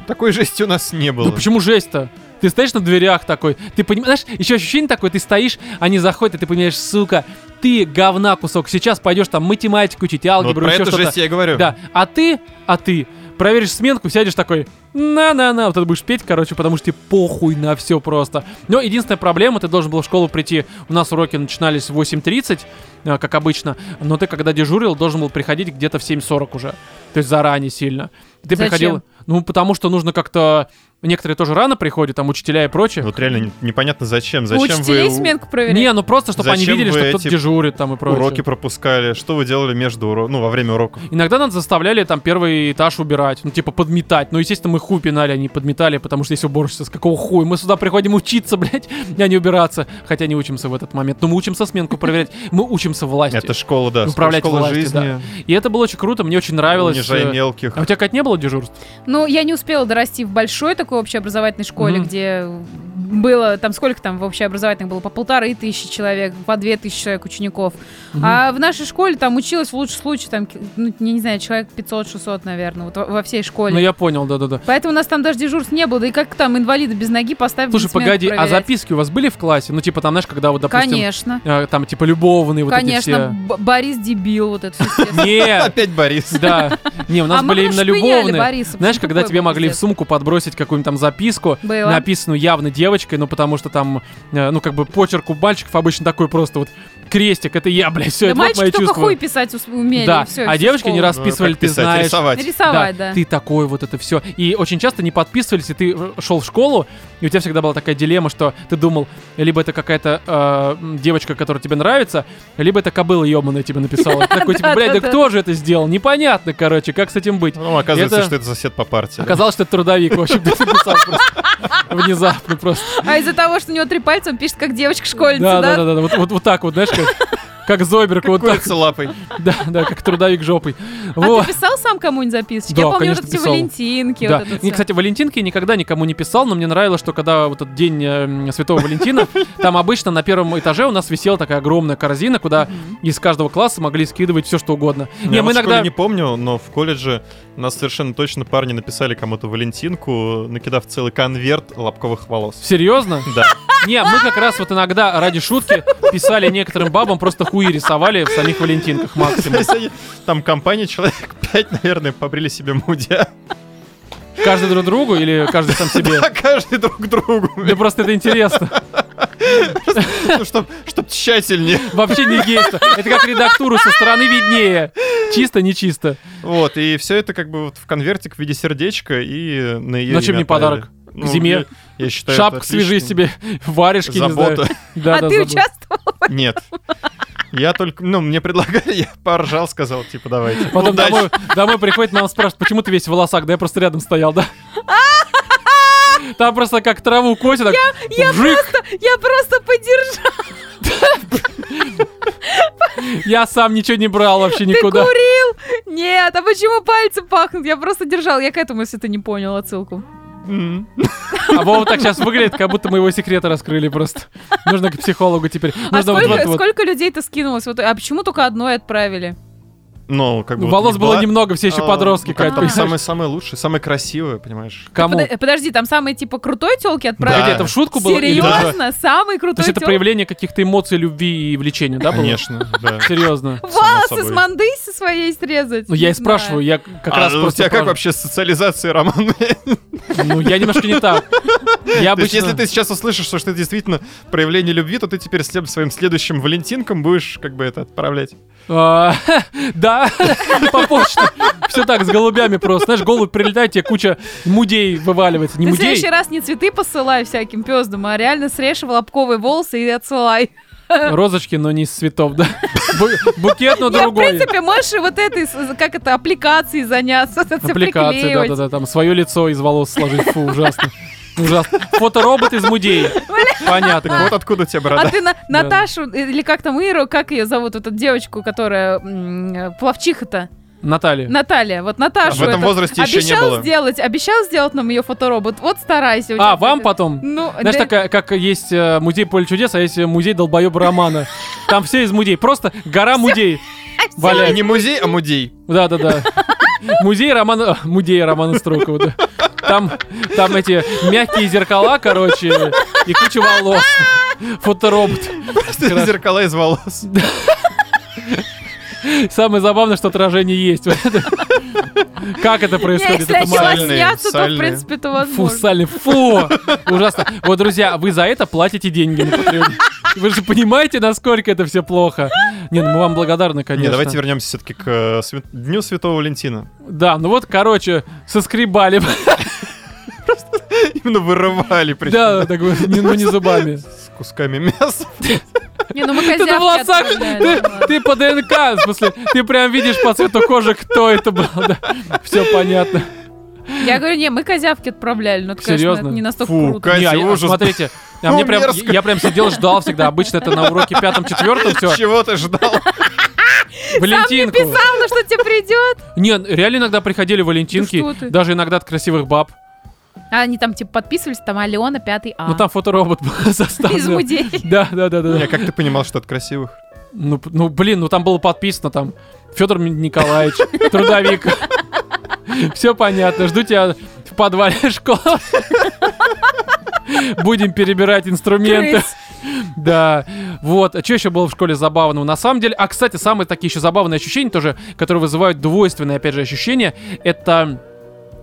S2: Такой жести у нас не было.
S1: Ну почему жесть-то? Ты стоишь на дверях такой, ты понимаешь, еще ощущение такое, ты стоишь, они заходят, и ты понимаешь, сука, ты говна кусок, сейчас пойдешь там математику учить,
S2: Ну, вот
S1: алгебру,
S2: про
S1: еще
S2: эту
S1: что-то.
S2: жесть я и говорю.
S1: Да, а ты, а ты проверишь сменку, сядешь такой, на-на-на, вот это будешь петь, короче, потому что тебе похуй на все просто. Но единственная проблема, ты должен был в школу прийти, у нас уроки начинались в 8.30, э, как обычно, но ты, когда дежурил, должен был приходить где-то в 7.40 уже, то есть заранее сильно. Ты
S3: Зачем?
S1: приходил, ну, потому что нужно как-то... Некоторые тоже рано приходят, там учителя и прочее.
S2: Вот реально не- непонятно зачем.
S3: У
S2: Зачем
S3: учителей
S2: вы у-
S3: сменку проверяет.
S1: Не, ну просто, чтобы они
S2: Зачем
S1: видели,
S2: вы
S1: что кто-то
S2: эти
S1: дежурит там и прочее.
S2: уроки пропускали? Что вы делали между уроками? Ну, во время уроков.
S1: Иногда нас заставляли там первый этаж убирать, ну типа подметать. Ну, естественно, мы хуй пинали, они подметали, потому что здесь уборщица, с какого хуя? Мы сюда приходим учиться, блядь, а не убираться. Хотя не учимся в этот момент. Но мы учимся сменку проверять, мы учимся власти.
S2: Это школа, да.
S1: Управлять
S2: школа
S1: властью,
S2: жизни.
S1: И это было очень круто, мне очень нравилось.
S2: Унижай
S1: э,
S2: мелких.
S1: А у тебя, Кать, не было дежурств?
S3: Ну, я не успела дорасти в большой такой общеобразовательной школе,
S1: Мгм.
S3: где было, там сколько там в общеобразовательных было, по полторы тысячи человек, по две тысячи человек учеников. А в нашей школе там училось в лучшем случае, там, ну, я не знаю, человек 500-600, наверное, вот во- во всей школе.
S1: Ну, я понял, да-да-да.
S3: Поэтому у нас там даже дежурств не было. Да и как там инвалида без ноги поставили?
S1: Слушай,
S3: сменку
S1: погоди, а
S3: проверять?
S1: записки у вас были в классе? Ну, типа, там, знаешь, когда вот, допустим,
S3: Конечно.
S1: э, там, типа, любовные вот
S3: Конечно.
S1: эти
S3: Б- Борис дебил, вот это все.
S1: все. Нет,
S2: Ну, Опять Борис.
S1: да. Не, у нас
S3: А мы
S1: были именно
S3: расшпыняли
S1: любовные.
S3: Бориса,
S1: Знаешь,
S3: потому
S1: когда
S3: что
S1: тебе
S3: такой был
S1: могли в
S3: пиздец.
S1: сумку подбросить какую-нибудь там записку,
S3: Было.
S1: написанную явно девочкой, ну потому что там, э, ну как бы почерк у мальчиков обычно такой просто вот крестик, это я, блядь, все,
S3: Да
S1: это вот
S3: мальчики
S1: мои
S3: только
S1: чувства.
S3: хуй писать ус- умели,
S1: да,
S3: и все.
S1: а девочки не
S2: Ну,
S1: расписывали,
S2: как
S1: ты
S2: писать,
S1: знаешь.
S2: Рисовать.
S3: Рисовать, да.
S1: Ты такой вот это все. И очень часто не подписывались, и ты шел э, в школу, и у тебя всегда была такая дилемма, что ты думал, либо это какая-то э, м, девочка, которая тебе нравится, либо это кобыла ебаная тебе написала. Ты такой, типа,
S3: Да,
S1: блядь,
S3: да,
S1: да
S3: да.
S1: кто же это сделал? Непонятно, короче, как с этим быть?
S2: Ну, оказывается,
S1: Это-
S2: что это сосед по партии.
S1: Оказалось, что это трудовик, в общем, ты написал просто. Внезапно просто.
S3: А из-за того, что у него три пальца, он пишет, как девочка-школьница,
S1: Да, да,
S3: да?
S1: да, да. Вот, вот, вот так вот, знаешь, как, как Зойберг, вот так.
S2: Курица лапой.
S1: Да, да, как трудовик жопой.
S3: А
S1: Вот.
S3: ты писал сам кому-нибудь записочки?
S1: Да,
S3: Я помню вот
S1: конечно,
S3: эти
S1: писал.
S3: Валентинки.
S1: Да.
S3: вот это
S1: Не,
S3: всё.
S1: кстати, Валентинки никогда никому не писал, но мне нравилось, что когда вот этот день э, м, Святого Валентина, там обычно на первом этаже у нас висела такая огромная корзина, куда из каждого класса могли скидывать все что угодно. Не,
S2: Я
S1: мы
S2: вот в школе
S1: иногда
S2: не помню, но в колледже нас совершенно точно парни написали кому-то Валентинку, накидав целый конверт лобковых волос.
S1: серьезно.
S2: Да.
S1: Не, мы как раз вот иногда ради шутки писали некоторым бабам просто хуи рисовали в самих Валентинках
S2: То
S1: максимум.
S2: есть они- Там компания человек 5, наверное, побрили себе мудя.
S1: Каждый друг другу или каждый сам себе.
S2: Да, каждый друг другу.
S1: Да просто это интересно.
S2: Чтобы тщательнее.
S1: Вообще не гейство. Это как редактуру со стороны виднее. Чисто, не чисто.
S2: Вот, и все это как бы вот в конвертик в виде сердечка и на ее
S1: Но чем
S2: имя
S1: не
S2: отправили. Ну,
S1: подарок? К зиме.
S2: Я, я считаю, это
S1: Шапку свежи
S2: отлично.
S1: себе, варежки, не знаю.
S2: Забота.
S1: Да,
S3: а
S1: да,
S3: ты
S1: забота.
S3: участвовал?
S2: Нет. Я только, ну, мне предлагали, я поржал, сказал, типа, давайте.
S1: Потом
S2: Удачи.
S1: домой, домой приходит, мама спрашивает, почему ты весь в волосах? Да я просто рядом стоял, да? Там просто как траву косит, так
S3: Я
S1: вжик,
S3: просто, я просто подержал.
S1: я сам ничего не брал вообще
S3: Ты
S1: никуда.
S3: курил? Нет, а почему пальцы пахнут? Я просто держал. Я к этому, если ты не понял отсылку.
S2: М.
S1: А Вова так сейчас выглядит, как будто мы его секреты раскрыли просто. Нужно к психологу теперь.
S3: А
S1: Нужно вот-
S3: сколько,
S1: Ну, вот- вот.
S3: сколько людей-то скинулось? Вот, а почему только одной отправили?
S2: Ну, как бы... вот
S1: Волос
S2: не
S1: было
S2: была-
S1: немного, все еще
S2: а,
S1: подростки,
S2: ну, как
S1: Кать,
S2: там
S1: понимаешь?
S2: самые, самые лучшие, самые красивые, понимаешь?
S1: Кому?
S3: Подо- э, подожди, там самые типа крутой телки
S1: Погоди,
S3: отправили.
S2: Да.
S1: это в шутку было? или даже-
S3: Серьезно, самый
S1: То
S3: крутой
S1: есть это
S3: тёлки?
S1: проявление каких-то эмоций, любви и влечения, да, было?
S2: Конечно, да.
S1: Серьезно.
S2: само
S3: Волосы
S2: собой.
S3: с манды со своей срезать.
S1: Ну, я и
S3: Не знаю.
S1: спрашиваю, я как
S2: А
S1: раз
S2: у
S1: просто...
S2: тебя как
S1: про-
S2: вообще с социализацией, Роман?
S1: Ну, я немножко не так. Я
S2: То есть,
S1: обычно...
S2: если ты сейчас услышишь, что это действительно проявление любви, то ты теперь слеп своим следующим Валентинкам будешь как бы это отправлять.
S1: А, Да, по почте. Все так, с голубями просто. Знаешь, голубь прилетает, тебе куча мудей вываливается. Не
S3: Ты в
S1: мудей,
S3: следующий раз не цветы посылай всяким пездам, а реально срежь лобковые волосы и отсылай.
S1: розочки, но не из цветов, да. Бу- Букет, но
S3: Не, в
S1: другой.
S3: принципе, можешь и вот этой, с- как это, аппликацией заняться, это всё
S1: Аппликации,
S3: приклеивать.
S1: да-да-да, там свое лицо из волос сложить, фу, ужасно. Ужасно. Фоторобот из мудей.
S2: Так
S1: Понятно.
S2: вот откуда у тебя
S3: А
S2: борода.
S3: ты на- Наташу, или как там Иру, как ее зовут, вот эту девочку, которая м, э, плавчиха-то?
S1: Наталья.
S3: Наталья, вот Наташу.
S2: В этом
S3: эту.
S2: возрасте еще не
S3: Обещал
S2: было.
S3: сделать, обещал сделать нам ее фоторобот, вот старайся. у тебя
S1: А, вам
S3: будет.
S1: потом?
S3: Ну,
S1: Знаешь,
S3: да-
S1: такая, как есть э, музей поле чудес, а есть э, музей долбоеба Романа. Там все из мудей. Просто гора мудей. Валяй.
S2: Не музей, а мудей.
S1: Да, да, да. Музей Романа... а, Музей Романа Строкова, да. Там, там эти мягкие зеркала, короче, и куча волос. Фоторобот. Красиво.
S2: Зеркала из волос.
S1: Самое забавное, что отражение есть. Как это
S3: Не,
S1: происходит?
S3: если
S1: Это
S3: начала
S1: мало.
S2: моральные,
S3: смеяться, то, в
S2: сальные.
S3: принципе, это
S1: Фу,
S3: возможно.
S1: сальный, фу! Ужасно. Вот, друзья, вы за это платите деньги на Патреоне. Вы же понимаете, насколько это все плохо. Не, ну мы вам благодарны, конечно.
S2: Не, давайте вернемся все-таки к э, свя- Дню Святого Валентина.
S1: Да, ну вот, короче, соскребали.
S2: Именно вырывали причем.
S1: Да, так вот, не- ну не зубами.
S2: С кусками мяса.
S3: Не, ну мы
S1: Ты на
S3: козявки
S1: волосах,
S3: отправляли,
S1: ты,
S3: ладно.
S1: ты по ДНК, в смысле, ты прям видишь по цвету кожи, кто это был, да. Все понятно.
S3: Я говорю, не, мы козявки отправляли, но это, конечно,
S1: Серьезно?
S3: это не настолько
S2: Фу,
S3: круто.
S2: Катя,
S1: Не, а я-
S2: ужас.
S1: Смотрите, а
S2: Ну,
S1: мне прям,
S2: мерзко.
S1: я прям сидел, ждал всегда. Обычно это на уроке пятом-четвертом, все,
S2: Чего ты ждал?
S3: Сам не
S1: Валентинку.
S3: писал, ну что тебе придет.
S1: Не, реально иногда приходили
S3: Да что
S1: Валентинки,
S3: ты.
S1: даже иногда от красивых баб.
S3: А они там типа подписывались, там Алена, пятый А.
S1: Ну там фоторобот был составлен.
S3: Из музея.
S1: Да, да, да, да.
S2: Не, как ты понимал, что от красивых?
S1: Ну, п- ну, блин, ну там было подписано там Федор Николаевич, трудовик. Все понятно. Жду тебя в подвале школы. Будем перебирать инструменты.
S3: Крыс.
S1: Да. Вот. А что еще было в школе забавного? На самом деле... А, кстати, самые такие еще забавные ощущения тоже, которые вызывают двойственные, опять же, ощущения, это...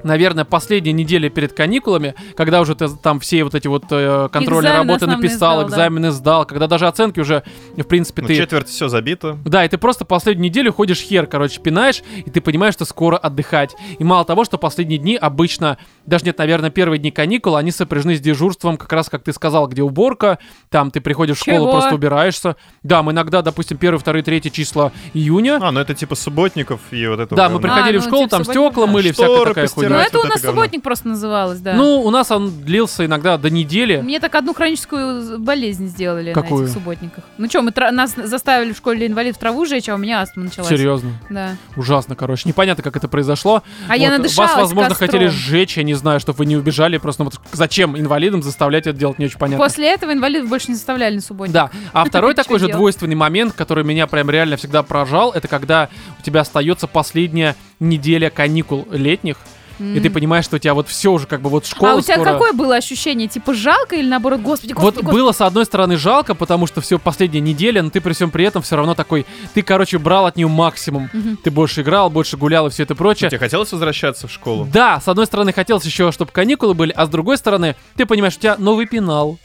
S1: Наверное, последняя неделя перед каникулами, когда уже ты там все вот эти вот э, контрольные
S3: Экзамен
S1: работы
S3: основные
S1: написал,
S3: сдал, да.
S1: экзамены сдал, когда даже оценки уже, в принципе,
S2: Ну,
S1: ты...
S2: четверть все забито.
S1: Да, и ты просто последнюю неделю ходишь хер, короче, пинаешь, и ты понимаешь, что скоро отдыхать. И мало того, что последние дни обычно даже нет, наверное, первые дни каникул, они сопряжены с дежурством, как раз, как ты сказал, где уборка, там ты приходишь в школу,
S3: Чего?
S1: просто убираешься. Да, мы иногда, допустим, 1, 2, 3 числа июня,
S2: А, ну это типа субботников и вот это.
S1: да, мы
S3: говна.
S1: приходили
S3: А,
S1: в
S3: ну,
S1: школу,
S3: типа
S1: там
S3: субботник,
S1: стекла
S3: да.
S1: мыли,
S2: Шторы
S1: всякая такая
S3: Ну,
S2: постирать.
S1: хуйня.
S2: Давайте
S3: это у
S2: вот
S3: нас
S2: это говно.
S3: субботник просто называлось, да.
S1: Ну, у нас он длился иногда до недели.
S3: Мне так одну хроническую болезнь сделали
S1: Какую?
S3: на этих субботниках. Ну что, мы тра- нас заставили в школе инвалидов траву жечь, а у меня астма началась.
S1: Серьезно.
S3: Да.
S1: Ужасно, короче. Непонятно, как это произошло.
S3: А я
S1: Вот,
S3: надышалась
S1: Вас, возможно,
S3: костром.
S1: хотели сжечь, я не знаю, чтобы вы не убежали. Просто ну, вот зачем инвалидам заставлять это делать, не очень понятно.
S3: После этого инвалидов больше не заставляли на субботник.
S1: Да. А второй
S3: Чё
S1: такой же
S3: делать?
S1: двойственный момент, который меня прям реально всегда поражал, это когда у тебя остается последняя неделя каникул летних, и ты понимаешь, что у тебя вот все уже как бы вот школа
S3: а у тебя
S1: скоро...
S3: какое было ощущение? Типа жалко или наоборот, господи,
S1: Вот
S3: господи, господи.
S1: было, с одной стороны, жалко, потому что все последняя неделя, но ты при всем при этом все равно такой, ты, короче, брал от нее максимум.
S3: Мгм.
S1: Ты больше играл, больше гулял и все это прочее.
S2: Тебе хотелось возвращаться в школу?
S1: Да, с одной стороны, хотелось еще, чтобы каникулы были, а с другой стороны, ты понимаешь, у тебя новый пенал,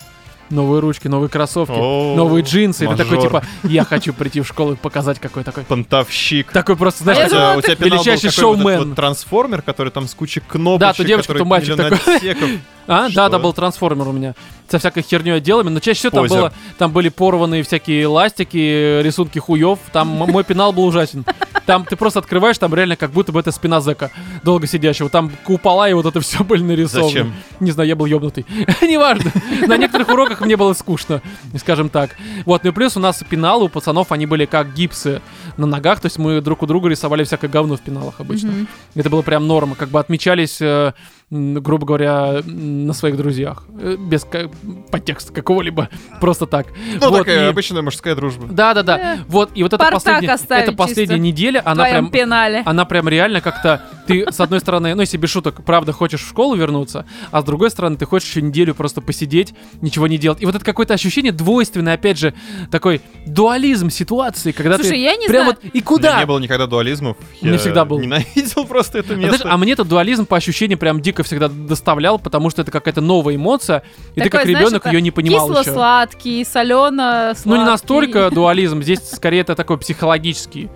S1: новые ручки, новые кроссовки,
S2: О,
S1: новые джинсы. И ты такой,
S2: мажор.
S1: типа, я хочу прийти в школу и показать, какой такой.
S2: Понтовщик.
S1: Такой просто,
S2: У
S3: я
S1: знаешь,
S2: тебя-
S3: думала,
S2: у
S3: ты-
S2: тебя пенал был
S1: величайший
S2: какой-то вот этот
S1: шоумен.
S2: вот трансформер, который там с кучей кнопочек,
S1: Да, то девочка,
S2: который
S1: то мальчик
S2: миллион
S1: такой.
S2: отсеков.
S1: а, да,
S2: что?
S1: да, был трансформер у меня со всякой херней отделами, но чаще всего там
S2: Позер.
S1: было, там были порванные всякие эластики, рисунки хуев, там м- мой пенал был ужасен. Там ты просто открываешь, там реально как будто бы это спина зэка долго сидящего. Там купола и вот это все были нарисованы.
S2: Зачем?
S1: Не знаю, я был ёбнутый. Неважно. На некоторых уроках мне было скучно, скажем так. Вот, ну и плюс у нас пеналы у пацанов, они были как гипсы на ногах, то есть мы друг у друга рисовали всякое говно в пеналах обычно.
S3: Мгм.
S1: Это было прям норма, как бы отмечались, э, м, грубо говоря, м, на своих друзьях, Э, без ка- подтекста какого-либо, просто так.
S2: Ну,
S1: Вот,
S2: такая
S1: и- Ну
S2: обычная мужская дружба.
S1: Да, да, да.
S3: Э,
S1: Вот, и вот это
S3: Спартак
S1: последняя,
S3: оставить
S1: это последняя
S3: чисто.
S1: неделя,
S3: В
S1: она прям...
S3: твоем пенале.
S1: Она прям реально как-то... Ты, с одной стороны, ну, если без шуток, правда, хочешь в школу вернуться, а с другой стороны, ты хочешь еще неделю просто посидеть, ничего не делать. И вот это какое-то ощущение двойственное, опять же, такой дуализм ситуации, когда
S3: Слушай,
S1: ты...
S3: я не
S1: прям
S3: знаю.
S1: вот и
S2: У меня
S1: куда?
S2: не было никогда дуализмов.
S1: У меня
S2: Я
S1: всегда был.
S2: Ненавидел просто это
S1: А, знаешь, а
S2: место.
S1: мне этот дуализм по ощущениям прям дико всегда доставлял, потому что это какая-то новая эмоция, и ты
S3: Такое,
S1: как
S3: знаешь,
S1: ребенок
S3: это
S1: ее не понимал еще.
S3: Кисло-сладкий, солено-сладкий.
S1: Ну не настолько дуализм, здесь скорее это такой психологический.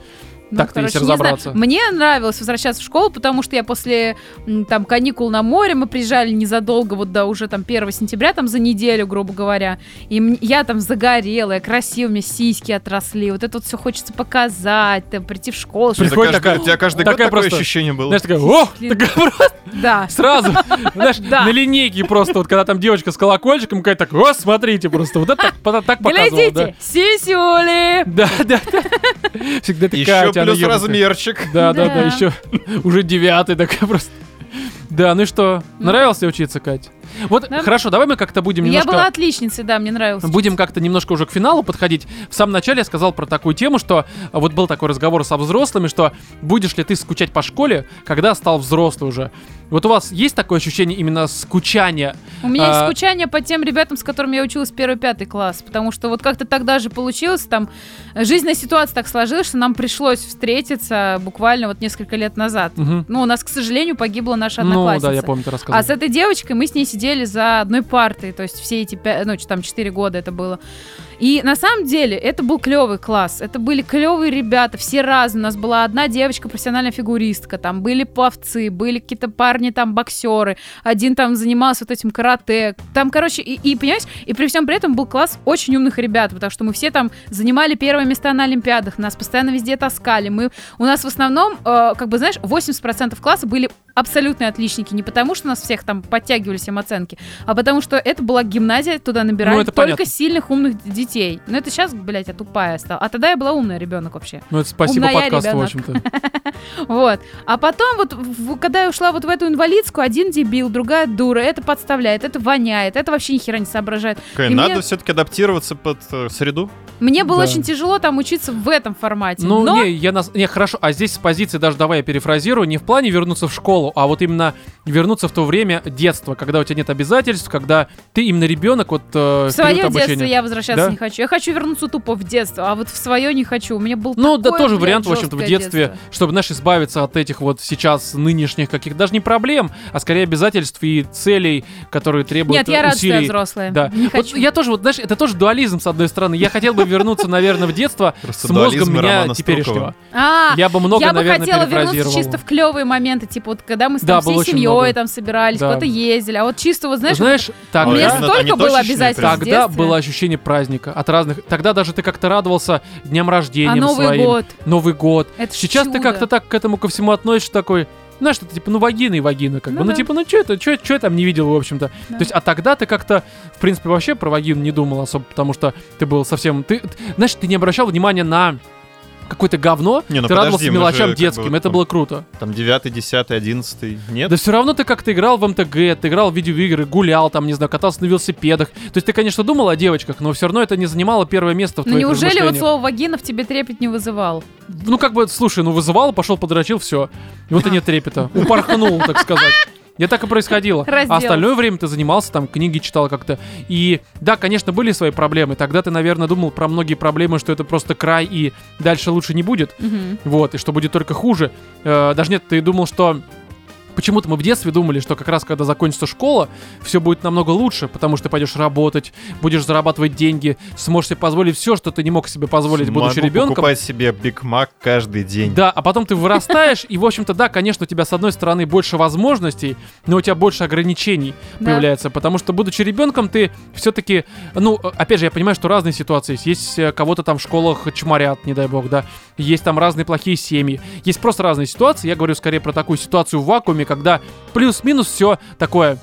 S3: Ну,
S1: Так-то, если
S3: не знаю.
S1: разобраться.
S3: Мне нравилось возвращаться в школу, потому что я после м, там каникул на море, мы приезжали незадолго, вот до уже там 1 сентября, там за неделю, грубо говоря. И м- я там загорелая, красивая, у меня сиськи отросли. Вот это вот все хочется показать, там, прийти в школу.
S2: У тебя
S1: Прикольно. приходит
S3: что-то.
S1: такая-
S2: каждый- У тебя каждый год
S1: такая
S2: такое
S1: просто-
S2: ощущение было.
S1: Знаешь, такая, о,
S3: Блин.
S1: такая просто
S3: Да.
S1: сразу, знаешь,
S3: Да.
S1: на линейке просто, вот когда там девочка с колокольчиком какая-то, так, о, смотрите просто, вот это так, так показывала, да.
S3: Глядите, сисюли!
S1: Да, да, да. Всегда такая
S2: Еще
S1: у тебя
S2: плюс
S1: наёбанная.
S2: размерчик.
S1: Да, да, да,
S3: Да.
S1: еще уже девятый такая просто. Да, ну и что?
S3: Ну.
S1: Нравилось тебе учиться, Кать? Вот,
S3: Да.
S1: хорошо, давай мы как-то будем
S3: Я
S1: немножко...
S3: была отличницей, да, мне нравилось.
S1: Будем как-то немножко уже к финалу подходить. В самом начале я сказал про такую тему, что а, вот был такой разговор со взрослыми, что будешь ли ты скучать по школе, когда стал взрослый уже. Вот у вас есть такое ощущение именно скучания?
S3: У меня есть
S1: А-
S3: скучание по тем ребятам, с которыми я училась первый-пятый класс, потому что вот как-то тогда же получилось, там э, жизненная ситуация так сложилась, что нам пришлось встретиться буквально вот несколько лет назад.
S1: Мгм.
S3: Ну, у нас, к сожалению, погибла наша
S1: Ну
S3: одноклассница.
S1: да, я помню, ты
S3: А с
S1: рассказывал.
S3: этой девочкой мы с ней сидели за одной партой, то есть все эти пя- ну, ч- там 4 года это было. И на самом деле это был клевый класс, это были клевые ребята, все разные. У нас была одна девочка, профессиональная фигуристка, там были пловцы, были какие-то парни, там боксеры, один там занимался вот этим карате. Там, короче, и, и, понимаешь, и при всем при этом был класс очень умных ребят, потому что мы все там занимали первые места на Олимпиадах, нас постоянно везде таскали. Мы, у нас в основном, э, как бы, знаешь, 80% класса были абсолютные отличники, не потому что нас всех там подтягивали всем оценки, а потому что это была гимназия, туда набирали
S1: Ну, это
S3: только
S1: понятно.
S3: сильных умных д- детей. Но это сейчас, блядь, я тупая стала. А тогда я была умная ребенок вообще.
S1: Ну это спасибо
S3: умная
S1: подкасту, в
S3: ребенок.
S1: общем-то.
S3: Вот. А потом вот, в- когда я ушла вот в эту инвалидскую, один дебил, другая дура, это подставляет, это воняет, это вообще ни хера не соображает.
S2: Такая,
S3: И мне-
S2: Надо все-таки адаптироваться под э, среду.
S3: Мне было
S1: Да.
S3: очень тяжело там учиться в этом формате.
S1: Ну,
S3: но...
S1: не, я нас. Не, хорошо, а здесь с позиции, даже давай я перефразирую, не в плане вернуться в школу, а вот именно вернуться в то время детства, когда у тебя нет обязательств, когда ты именно ребенок, вот э,
S3: В
S1: в период
S3: свое детство
S1: обучения.
S3: я возвращаться
S1: Да?
S3: не хочу. Я хочу вернуться тупо в детство, а вот в свое не хочу. У меня был
S1: Ну, да,
S3: такое,
S1: тоже
S3: блядь,
S1: вариант, в общем-то, в
S3: жесткое
S1: детстве,
S3: детство.
S1: чтобы, знаешь, избавиться от этих вот сейчас нынешних каких-то, даже не проблем, а скорее обязательств и целей, которые требуют
S3: Нет, я рада, что я
S1: э, усилий.
S3: взрослая.
S1: да.
S3: Не
S1: Вот
S3: хочу.
S1: я тоже, вот, знаешь, это тоже дуализм, с одной стороны. Я хотел бы вернуться, наверное, в детство
S2: Просто
S1: с мозгом
S2: дуализм
S1: меня
S2: Романа Струкова.
S1: теперешнего.
S3: А,
S1: Я бы много,
S3: я бы
S1: наверное,
S3: хотела вернуться
S1: перефразировал.
S3: чисто в клевые моменты, типа вот когда мы с
S1: Да,
S3: там
S1: было
S3: всей
S1: очень
S3: семьей
S1: много.
S3: там собирались,
S1: Да.
S3: куда-то ездили. А вот чисто вот, знаешь,
S1: Знаешь,
S2: А,
S1: тогда,
S3: мне
S2: реально, они
S3: столько было
S2: точечные
S3: обязательств
S2: прям.
S3: в
S1: тогда
S3: детстве.
S1: было ощущение праздника от разных. Тогда даже ты как-то радовался дням рождения
S3: а Новый
S1: своим.
S3: год.
S1: Новый год.
S3: Это ж
S1: Сейчас ты
S3: чудо.
S1: как-то так к этому ко всему относишься такой, знаешь, что ты типа, ну вагина и вагина, как
S3: Ну
S1: бы, ну
S3: да.
S1: типа, ну что это, что я там не видел, в общем-то.
S3: Да.
S1: То есть, а тогда ты как-то, в принципе, вообще про вагину не думал особо, потому что ты был совсем, ты, т- знаешь, ты не обращал внимания на какое-то говно,
S2: Не, ну
S1: ты
S2: подожди,
S1: радовался
S2: мы же
S1: мелочам
S2: как бы
S1: детским,
S2: вот
S1: это
S2: там-
S1: было круто.
S2: Там 9, 10, 11, нет?
S1: Да все равно ты как-то играл в МТГ, ты играл в видеоигры, гулял там, не знаю, катался на велосипедах. То есть ты, конечно, думал о девочках, но все равно это не занимало первое место в
S3: Ну
S1: твоих
S3: неужели вот
S1: размышлениях.
S3: слово вагина в тебе трепет не вызывал?
S1: Ну, как бы, слушай, ну вызывал, пошел, подрочил, все. И вот и нет трепета. Упорхнул, так сказать. Я так и происходило.
S3: Раздел.
S1: А остальное время ты занимался, там, книги читал как-то. И да, конечно, были свои проблемы. Тогда ты, наверное, думал про многие проблемы, что это просто край и дальше лучше не будет.
S3: Мгм.
S1: Вот, и что будет только хуже. Э, даже нет, ты думал, что... Почему-то мы в детстве думали, что как раз когда закончится школа, все будет намного лучше, потому что ты пойдешь работать, будешь зарабатывать деньги, сможешь себе позволить все, что ты не мог себе позволить, будучи
S2: Могу
S1: ребенком.
S2: покупать себе Биг Мак каждый день.
S1: Да, а потом ты вырастаешь, и, в общем-то, да, конечно, у тебя, с одной стороны, больше возможностей, но у тебя больше ограничений
S3: Да.
S1: появляется, потому что, будучи ребенком, ты все-таки, ну, э, опять же, я понимаю, что разные ситуации есть. Есть э, кого-то там в школах чморят, не дай бог, да, есть там разные плохие семьи, есть просто разные ситуации. Я говорю скорее про такую ситуацию в вакууме, когда плюс-минус все такое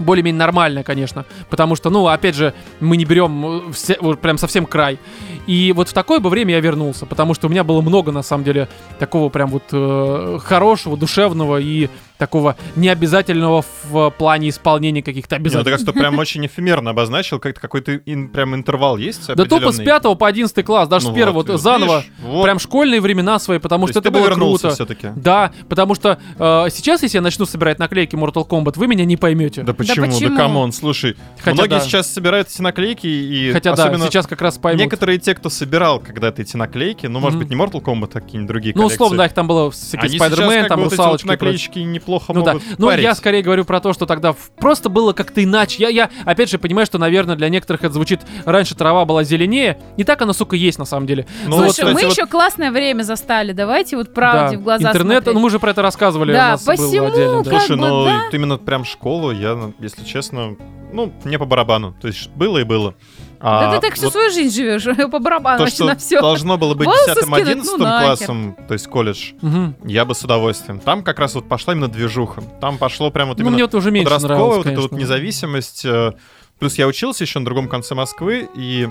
S1: более-менее нормально, конечно, потому что, ну, опять же, мы не берем э, все- вот прям совсем край. И вот в такое бы время я вернулся, потому что у меня было много, на самом деле, такого прям вот э, хорошего, душевного и такого необязательного в плане исполнения каких-то
S2: Не, ну, ты
S1: обязательств.
S2: как-то прям очень эфемерно обозначил, как-то какой-то ин- прям интервал есть
S1: Да тупо с
S2: определенный?
S1: 5 по 11 класс, даже
S2: Ну
S1: с первого
S2: вот,
S1: вот
S2: вот
S1: заново.
S2: видишь, вот.
S1: Прям школьные времена свои, потому
S2: То есть
S1: что это
S2: ты бы
S1: было
S2: вернулся
S1: круто.
S2: все-таки.
S1: Да, потому что э, сейчас, если я начну собирать наклейки Mortal Kombat, вы меня не поймете.
S2: Да почему?
S3: почему?
S2: Да камон, слушай.
S1: Хотя
S2: многие
S1: да.
S2: сейчас собирают эти наклейки и
S1: Хотя да,
S2: особенно
S1: сейчас как раз поймут.
S2: некоторые те, кто собирал когда-то эти наклейки, ну, может
S1: Мгм.
S2: быть, не Mortal Kombat, а какие-нибудь другие
S1: Ну,
S2: коллекции.
S1: условно, да, их там было всякие
S2: Они сейчас
S1: Спайдермен,
S2: как
S1: там
S2: бы вот эти вот
S1: русалочки. и прочее.
S2: наклеечки неплохо
S1: Ну да.
S2: могут
S1: Ну, я
S2: парить.
S1: скорее говорю про то, что тогда в- просто было как-то иначе. Я, я, опять же, понимаю, что, наверное, для некоторых это звучит раньше трава была зеленее. Не так она, сука, есть на самом деле.
S2: Ну, вот,
S3: Слушай, мы
S2: кстати, вот-
S3: еще классное время застали. Давайте вот правде
S1: Да.
S3: в глаза
S1: Интернет,
S3: смотреть.
S1: ну мы же про это рассказывали. у
S3: Да,
S1: нас было
S3: посему
S1: отдельно, да.
S3: как
S2: Слушай,
S3: бы
S2: ну
S3: да.
S2: и- именно прям школу я, ну, если честно, ну, мне по барабану. То есть было и было. А
S3: Да ты так всю
S2: вот
S3: свою жизнь живешь, по барабану
S2: то,
S3: вообще
S2: что
S3: на все.
S2: должно было быть
S3: Волосы
S2: 10
S3: скинуть,
S2: 11
S3: ну нахер.
S2: классом, то есть колледж,
S1: Мгм.
S2: я бы с удовольствием. Там как раз вот пошла именно движуха. Там пошло прям вот
S1: Ну,
S2: именно
S1: мне вот уже меньше
S2: подростковая
S1: нравилось,
S2: вот эта вот
S1: конечно.
S2: независимость. э, Плюс я учился еще на другом конце Москвы, и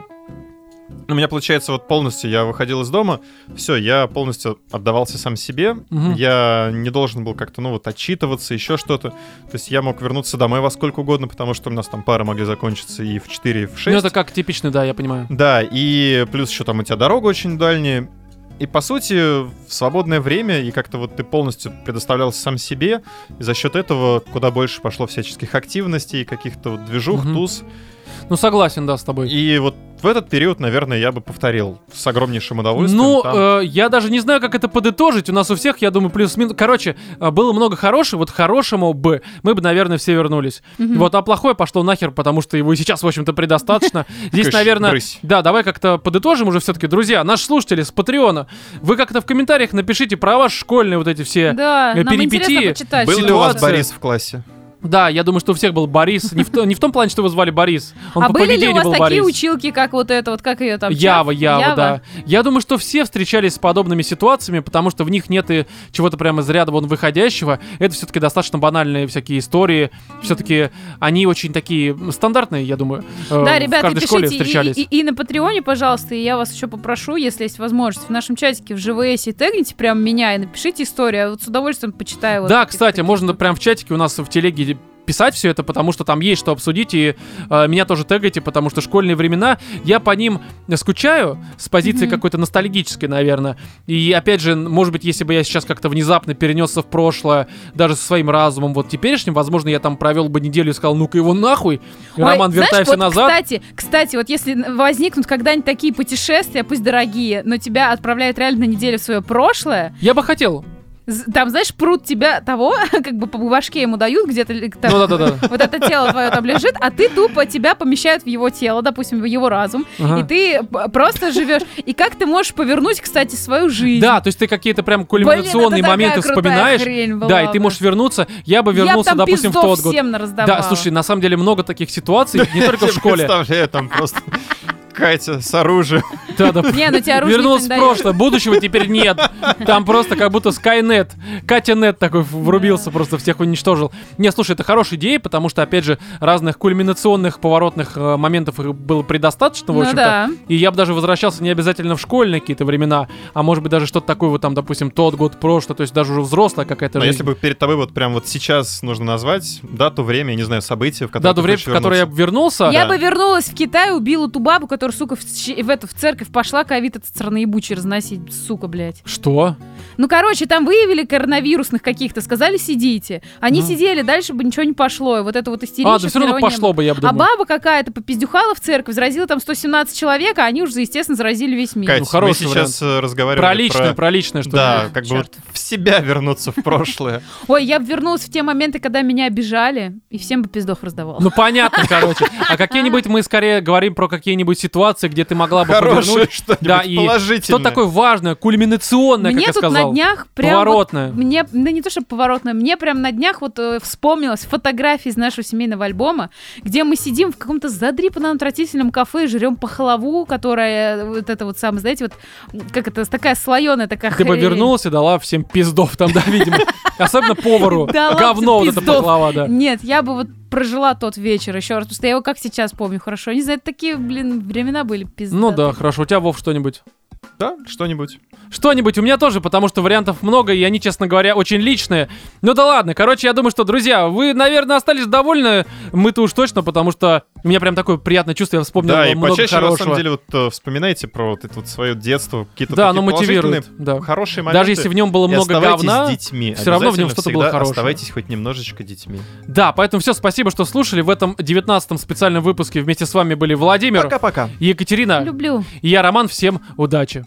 S2: у меня получается вот полностью я выходил из дома, все, я полностью отдавался сам себе,
S1: Мгм.
S2: я не должен был как-то, ну вот, отчитываться, еще что-то. То есть я мог вернуться домой во сколько угодно, потому что у нас там пары могли закончиться и в 4, и в 6.
S1: Ну, это как типичный, да, я понимаю.
S2: Да, и плюс еще там у тебя дорога очень дальняя. И по сути, в свободное время, и как-то вот ты полностью предоставлялся сам себе, и за счет этого куда больше пошло всяческих активностей, каких-то вот движух,
S1: Мгм.
S2: туз.
S1: Ну, согласен, да, с тобой.
S2: И вот в этот период, наверное, я бы повторил с огромнейшим удовольствием.
S1: Ну,
S2: там.
S1: э, я даже не знаю, как это подытожить. У нас у всех, я думаю, плюс-минус. Короче, э, было много хорошего. Вот к хорошему бы мы бы, наверное, все вернулись.
S3: Мгм.
S1: Вот, а плохое пошло нахер, потому что его и сейчас, в общем-то, предостаточно. Здесь,
S2: Кыш,
S1: наверное,
S2: брысь.
S1: да, давай как-то подытожим уже все-таки, друзья, наши слушатели с Патреона. Вы как-то в комментариях напишите про ваши школьные вот эти все.
S3: Да,
S1: э,
S3: нам
S1: перипетии.
S3: интересно почитать.
S2: Был
S1: Была
S2: ли у вас
S1: ситуация-
S2: Борис в классе?
S1: Да, я думаю, что у всех был Борис. Не в, то- не в том плане, что вы звали Борис. Он
S3: а
S1: по
S3: были ли у
S1: поведению
S3: вас
S1: был
S3: такие
S1: Борис.
S3: училки, как вот это, вот как ее там?
S1: Ява,
S3: Чаф?
S1: Ява, да. Я думаю, что все встречались с подобными ситуациями, потому что в них нет и чего-то прямо из ряда вон выходящего. Это все-таки достаточно банальные всякие истории. Все-таки они очень такие стандартные, я думаю. Э,
S3: Да,
S1: в
S3: ребята,
S1: каждой школе
S3: пишите и,
S1: встречались.
S3: и- и на Патреоне, пожалуйста, и я вас еще попрошу, если есть возможность, в нашем чатике в ЖВС и тегните прям меня и напишите историю, я вот с удовольствием почитаю. вот
S1: да,
S3: таких-
S1: кстати,
S3: таких
S1: можно
S3: штук.
S1: прям в чатике у нас в телеге писать все это, потому что там есть что обсудить, и э, меня тоже тегайте, потому что школьные времена, я по ним скучаю с позиции
S3: Мгм.
S1: какой-то ностальгической, наверное. И опять же, н- может быть, если бы я сейчас как-то внезапно перенесся в прошлое, даже со своим разумом, вот теперешним, возможно, я там провел бы неделю и сказал, ну-ка его нахуй,
S3: Ой,
S1: Роман,
S3: знаешь,
S1: вертай все
S3: вот,
S1: назад.
S3: Кстати, кстати, вот если н- возникнут когда-нибудь такие путешествия, пусть дорогие, но тебя отправляют реально на неделю в свое прошлое,
S1: Я бы хотел.
S3: З- Там, знаешь, пруд тебя того, как бы по башке ему дают, где-то ли- там,
S1: Ну да, да, да.
S3: вот это тело твое там лежит, а ты тупо тебя помещают в его тело, допустим, в его разум,
S1: А.
S3: и ты п- просто живешь. И как ты можешь повернуть, кстати, свою жизнь?
S1: Да, то есть ты какие-то прям
S3: Блин,
S1: кульминационные
S3: это такая
S1: моменты
S3: крутая
S1: вспоминаешь.
S3: хрень была
S1: Да, и
S3: бы.
S1: ты можешь вернуться. Я бы
S3: Я б
S1: вернулся,
S3: там
S1: допустим, в
S3: пиздов
S1: тот год.
S3: всем нараздавала.
S1: Да, слушай, на самом деле много таких ситуаций, не только в
S2: Я
S1: школе.
S2: Представляю, там просто Катя с оружием.
S1: Да, да.
S3: Не, ну тебя оружие
S1: Вернулся в
S3: никто не дает.
S1: прошлое, будущего теперь нет. Там просто как будто Skynet, Катя.нет такой врубился, просто всех уничтожил. Не, слушай, это хорошая идея, потому что, опять же, разных кульминационных, поворотных э, моментов их было предостаточно, в
S3: Ну
S1: общем-то.
S3: да.
S1: И я бы даже возвращался не обязательно в школьные какие-то времена, а может быть даже что-то такое вот там, допустим, тот год прошлый, то есть даже уже взрослая какая-то
S2: Но
S1: жизнь.
S2: А если бы перед тобой вот прям вот сейчас нужно назвать дату, время, я не знаю, события, в
S1: Да,
S2: которое
S1: до
S2: ты
S1: времени,
S2: хочешь
S1: в которое я
S2: вернуться.
S1: бы вернулся,
S3: Я
S2: Да.
S3: бы вернулась в Китай, убила ту бабу, которая, сука, в, ч- в эту, в церковь пошла ковид от сраноебучий разносить, сука, блядь.
S1: Что? А,
S3: Ну, короче, там выявили коронавирусных каких-то, сказали, сидите. Они
S1: Ну.
S3: сидели, дальше бы ничего не пошло, и вот это вот истеричка.
S1: А, да все равно пошло бы, я бы
S3: А
S1: думаю.
S3: баба какая-то попиздюхала в церковь, заразила там 117 человек, а они уже, естественно, заразили весь мир.
S2: Кать,
S1: Ну, хороший
S2: мы сейчас э, разговаривали
S1: Про личное, про личное, что
S2: Да,
S3: ли?
S2: как бы
S3: Чёрт.
S2: вот в себя вернуться в прошлое.
S3: Ой, я бы вернулась в те моменты, когда меня обижали, и всем бы пиздов раздавала.
S1: Ну понятно, короче. А какие-нибудь мы скорее говорим про какие-нибудь ситуации, где ты могла бы
S2: Хорошее
S1: провернуть.
S2: что-нибудь,
S1: Да, и Что
S2: положительное.
S1: такое важное, кульминационное,
S3: Мне
S1: как я
S3: тут на
S1: сказал.
S3: днях прям вот
S1: Поворотное.
S3: Мне, да не то что поворотное, мне прям на днях вот э, вспомнилась фотография из нашего семейного альбома, где мы сидим в каком-то задрипанном отвратительном кафе, жрем пахлаву, которая э, вот это вот самое, знаете, вот м, как это, такая слоеная такая
S1: Ты бы
S3: хрень.
S1: вернулся и дала всем пиздов там, да, видимо. Особенно повару.
S3: Дала
S1: Говно вот это
S3: пиздов.
S1: пахлава, да.
S3: Нет, я бы вот прожила тот вечер еще раз, потому что я его как сейчас помню хорошо. Не знаю, это такие, блин, времена были пиздаты.
S1: Ну да, хорошо. У тебя, Вов, что-нибудь?
S2: Да, что-нибудь.
S1: Что-нибудь у меня тоже, потому что вариантов много, и они, честно говоря, очень личные. Ну да ладно, короче, я думаю, что, друзья, вы, наверное, остались довольны. Мы-то уж точно, потому что у меня прям такое приятное чувство, я вспомнил
S2: Да, и
S1: много
S2: почаще, на
S1: хорошего.
S2: самом деле, вот э, вспоминайте про вот это вот свое детство, какие-то
S1: да,
S2: такие
S1: оно мотивирует.
S2: положительные,
S1: Да.
S2: Хорошие моменты.
S1: Даже если в нем было
S2: И
S1: много
S2: оставайтесь
S1: говна,
S2: детьми.
S1: всё равно в нем
S2: Обязательно
S1: что-то было
S2: всегда
S1: хорошее.
S2: Оставайтесь хоть немножечко детьми.
S1: Да, поэтому все, спасибо, что слушали. В этом 19-м специальном выпуске вместе с вами были Владимир,
S2: Пока-пока.
S1: Екатерина
S3: Люблю.
S1: и я, Роман. Всем удачи!